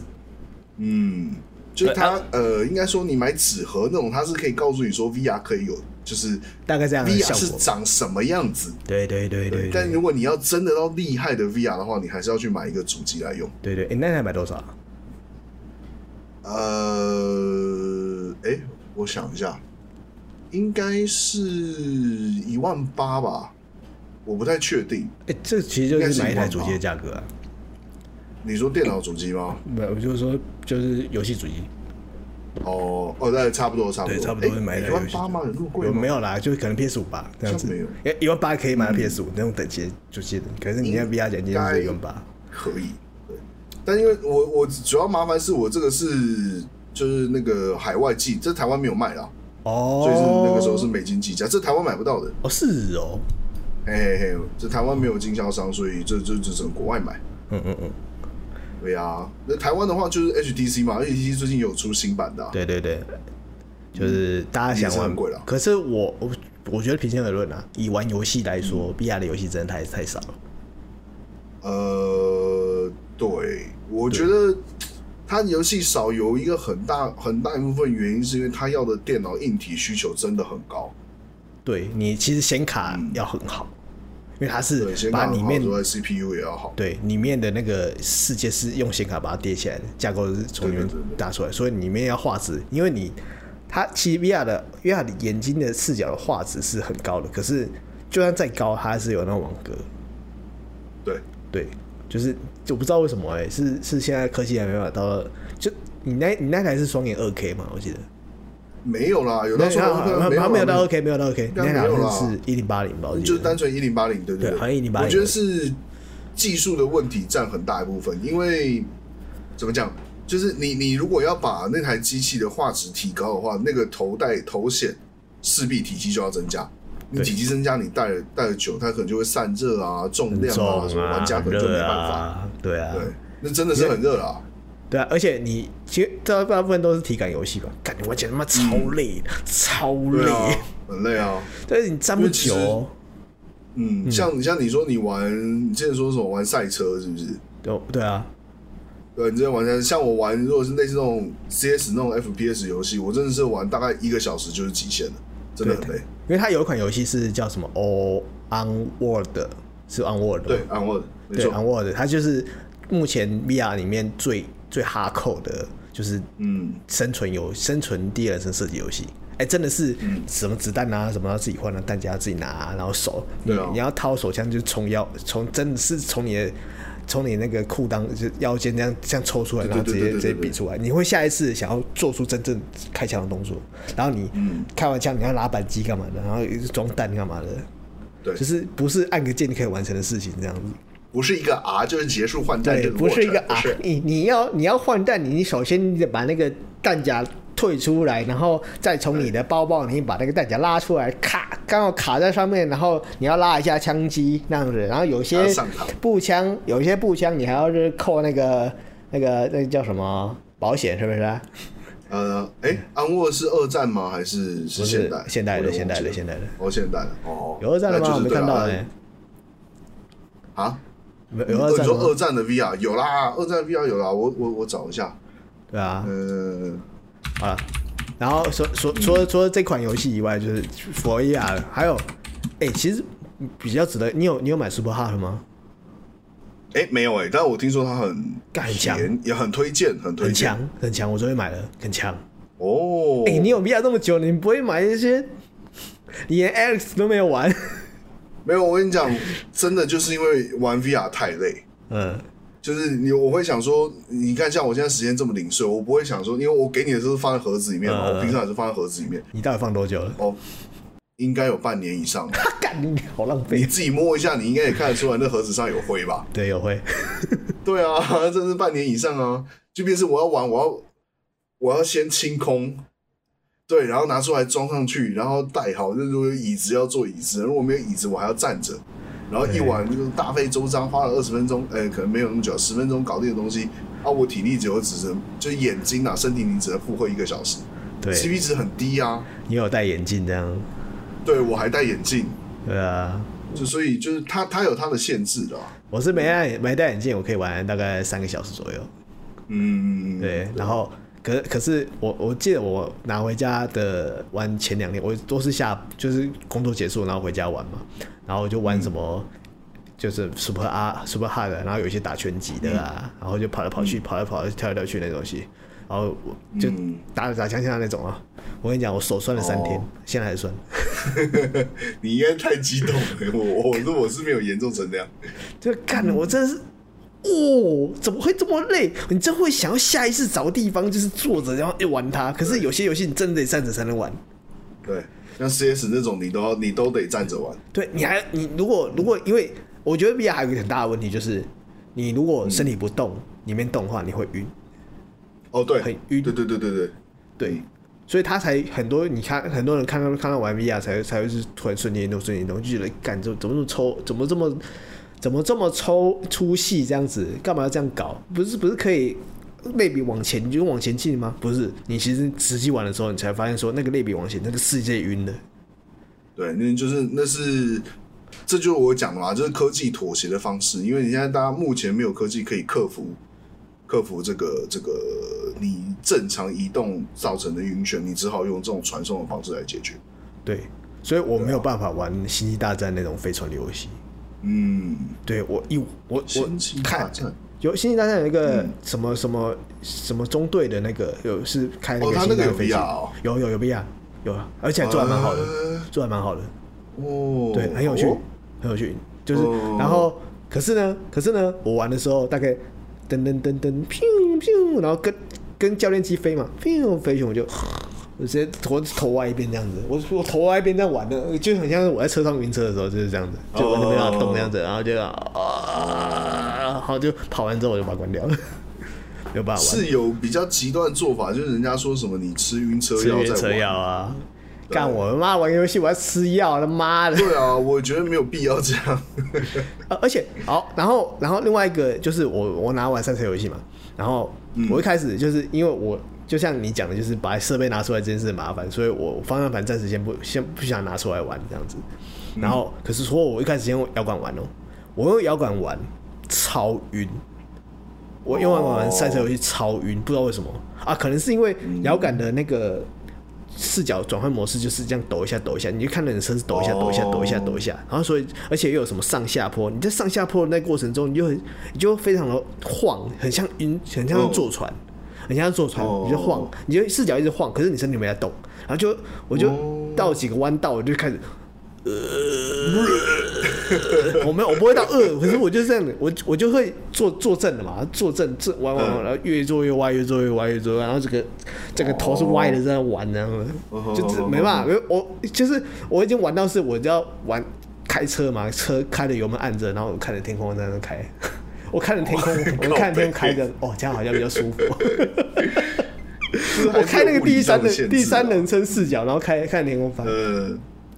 Speaker 1: 嗯，就是它呃，应该说你买纸盒那种，它是可以告诉你说 VR 可以有，就是
Speaker 2: 大概这样的
Speaker 1: VR
Speaker 2: 效
Speaker 1: 是
Speaker 2: 果。
Speaker 1: 长什么样子。
Speaker 2: 对对对对
Speaker 1: 但
Speaker 2: 对
Speaker 1: 如果你要真的到厉害的 VR 的话，你还是要去买一个主机来用。
Speaker 2: 对对，哎，那台买多少啊？
Speaker 1: 呃，哎、我想一下，应该是一万八吧，我不太确定。
Speaker 2: 哎，这其实就
Speaker 1: 应该
Speaker 2: 是
Speaker 1: 是
Speaker 2: 买一
Speaker 1: 一
Speaker 2: 台
Speaker 1: 万
Speaker 2: 主
Speaker 1: 吧
Speaker 2: 机的价格啊。
Speaker 1: 你说电脑主机吗？
Speaker 2: 没有，我就是说就是游戏主机，
Speaker 1: 哦哦，那差不多，差不多，
Speaker 2: 对，差不多会买一
Speaker 1: 一
Speaker 2: 台
Speaker 1: 万
Speaker 2: 游戏
Speaker 1: 八吗？有那么贵
Speaker 2: 有
Speaker 1: 吗？
Speaker 2: 没有啦，就是可能 PS 五吧这样子
Speaker 1: 像没有，嗯
Speaker 2: 哎，一万八可以买到 PS 五那种等级主机的，可是你那 VR 眼镜
Speaker 1: 该
Speaker 2: 是一万八。
Speaker 1: 可以，对。但因为我我主要麻烦是我这个是就是那个海外寄，这台湾没有卖啦，
Speaker 2: 哦，
Speaker 1: 所以是那个时候是美金计价，这台湾买不到的。
Speaker 2: 哦是哦，
Speaker 1: 嘿嘿嘿，这台湾没有经销商，所以这这这只能国外买。
Speaker 2: 嗯嗯嗯，
Speaker 1: 对啊，那台湾的话就是 HTC 嘛，HTC 最近有出新版的、啊，
Speaker 2: 对对对，就是大家
Speaker 1: 嗯
Speaker 2: 想
Speaker 1: 也是
Speaker 2: 玩
Speaker 1: 很贵啦
Speaker 2: 可是我我我觉得平心而论啊，以玩游戏来
Speaker 1: 嗯
Speaker 2: 说、b r 的游戏真的太太少了。
Speaker 1: 呃，对，我觉得它游戏少有一个很大很大一部分原因是因为它要的电脑硬体需求真的很高，
Speaker 2: 对你其实显卡要很好，因为它
Speaker 1: 对，
Speaker 2: 是
Speaker 1: 显卡
Speaker 2: 把里
Speaker 1: 很好
Speaker 2: 面
Speaker 1: 之外，CPU 也要好。
Speaker 2: 对里面的那个世界是用显卡把它叠起来的，架构是从里面
Speaker 1: 对对对对
Speaker 2: 打出来，所以里面要画质，因为你它其实 VR 的 VR 的眼睛的视角的画质是很高的，可是就算再高，它还是有那种网格。
Speaker 1: 对，
Speaker 2: 对，就是我不知道为什么哎、是是现在科技还没办法到，就你那你那台是双眼二 K 嘛？我记得，
Speaker 1: 没有啦，有
Speaker 2: 那
Speaker 1: 到说
Speaker 2: 它它没有到二 K，没有到二 K，
Speaker 1: 应
Speaker 2: 那
Speaker 1: 该
Speaker 2: 台
Speaker 1: 没有
Speaker 2: 好
Speaker 1: 啦
Speaker 2: 像是一零八零吧？我记得
Speaker 1: 就是单纯一零八零，对
Speaker 2: 啊对
Speaker 1: 对
Speaker 2: 好像1080
Speaker 1: 我觉得是技术的问题占很大一部分，因为怎么讲，就是你你如果要把那台机器的画质提高的话，那个头戴头显势必体积就要增加。你
Speaker 2: 对
Speaker 1: 体积增加，你戴了戴了久，它可能就会散热啊、重
Speaker 2: 很
Speaker 1: 量
Speaker 2: 重
Speaker 1: 啊，什么玩家可能就没
Speaker 2: 热
Speaker 1: 办法。
Speaker 2: 啊，对啊，
Speaker 1: 对，那真的是很热啦。
Speaker 2: 对啊，而且你其实大大部分都是体感游戏吧？感觉完全他妈超累，超
Speaker 1: 嗯对
Speaker 2: 累，
Speaker 1: 啊，很累啊。
Speaker 2: 但是你站不久
Speaker 1: 因
Speaker 2: 哦。
Speaker 1: 嗯，像像你说你玩，你之前说什么玩赛车是不是？
Speaker 2: 对对啊，
Speaker 1: 对，你这前玩家像我玩，如果是类似那种 CS 那种 FPS 游戏，我真的是玩大概一个小时就是极限了，真的很累。
Speaker 2: 因为它有一款游戏是叫什么《O Onward》，是 Onward 吗
Speaker 1: 对，安沃的，没
Speaker 2: 嗯对
Speaker 1: 错，
Speaker 2: ，Onward，它就是目前 VR 里面最最哈扣的，就是
Speaker 1: 嗯，
Speaker 2: 生存游、生存第二人称射击游戏。哎、真的是
Speaker 1: 嗯
Speaker 2: 什么子弹啊，什么要自己换啊，弹夹自己拿、啊，然后手，你、
Speaker 1: 对啊
Speaker 2: 你要掏手枪就是从腰，从真的是从你的。从你那个裤裆就腰间这样这样抽出来，然后
Speaker 1: 对
Speaker 2: 直
Speaker 1: 对
Speaker 2: 接
Speaker 1: 对对
Speaker 2: 直接
Speaker 1: 对
Speaker 2: 比出来，你会下一次想要做出真正开枪的动作，然后你
Speaker 1: 嗯
Speaker 2: 开完枪你要拿扳机干嘛的，然后装弹干嘛的，
Speaker 1: 对，
Speaker 2: 就是不是按个键就可以完成的事情这样子。
Speaker 1: 不是一个 R 就是结束换代
Speaker 2: 对，
Speaker 1: 这个
Speaker 2: 不
Speaker 1: 过程，
Speaker 2: 是一个啊
Speaker 1: 不是，
Speaker 2: 你你要你要换弹，你首先你得把那个弹夹退出来，然后再从你的包包里面把那个弹夹拉出来，卡刚好卡在上面，然后你要拉一下枪机那样子，然后有些
Speaker 1: 还啊要上膛
Speaker 2: 步枪，有些步枪你还要是扣那个那个那个叫什么保险是不是啊？
Speaker 1: 呃，哎，安沃是二战吗？还是是
Speaker 2: 嗯不是
Speaker 1: 现代？
Speaker 2: 现代的
Speaker 1: 我有点
Speaker 2: 现代
Speaker 1: 忘
Speaker 2: 的
Speaker 1: 记了
Speaker 2: 现代的
Speaker 1: 哦，现代的哦，
Speaker 2: 有二战的
Speaker 1: 那
Speaker 2: 吗？
Speaker 1: 就是
Speaker 2: 我
Speaker 1: 啊
Speaker 2: 没
Speaker 1: 对
Speaker 2: 看
Speaker 1: 啦
Speaker 2: 到哎、
Speaker 1: 啊，
Speaker 2: 没有
Speaker 1: 有
Speaker 2: 有二
Speaker 1: 你
Speaker 2: 战
Speaker 1: 说
Speaker 2: 吗
Speaker 1: 二战的 VR 有啦，二战的 VR 有啦，我我我找一下，
Speaker 2: 对啊，
Speaker 1: 呃，
Speaker 2: 好了，啊然后除除除了除了这款游戏以外，就是佛 r 还有，哎、其实比较值得。你有你有买 Super Hard 吗？
Speaker 1: 哎，没有哎，但我听说它很
Speaker 2: 干很强
Speaker 1: 便宜也很推荐，很推
Speaker 2: 很
Speaker 1: 荐
Speaker 2: 强很强，我昨天买了，很强。
Speaker 1: 哦。
Speaker 2: 哎、你有 VR 这么久，你不会买一些？ 你连 Alex 都没有玩，
Speaker 1: 没有，我跟你讲，真的就是因为玩 VR 太累，
Speaker 2: 嗯，
Speaker 1: 就是你我会想说，你看像我现在时间这么零碎，我不会想说，因为我给你的都是放在盒子里面嘛，
Speaker 2: 嗯
Speaker 1: 我平常也是放在盒子里面，
Speaker 2: 你到底放多久了？
Speaker 1: 哦，应该有半年以上了。
Speaker 2: 啊，干你好浪
Speaker 1: 你
Speaker 2: 费。
Speaker 1: 自己摸一下，你应该也看得出来那盒子上有灰吧？
Speaker 2: 对，有会，
Speaker 1: 对啊， 这是半年以上啊。即便是我要玩，我要我要先清空，对，然后拿出来装上去，然后带好。就是如果有椅子要坐椅子，如果没有椅子，我还要站着。然后一玩就是大费周章，花了二十分钟，哎，可能没有那么久，十分钟搞定的东西，啊，我体力只有只能就是眼睛啊，身体你只能负荷一个小时
Speaker 2: 对，
Speaker 1: ，CP 值很低啊。
Speaker 2: 你有戴眼镜这样，
Speaker 1: 对我还戴眼镜，
Speaker 2: 对啊。
Speaker 1: 就所以就是它它有它的限制的、啊，
Speaker 2: 我是没戴没戴眼镜，我可以玩大概三个小时左右。
Speaker 1: 嗯，
Speaker 2: 对，然后可可是我我记得我拿回家的玩前两天，我都是下就是工作结束然后回家玩嘛，然后我就玩什么。就是 super 啊 super hard，的然后有一些打拳击的啊，然后就跑来跑去，跑来跑去，跳来跳去那种东西，然后我就
Speaker 1: 嗯
Speaker 2: 打打枪枪那种啊。我跟你讲，我手酸了三天，
Speaker 1: 哦
Speaker 2: 现在还酸。
Speaker 1: 你应该太激动了，我我说我是没有严重成这样，
Speaker 2: 就干，我真的是，哦，怎么会这么累？你真会想要下意识找地方，就是坐着然后一玩它。可是有些游戏你真的得站着才能玩。
Speaker 1: 对，像 CS 那种你都要你都得站着玩，
Speaker 2: 对，你还你如果如果因为我觉得 VR 还有一个很大的问题就是，你如果身体不动，里面动的话，你会晕。
Speaker 1: 哦对，
Speaker 2: 很晕
Speaker 1: 对对对对对，嗯
Speaker 2: 对，所以他才很多，你看很多人看到看到玩 VR 才才会是突然瞬间移动瞬间移动，就觉得干怎么怎么这么抽，怎么这么怎么这么抽粗细这样子，干嘛要这样搞？不是不是可以类比往前，你就往前进吗？不是，你其实实际玩的时候，你才发现说那个类比往前，那个世界晕了。
Speaker 1: 对，那就是那是这就是我讲的嘛，就是科技妥协的方式，因为你现在大家目前没有科技可以克服克服这个这个你正常移动造成的晕眩，你只好用这种传送的方式来解决，
Speaker 2: 对，所以我没有办法玩《星际大战》那种飞船的游戏。
Speaker 1: 嗯，
Speaker 2: 对我一我我
Speaker 1: 星际大
Speaker 2: 看
Speaker 1: 战。嗯
Speaker 2: 有《星际大战》有一个什么什么什么中队的那个，有是开那
Speaker 1: 哦
Speaker 2: 个
Speaker 1: 他
Speaker 2: 星际
Speaker 1: 那个
Speaker 2: 大战飞机，
Speaker 1: 有 VR 哦
Speaker 2: 有有有 VR，有啊，而且做还蛮好的
Speaker 1: 呃，
Speaker 2: 做还蛮好的，
Speaker 1: 哦，
Speaker 2: 对，很有趣
Speaker 1: 哦，
Speaker 2: 很有趣。就是
Speaker 1: 哦
Speaker 2: 然后，可是呢，可是呢，我玩的时候大概噔噔噔噔，咻咻，然后跟跟教练机飞嘛，咻飞去我就。 我直接头头歪一边这样子，我我头歪一边在玩的，就很像是我在车上晕车的时候就是这样子，
Speaker 1: 哦
Speaker 2: 就完全没办法动这样子，然后就啊，然后就跑完之后我就把它关掉了， 没有办法玩。
Speaker 1: 是有比较极端的做法，就是人家说什么你吃晕车
Speaker 2: 吃
Speaker 1: 药
Speaker 2: 晕
Speaker 1: 再
Speaker 2: 车
Speaker 1: 玩
Speaker 2: 药啊！
Speaker 1: 对
Speaker 2: 干我妈玩游戏，我要吃药，他妈的！
Speaker 1: 对啊，我觉得没有必要这样。
Speaker 2: 呃而且好，然后然后另外一个就是我我拿玩赛车游戏嘛，然后我一开始就是因为我就像你讲的，就是把设备拿出来这件事很麻烦，所以我方向盘暂时先不先不想拿出来玩这样子。然后可是说我一开始先用摇杆玩哦，我用摇杆玩超晕，我用摇杆玩赛车游戏超晕，不知道为什么啊？可能是因为摇杆的那个。视角转换模式就是这样抖一下抖一下，你就看着你的车子抖一下抖一下抖一下抖一下，然后所以而且又有什么上下坡，你在上下坡的那过程中，你就很你就非常的晃，很像晕，很像坐船，很像坐船，
Speaker 1: 哦
Speaker 2: 你就晃，你就视角一直晃，可是你身体没在动，然后就我就
Speaker 1: 哦
Speaker 2: 到几个弯道，我就开始。呃， 我没有，我不会到饿，可是我就是这样的，我我就会坐坐正的嘛，坐正正玩玩
Speaker 1: 嗯
Speaker 2: 玩，然后越坐越歪，越坐越歪，越坐越歪，然后这个这个头是歪的，在那玩这样子，
Speaker 1: 哦
Speaker 2: 就是没办法，因为我就是我已经玩到是我要玩开车嘛，车开着油门按着，然后我看着天空在那开， 我看着天空，我看着天空开着，哦，这样好像比较舒服。 我开那个第三
Speaker 1: 的啊
Speaker 2: 人第三人称视角，然后开看天空翻，
Speaker 1: 呃，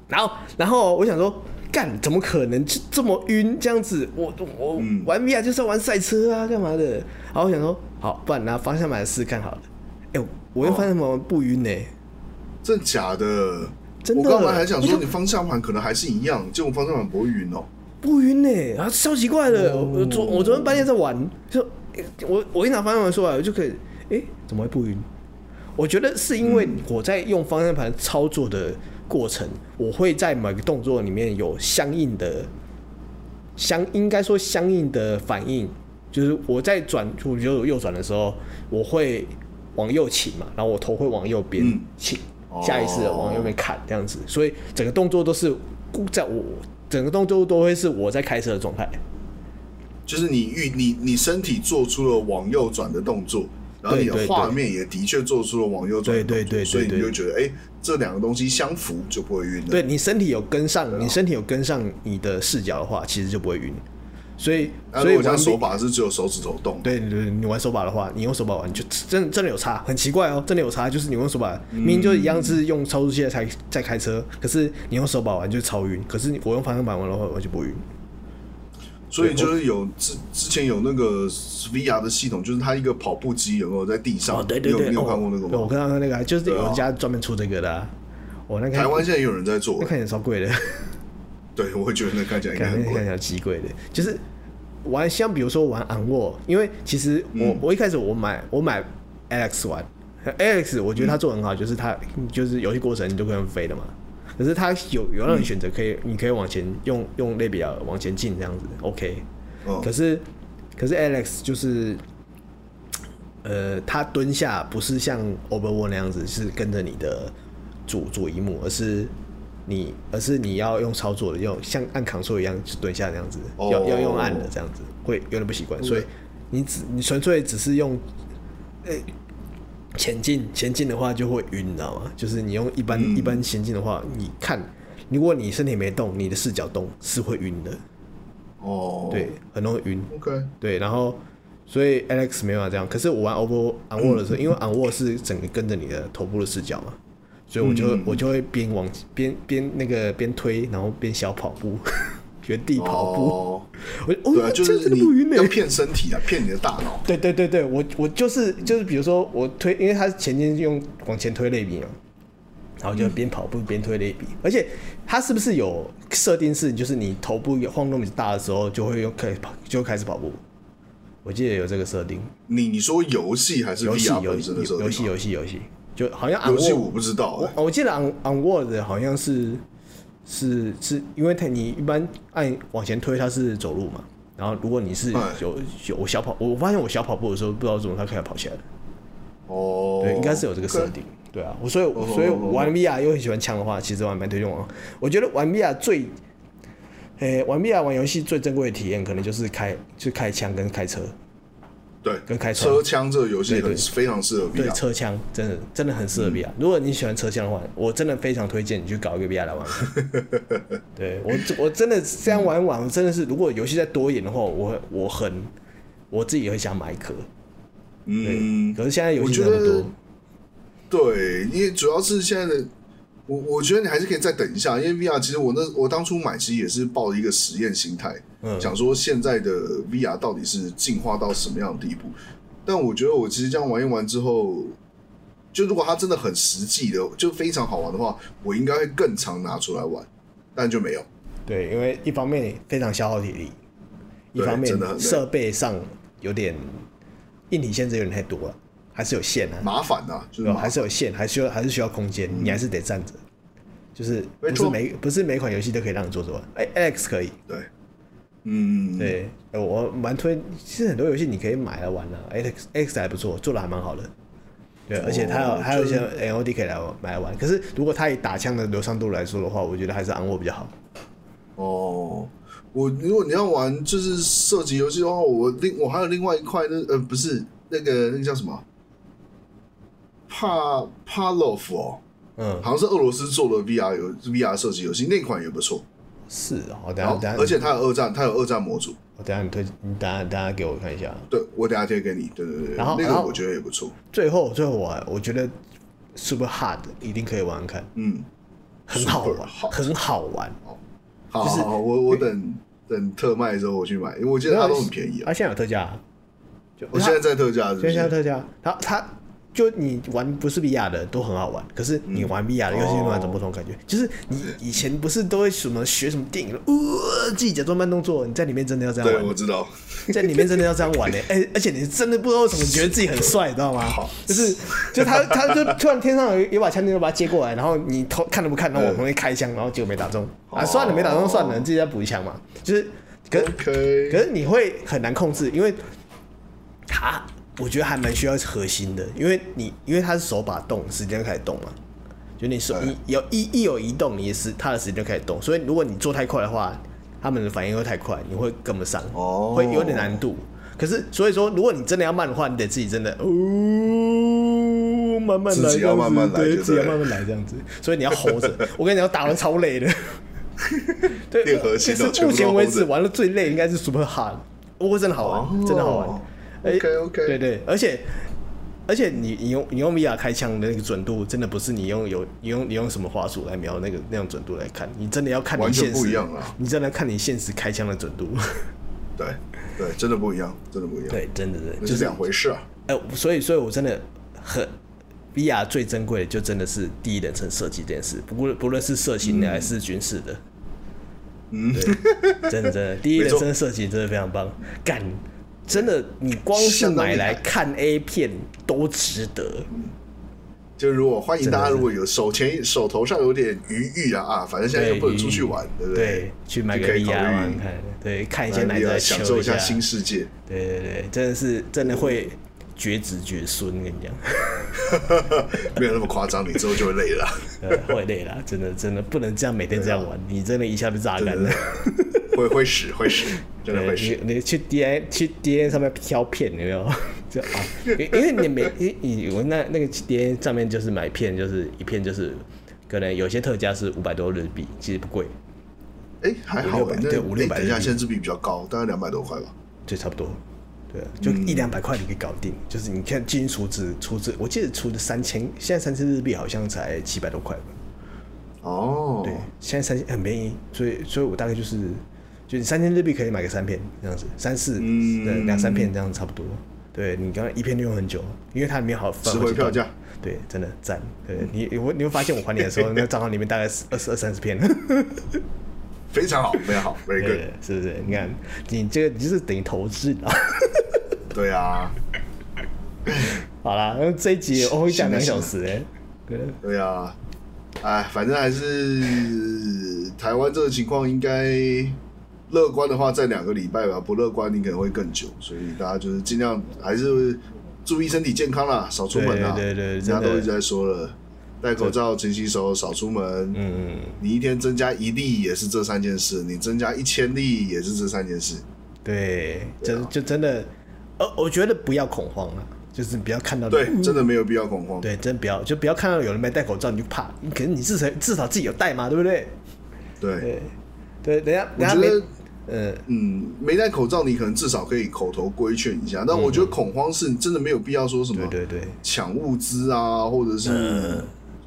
Speaker 2: 然后，然后我想说，干怎么可能就这么晕这样子？我我玩 VR 就是要玩赛车啊，干嘛的？然后我想说，好，不然拿方向盘试试看好了。哎、我用方向盘不晕呢、
Speaker 1: 真的假的？
Speaker 2: 真的
Speaker 1: 我刚才还想
Speaker 2: 我
Speaker 1: 说
Speaker 2: 就
Speaker 1: 你方向盘可能还是一样，结果方向盘不会晕哦。
Speaker 2: 不晕呢、啊，超奇怪的。我我昨我昨天半夜在玩，就诶我我一拿方向盘出来，我就可以，哎、怎么会不晕？我觉得是因为我在用方向盘操作的过程，我会在每个动作里面有相应的相应该说相应的反应，就是我在转我右右转的时候，我会往右倾嘛，然后我头会往右边
Speaker 1: 嗯
Speaker 2: 倾，下意识的往右边看这样子，所以整个动作都是故在我整个动作都会是我在开车的状态。
Speaker 1: 就是你预你你身体做出了往右转的动作，然后你
Speaker 2: 对对
Speaker 1: 的
Speaker 2: 对
Speaker 1: 画面也的确做出了往右转的动作，
Speaker 2: 对对对对
Speaker 1: 所以你
Speaker 2: 对
Speaker 1: 就觉得哎、这两个东西相符就不会晕了。
Speaker 2: 对你身体有跟上，你身体有跟上你的视角的话，其实就不会晕。所以，
Speaker 1: 那
Speaker 2: 所
Speaker 1: 如
Speaker 2: 以
Speaker 1: 果像
Speaker 2: 玩
Speaker 1: 手把是只有手指头动，
Speaker 2: 对对对，你玩手把的话，你用手把玩就真真的有差，很奇怪哦，真的有差。就是你用手把，明明就是一样是用超速器在开在开车，可是你用手把玩就超晕，可是你我用方向盘玩的话，我就不晕。
Speaker 1: 所以就是有之之前有那个 VR 的系统，就是它一个跑步机有没有在地上？你有你有看过那个
Speaker 2: 哦对我
Speaker 1: 吗？
Speaker 2: 刚刚那个啊就是
Speaker 1: 哦对啊
Speaker 2: 有人家专门出这个的、啊，我、那看
Speaker 1: 台湾现在也有人在做
Speaker 2: 那，看起来超贵的。
Speaker 1: 对我会觉得那看起来应该
Speaker 2: 感
Speaker 1: 很
Speaker 2: 觉看起
Speaker 1: 贵。
Speaker 2: 来奇怪的，就是玩像比如说玩 o n w a r 因为其实我、
Speaker 1: 嗯
Speaker 2: 我一开始我买我买 Alex 玩，Alex 我
Speaker 1: 嗯
Speaker 2: 觉得他做得很好，就是他就是游戏过程你就可以用飞的嘛。可是他有有
Speaker 1: 嗯
Speaker 2: 让你选择，可以、你可以往前用用类比啊往前进这样子，OK。
Speaker 1: 嗯
Speaker 2: 可是可是 Alex 就是，呃，他蹲下不是像 Overwatch 那样子是跟着你的主主荧幕，而是你而是你要用操作的，用像按 Ctrl 一样就蹲下那样子，
Speaker 1: 哦
Speaker 2: 要要用按的这样子，会有点不习惯，所以你只你纯粹只是用，呃、前进前进的话就会晕，你知道吗？就是你用一般、
Speaker 1: 嗯
Speaker 2: 一般前进的话，你看。如果你身体没动，你的视角动是会晕的，
Speaker 1: 哦，
Speaker 2: 对，很容易晕。
Speaker 1: ，OK，
Speaker 2: 对，然后所以 Alex 没办法这样。可是我玩 Over on w a r
Speaker 1: 嗯
Speaker 2: 的时候，因为 on w a r 是整个跟着你的头部的视角嘛，所以我就、
Speaker 1: 嗯
Speaker 2: 我就会边往边边那个边推，然后边小跑步， 原地跑步。
Speaker 1: 哦，
Speaker 2: 我就
Speaker 1: 对
Speaker 2: 哦
Speaker 1: 啊，，就是
Speaker 2: 这真的不晕
Speaker 1: 你
Speaker 2: 呢
Speaker 1: 要。骗身体啊，骗你的大脑。
Speaker 2: 对对对对，我我就是就是，比如说我推，因为它是前进用往前推类比嘛，然后就边跑步边推类比，而且它是不是有设定是，就是你头部有晃动比较大的时候，就会用开始跑，就会开始跑步。我记得有这个设定，
Speaker 1: 你你说游戏还是
Speaker 2: 游戏
Speaker 1: VR
Speaker 2: 游
Speaker 1: 本
Speaker 2: 戏
Speaker 1: 身的设定啊
Speaker 2: 游戏游戏游戏，就好像 on
Speaker 1: 游戏我
Speaker 2: word，
Speaker 1: 不知道欸，
Speaker 2: 我我记得 on on word 好像是是是因为它你一般按往前推它是走路嘛，然后如果你是
Speaker 1: 哎
Speaker 2: 有有我小跑，我我发现我小跑步的时候不知道怎么它开始跑起来了，
Speaker 1: 哦，
Speaker 2: 对，应该是有这个设定。对啊，我所以所以玩 VR 又很喜欢枪的话，其实我还蛮推荐玩。我觉得玩 VR 最，诶、玩 VR 玩游戏最珍贵的体验，可能就是开就是开枪跟开车，
Speaker 1: 对，
Speaker 2: 跟开
Speaker 1: 车枪这个游戏
Speaker 2: 对
Speaker 1: 很
Speaker 2: 对
Speaker 1: 非常适合
Speaker 2: 对
Speaker 1: VR。
Speaker 2: 车枪真的真的很适合 VR、
Speaker 1: 嗯
Speaker 2: 如果你喜欢车枪的话，我真的非常推荐你去搞一个 VR 来 玩玩。对我我真的这样玩一玩，我真的是如果游戏再多一点的话，我会我很我自己会想买一颗。
Speaker 1: 嗯，
Speaker 2: 可是现在游
Speaker 1: 我
Speaker 2: 戏
Speaker 1: 觉
Speaker 2: 那么
Speaker 1: 得
Speaker 2: 多，
Speaker 1: 对，因为主要是现在的我，我觉得你还是可以再等一下，因为 VR 其实我那我当初买其实也是抱一个实验心态，
Speaker 2: 嗯
Speaker 1: 想说现在的 VR 到底是进化到什么样的地步。但我觉得我其实这样玩一玩之后，就如果它真的很实际的，就非常好玩的话，我应该会更常拿出来玩，但就没有。
Speaker 2: 对，因为一方面非常消耗体力，一
Speaker 1: 对
Speaker 2: 方面
Speaker 1: 真的很累
Speaker 2: 设备上有点硬体限制有点太多了，还是有限啊，
Speaker 1: 麻烦呐、啊，就是
Speaker 2: 对吧
Speaker 1: 麻
Speaker 2: 还
Speaker 1: 烦
Speaker 2: 是有限，还需要还是需要空间，你还是得站着。就是
Speaker 1: 没
Speaker 2: 不是
Speaker 1: 错
Speaker 2: 每不是每款游戏都可以让你坐着玩，哎、Alex 可以，
Speaker 1: 对，嗯，
Speaker 2: 对，呃我蛮推，其实很多游戏你可以买来玩的、啊、，X X 还不错，做的还蛮好的。对，而且它有、
Speaker 1: 哦
Speaker 2: 还有一些
Speaker 1: 就
Speaker 2: L O D 可以来玩买来玩。可是如果它以打枪的流畅度来说的话，我觉得还是昂沃比较好。
Speaker 1: 哦，我如果你要玩就是射击游戏的话，我另我还有另外一块那呃不是那个那个叫什么？帕帕洛夫哦，
Speaker 2: 嗯，
Speaker 1: 好像是俄罗斯做的 VR 游 VR 射击游戏，那款也不错。
Speaker 2: 是哦，我等
Speaker 1: 然
Speaker 2: 下
Speaker 1: 后
Speaker 2: 等下，
Speaker 1: 而且它有二战，它有二战模组。
Speaker 2: 我等下你推，你等下等下给我看一下。
Speaker 1: 对，我等一下贴给你。对对对对，
Speaker 2: 然后
Speaker 1: 那
Speaker 2: 然
Speaker 1: 个
Speaker 2: 后
Speaker 1: 我觉得也不错。
Speaker 2: 最后最后我还我觉得 Super Hard 一定可以玩玩看，
Speaker 1: 嗯，
Speaker 2: 很好玩
Speaker 1: Super Hard
Speaker 2: 很好玩。
Speaker 1: 好
Speaker 2: 就是
Speaker 1: 好好，我我等等特卖的时候我去买，因为我记得它都很便宜
Speaker 2: 它
Speaker 1: 啊。
Speaker 2: 现在有特价啊，就
Speaker 1: 我现在在特价，是不
Speaker 2: 现在
Speaker 1: 是？
Speaker 2: 特价，它它就你玩不是 VR 的都很好玩，可是你玩 VR 的游戏
Speaker 1: 哦
Speaker 2: 有一种不同的感觉，就是你以前不是都会什么学什么电影，呃，自己假装慢动作，你在里面真的要这样
Speaker 1: 对，
Speaker 2: 玩
Speaker 1: 我，知道，
Speaker 2: 在里面真的要这样 玩呢、哎、而且你真的不知道为什么觉得自己很帅，你知道吗？就是，就他他就突然天上有有把枪，你就把它接过来，然后你头看都不看，然
Speaker 1: 嗯
Speaker 2: 后往旁边开枪，然后结果没打中
Speaker 1: 哦
Speaker 2: 啊，算了，没打中算了，你自己再补一枪嘛。就是，可
Speaker 1: OK
Speaker 2: 可是你会很难控制，因为他我觉得还蛮需要核心的，因为你因为他是手把动，时间就开始动嘛。就你手你有一一有移动，你是他的时间就开始动，所以如果你做太快的话，他们的反应会太快，你会跟不上，
Speaker 1: 哦
Speaker 2: 会有点难度。可是所以说，如果你真的要慢的话，你得自己真的哦，慢慢来，
Speaker 1: 自己要慢慢来
Speaker 2: 这
Speaker 1: 就对了
Speaker 2: 样子对，自己要慢慢来这样子。所以你要吼着，我跟你讲，打完 超累的。对，
Speaker 1: 练核心
Speaker 2: 就
Speaker 1: 的
Speaker 2: 是
Speaker 1: 全部
Speaker 2: 目
Speaker 1: 都
Speaker 2: 前为止
Speaker 1: hold 着
Speaker 2: 玩的最累应该是 Super Hard，不过真的好玩，真的好玩。哎
Speaker 1: 哦 OK，OK
Speaker 2: 对对，而且而且你你用你用 VR 开枪的那个准度，真的不是你用有你用你用什么话术来瞄那个那种准度来看，你真的要看你
Speaker 1: 完全
Speaker 2: 现实
Speaker 1: 不一样啊
Speaker 2: 你真的要看你现实开枪的准度。
Speaker 1: 对对，真的不一样，真的不一样，，
Speaker 2: 对，真的
Speaker 1: 那
Speaker 2: 对，就是是
Speaker 1: 两回事啊。
Speaker 2: 哎、所以所以我真的很 VR 最珍贵的就真的是第一人称射击这件事，不过不论是色情的还是军事的，嗯，对，真的真的，第一人
Speaker 1: 没
Speaker 2: 称射击真的非常棒，干，真的你光是
Speaker 1: 相当
Speaker 2: 买
Speaker 1: 厉害
Speaker 2: 来看 A 片都值得，
Speaker 1: 就如果欢迎大家，如果有手前手头上有点余裕啊啊，反正现在又不能出去玩，对不
Speaker 2: 对，去买个
Speaker 1: 就可
Speaker 2: VR
Speaker 1: 以考虑
Speaker 2: 玩看，对，看一些
Speaker 1: 来
Speaker 2: 男
Speaker 1: 你
Speaker 2: 的
Speaker 1: 要享受
Speaker 2: 一
Speaker 1: 一下新世界。
Speaker 2: 对对对，真的是真的会绝子绝孙，跟你讲。
Speaker 1: 没有那么夸张，你之后就会累了啦。
Speaker 2: 呃，会累啦，真的真的不能这样每天这样
Speaker 1: 啊
Speaker 2: 玩，你真的一下被榨干了。
Speaker 1: 会会使会使，真的
Speaker 2: 对
Speaker 1: 会使。
Speaker 2: 你你去 D N 去 D N 上面挑片有没有？ 就啊，因因为你每你你我那那个 D N 上面就是买片，就是一片就是可能有些特价是五百多日币，其实不贵，
Speaker 1: 哎，还好
Speaker 2: 五六百
Speaker 1: 哎，那
Speaker 2: 对五六百
Speaker 1: 哎等一下，
Speaker 2: 日币
Speaker 1: 现在日币比较高，大概两百多块吧。
Speaker 2: 就差不多。对啊，就
Speaker 1: 嗯
Speaker 2: 一两百块你可以搞定。就是你看进去储值储值，我记得储值三千，现在三千日币好像才七百多块吧。
Speaker 1: 哦，
Speaker 2: 对，现在三千很便宜，所以所以我大概就是，就你三千日币可以买个三片这样子，三四
Speaker 1: 嗯
Speaker 2: 对两三片这样差不多。对你刚刚一片就用很久，因为它里面好
Speaker 1: 值回票。价嗯
Speaker 2: 放好几段对，真的赞。对你我你会发现我还你的 时候，那账号里面大概是二十二三十片。
Speaker 1: 非常好，非常好，very
Speaker 2: 对
Speaker 1: good。，
Speaker 2: 是不是？你看你这个你就是等于投资啊。
Speaker 1: 对啊，
Speaker 2: 好啦，那这一集我会讲
Speaker 1: 行
Speaker 2: 两
Speaker 1: 了
Speaker 2: 个小时哎。对
Speaker 1: 对啊，哎，反正还是台湾这个情况，应该乐观的话在两个礼拜吧，不乐观你可能会更久，所以大家就是尽量还是注意身体健康啦，少出门啦。
Speaker 2: 对对对对
Speaker 1: 大家
Speaker 2: 真的
Speaker 1: 都一直在说了，戴口罩、勤洗手、少出门。
Speaker 2: 嗯，
Speaker 1: 你一天增加一例也是这三件事，你增加一千例也是这三件事。
Speaker 2: 对，真就真的，呃，我觉得不要恐慌啊，就是不要看到
Speaker 1: 对，真的没有必要恐慌。
Speaker 2: 嗯对，真不要，就不要看到有人没戴口罩你就怕，可是你至少至少自己有戴嘛，对不对？
Speaker 1: 对，
Speaker 2: 对，人家
Speaker 1: 我
Speaker 2: 人家
Speaker 1: 觉
Speaker 2: 没
Speaker 1: 得，
Speaker 2: 呃，
Speaker 1: 嗯，没戴口罩，你可能至少可以口头规劝一下。但我觉得恐慌是你真的没有必要说什么
Speaker 2: 嗯对嗯对对，
Speaker 1: 抢物资啊，或者是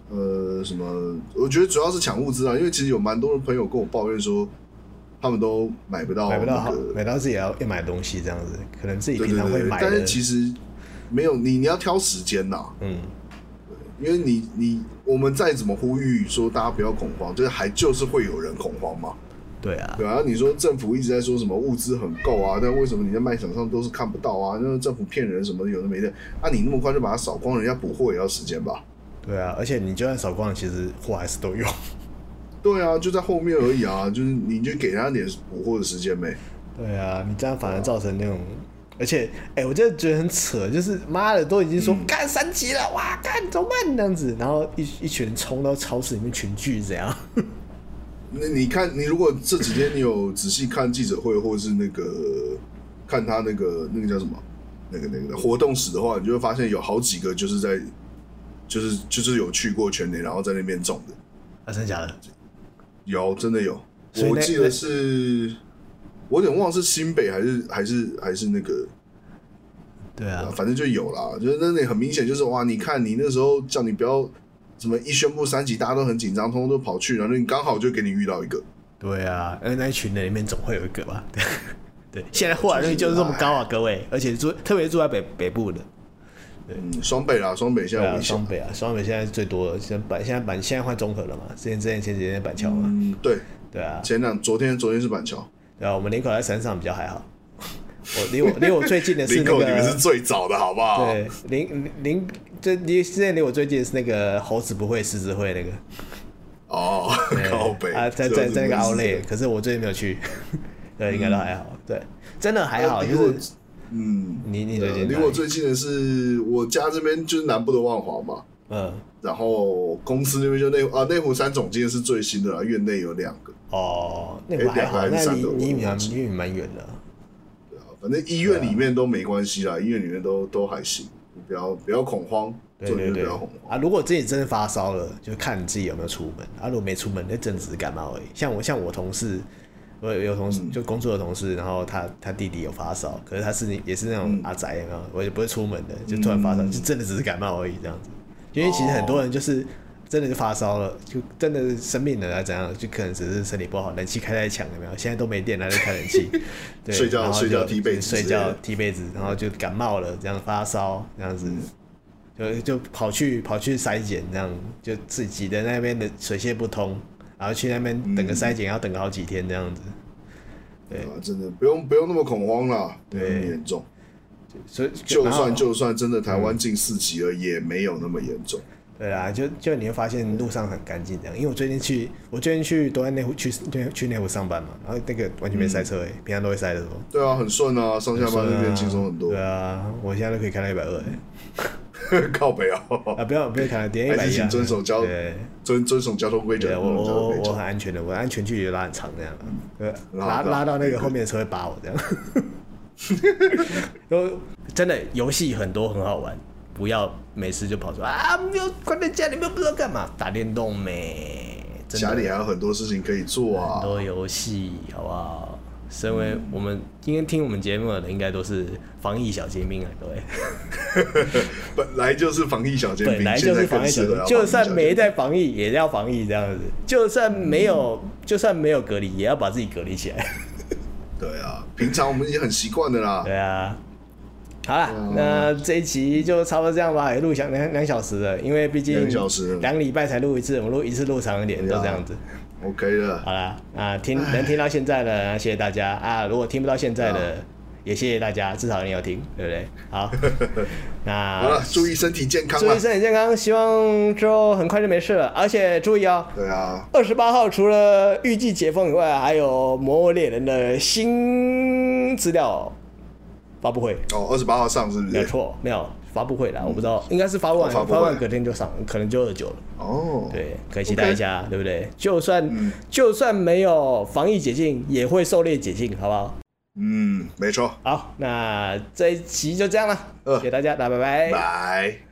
Speaker 1: 呃什么，我觉得主要是抢物资啊，因为其实有蛮多的朋友跟我抱怨说，他们都买不到
Speaker 2: 买不到
Speaker 1: 哦那
Speaker 2: 好，
Speaker 1: 个
Speaker 2: 买到自己要要买的东西这样子，可能自己
Speaker 1: 对
Speaker 2: 平
Speaker 1: 对
Speaker 2: 常会
Speaker 1: 对，
Speaker 2: 买
Speaker 1: 但
Speaker 2: 的
Speaker 1: 是，其实没有你，你要挑时间呐、
Speaker 2: 嗯，
Speaker 1: 因为你你我们再怎么呼吁说大家不要恐慌，就是还就是会有人恐慌嘛。
Speaker 2: 对啊，
Speaker 1: 对啊，你说政府一直在说什么物资很够啊，但为什么你在卖场上都是看不到啊？那政府骗人什么的有的没的，啊，你那么快就把它扫光，人家补货也要时间吧？
Speaker 2: 对啊，而且你就算扫光了，其实货还是都有，
Speaker 1: 对啊，就在后面而已啊，就是你就给人家点补货的时间呗。
Speaker 2: 对啊，你这样反而造成那种。而且，哎、我真的觉得很扯，就是妈的，都已经说
Speaker 1: 嗯
Speaker 2: 干、三级了，哇，干怎么办这样子，然后一一群人冲到超市里面群聚这样， 啊
Speaker 1: 那你看，你如果这几天你有仔细看记者会，或是那个看他那个那个叫什么，那个那个活动史的话，你就会发现有好几个就是在，就是就是有去过全年，然后在那边种的，
Speaker 2: 啊，真的假的？
Speaker 1: 有真的有，
Speaker 2: 所以那
Speaker 1: 我记得是，我有点忘了是新北还是还是还是那个，呃
Speaker 2: 对啊，
Speaker 1: 反正就有啦，就是那里很明显就是哇，你看你那时候叫你不要。什么一宣布三级，大家都很紧张，通通都跑去，然后你刚好就给你遇到一个，
Speaker 2: 对啊，而那一群人里面总会有一个吧？ 对，哎对，现在护栏率就是这么高啊，各位，而且住特别住在北北部的，
Speaker 1: 嗯，双北啦，双北现
Speaker 2: 对
Speaker 1: 在
Speaker 2: 啊，
Speaker 1: 危险
Speaker 2: 双。北啊，双北现在是最多的，现在板现在板现在换综合了嘛，之前之前前几天板桥嘛，
Speaker 1: 嗯，对，
Speaker 2: 对啊，
Speaker 1: 前两昨天昨天是板桥，
Speaker 2: 对啊，我们林口在山上比较还好，我离我 离我最近的是
Speaker 1: 林
Speaker 2: 那
Speaker 1: 口
Speaker 2: 个
Speaker 1: 你们是最早的好不好？
Speaker 2: 对林林这离之前离我最近的是那个猴子不会狮子会那个，
Speaker 1: 哦，靠北
Speaker 2: 啊，在在在那个凹类，可是我最近没有去， 对，应该都还好，对，真的还好，
Speaker 1: 呃离
Speaker 2: 就
Speaker 1: 我
Speaker 2: 是
Speaker 1: 嗯，
Speaker 2: 你你啊最
Speaker 1: 呃
Speaker 2: 近
Speaker 1: 离
Speaker 2: 哪
Speaker 1: 我
Speaker 2: 里
Speaker 1: 最近的是我家这边就是南部的万华嘛，
Speaker 2: 嗯
Speaker 1: 然后公司那边就内湖啊内湖三总今天是最新的啦，院内有两个，
Speaker 2: 哦，那
Speaker 1: 哎
Speaker 2: 个还
Speaker 1: 两个
Speaker 2: 好，
Speaker 1: 还是
Speaker 2: 那
Speaker 1: 三
Speaker 2: 离
Speaker 1: 个我
Speaker 2: 离你
Speaker 1: 忘
Speaker 2: 蛮
Speaker 1: 记
Speaker 2: 离你蛮远的啊，
Speaker 1: 对啊反正医院里面都没关系啦，医院里面都都还行，你不要不要恐慌，
Speaker 2: 对
Speaker 1: 做
Speaker 2: 对
Speaker 1: 人就
Speaker 2: 对
Speaker 1: 不要恐慌。
Speaker 2: 啊！如果自己真的发烧了，就看你自己有没有出门啊。如果没出门，那真的只是感冒而已。像我像我同事，我有有同
Speaker 1: 嗯
Speaker 2: 事、就工作的同事，然后他他弟弟有发烧，可是他是也是那
Speaker 1: 嗯
Speaker 2: 种阿宅啊，我也不会出门的，就突然发烧，就真的只是感冒而已这样子。因为其实很多人就是真的就发烧了，就真的生病了啊怎样，就可能只是身体不好，冷气开太强了没有？现在都没电了，还在开冷 气，对，
Speaker 1: 睡觉
Speaker 2: 然后
Speaker 1: 睡觉
Speaker 2: 就
Speaker 1: 踢被子
Speaker 2: 睡
Speaker 1: 之类的
Speaker 2: 觉踢被子，然后就感冒了，这样发烧这样子。就就跑去跑去筛检，这样就自己挤的那边的水泄不通，然后去那边等个
Speaker 1: 嗯
Speaker 2: 筛检，要等个好几天这样子。对
Speaker 1: 啊，真的不用不用那么恐慌啦，
Speaker 2: 对
Speaker 1: 没有那么严重。
Speaker 2: 所以
Speaker 1: 就
Speaker 2: 然后
Speaker 1: 算就算真的台湾进四级了，也没有那么严重。
Speaker 2: 对啦，就就你会发现路上很干净这样。因为我最近去，我最近去都在内湖去去去内湖上班嘛，然后那个完全没塞车诶、欸
Speaker 1: 嗯
Speaker 2: 平常都会塞的多。
Speaker 1: 对啊，很顺啊，上下班那边轻松很多
Speaker 2: 对。啊，我现在都可以开到一百二哎，
Speaker 1: 靠北 啊，
Speaker 2: 啊不要不要开到点一百
Speaker 1: 还是
Speaker 2: 一啊
Speaker 1: 请，遵守交
Speaker 2: 对
Speaker 1: 遵遵守交通规则
Speaker 2: 对，，我
Speaker 1: 不能交嗯
Speaker 2: 我
Speaker 1: 通规
Speaker 2: 我
Speaker 1: 则
Speaker 2: 很安全的，我的安全距离拉很长这样啊，对，
Speaker 1: 很好
Speaker 2: 拉
Speaker 1: 很好
Speaker 2: 拉到那个后面的车会扒我这样。 然后真的游戏很多很好玩，不要没事就跑出来啊！没有，关在家里面不知道干嘛，打电动没？真
Speaker 1: 家
Speaker 2: 的
Speaker 1: 里还有很多事情可以做
Speaker 2: 很
Speaker 1: 啊。
Speaker 2: 多游戏，好不好？身为我们今天听我们节目的，应该都是防疫小精兵啊，各位。
Speaker 1: 本来就是防疫小尖兵，
Speaker 2: 本来就是防疫小
Speaker 1: 现在
Speaker 2: 精
Speaker 1: 更是了
Speaker 2: 就算没，
Speaker 1: 防疫小尖
Speaker 2: 在防疫，也要防疫这样子；就算没有，就算没有隔离，也要把自己隔离起来。
Speaker 1: 嗯兵对啊，平常我们已经很习惯的啦。
Speaker 2: 对啊。好啦，
Speaker 1: 嗯
Speaker 2: 那这一集就差不多这样吧，也录小两两小时了，因为毕竟
Speaker 1: 两小时了
Speaker 2: 两个礼拜才录一次，我们录一次录长一点，
Speaker 1: 对啊
Speaker 2: 都这样子。
Speaker 1: OK 了，
Speaker 2: 好啦，啊，听能听到现在的，谢谢大家啊！如果听不到现在的，也谢谢大家，至少你有听，对不对？ 好，
Speaker 1: 好
Speaker 2: 那
Speaker 1: 了，注意身体健康
Speaker 2: 注
Speaker 1: 啦
Speaker 2: 意。身体健康，希望之后很快就没事了，而且注意哦，
Speaker 1: 对啊，
Speaker 2: 二十八号除了预计解封以外，还有《魔物猎人》的新资料发布会。
Speaker 1: 哦，二十八号上是不
Speaker 2: 没有
Speaker 1: 是？
Speaker 2: 错，没有发布会啦，我不知道，应该是发布完，
Speaker 1: 哦发
Speaker 2: 发
Speaker 1: 布会
Speaker 2: 布完隔天就上，可能就二九了。
Speaker 1: 哦，
Speaker 2: 对，可以期待一下对不对？就算就算没有防疫解禁，也会狩猎解禁，好不好？
Speaker 1: 嗯，没错，
Speaker 2: 好，那这一期就这样了，
Speaker 1: 呃
Speaker 2: 谢谢大家，大家拜拜
Speaker 1: 拜。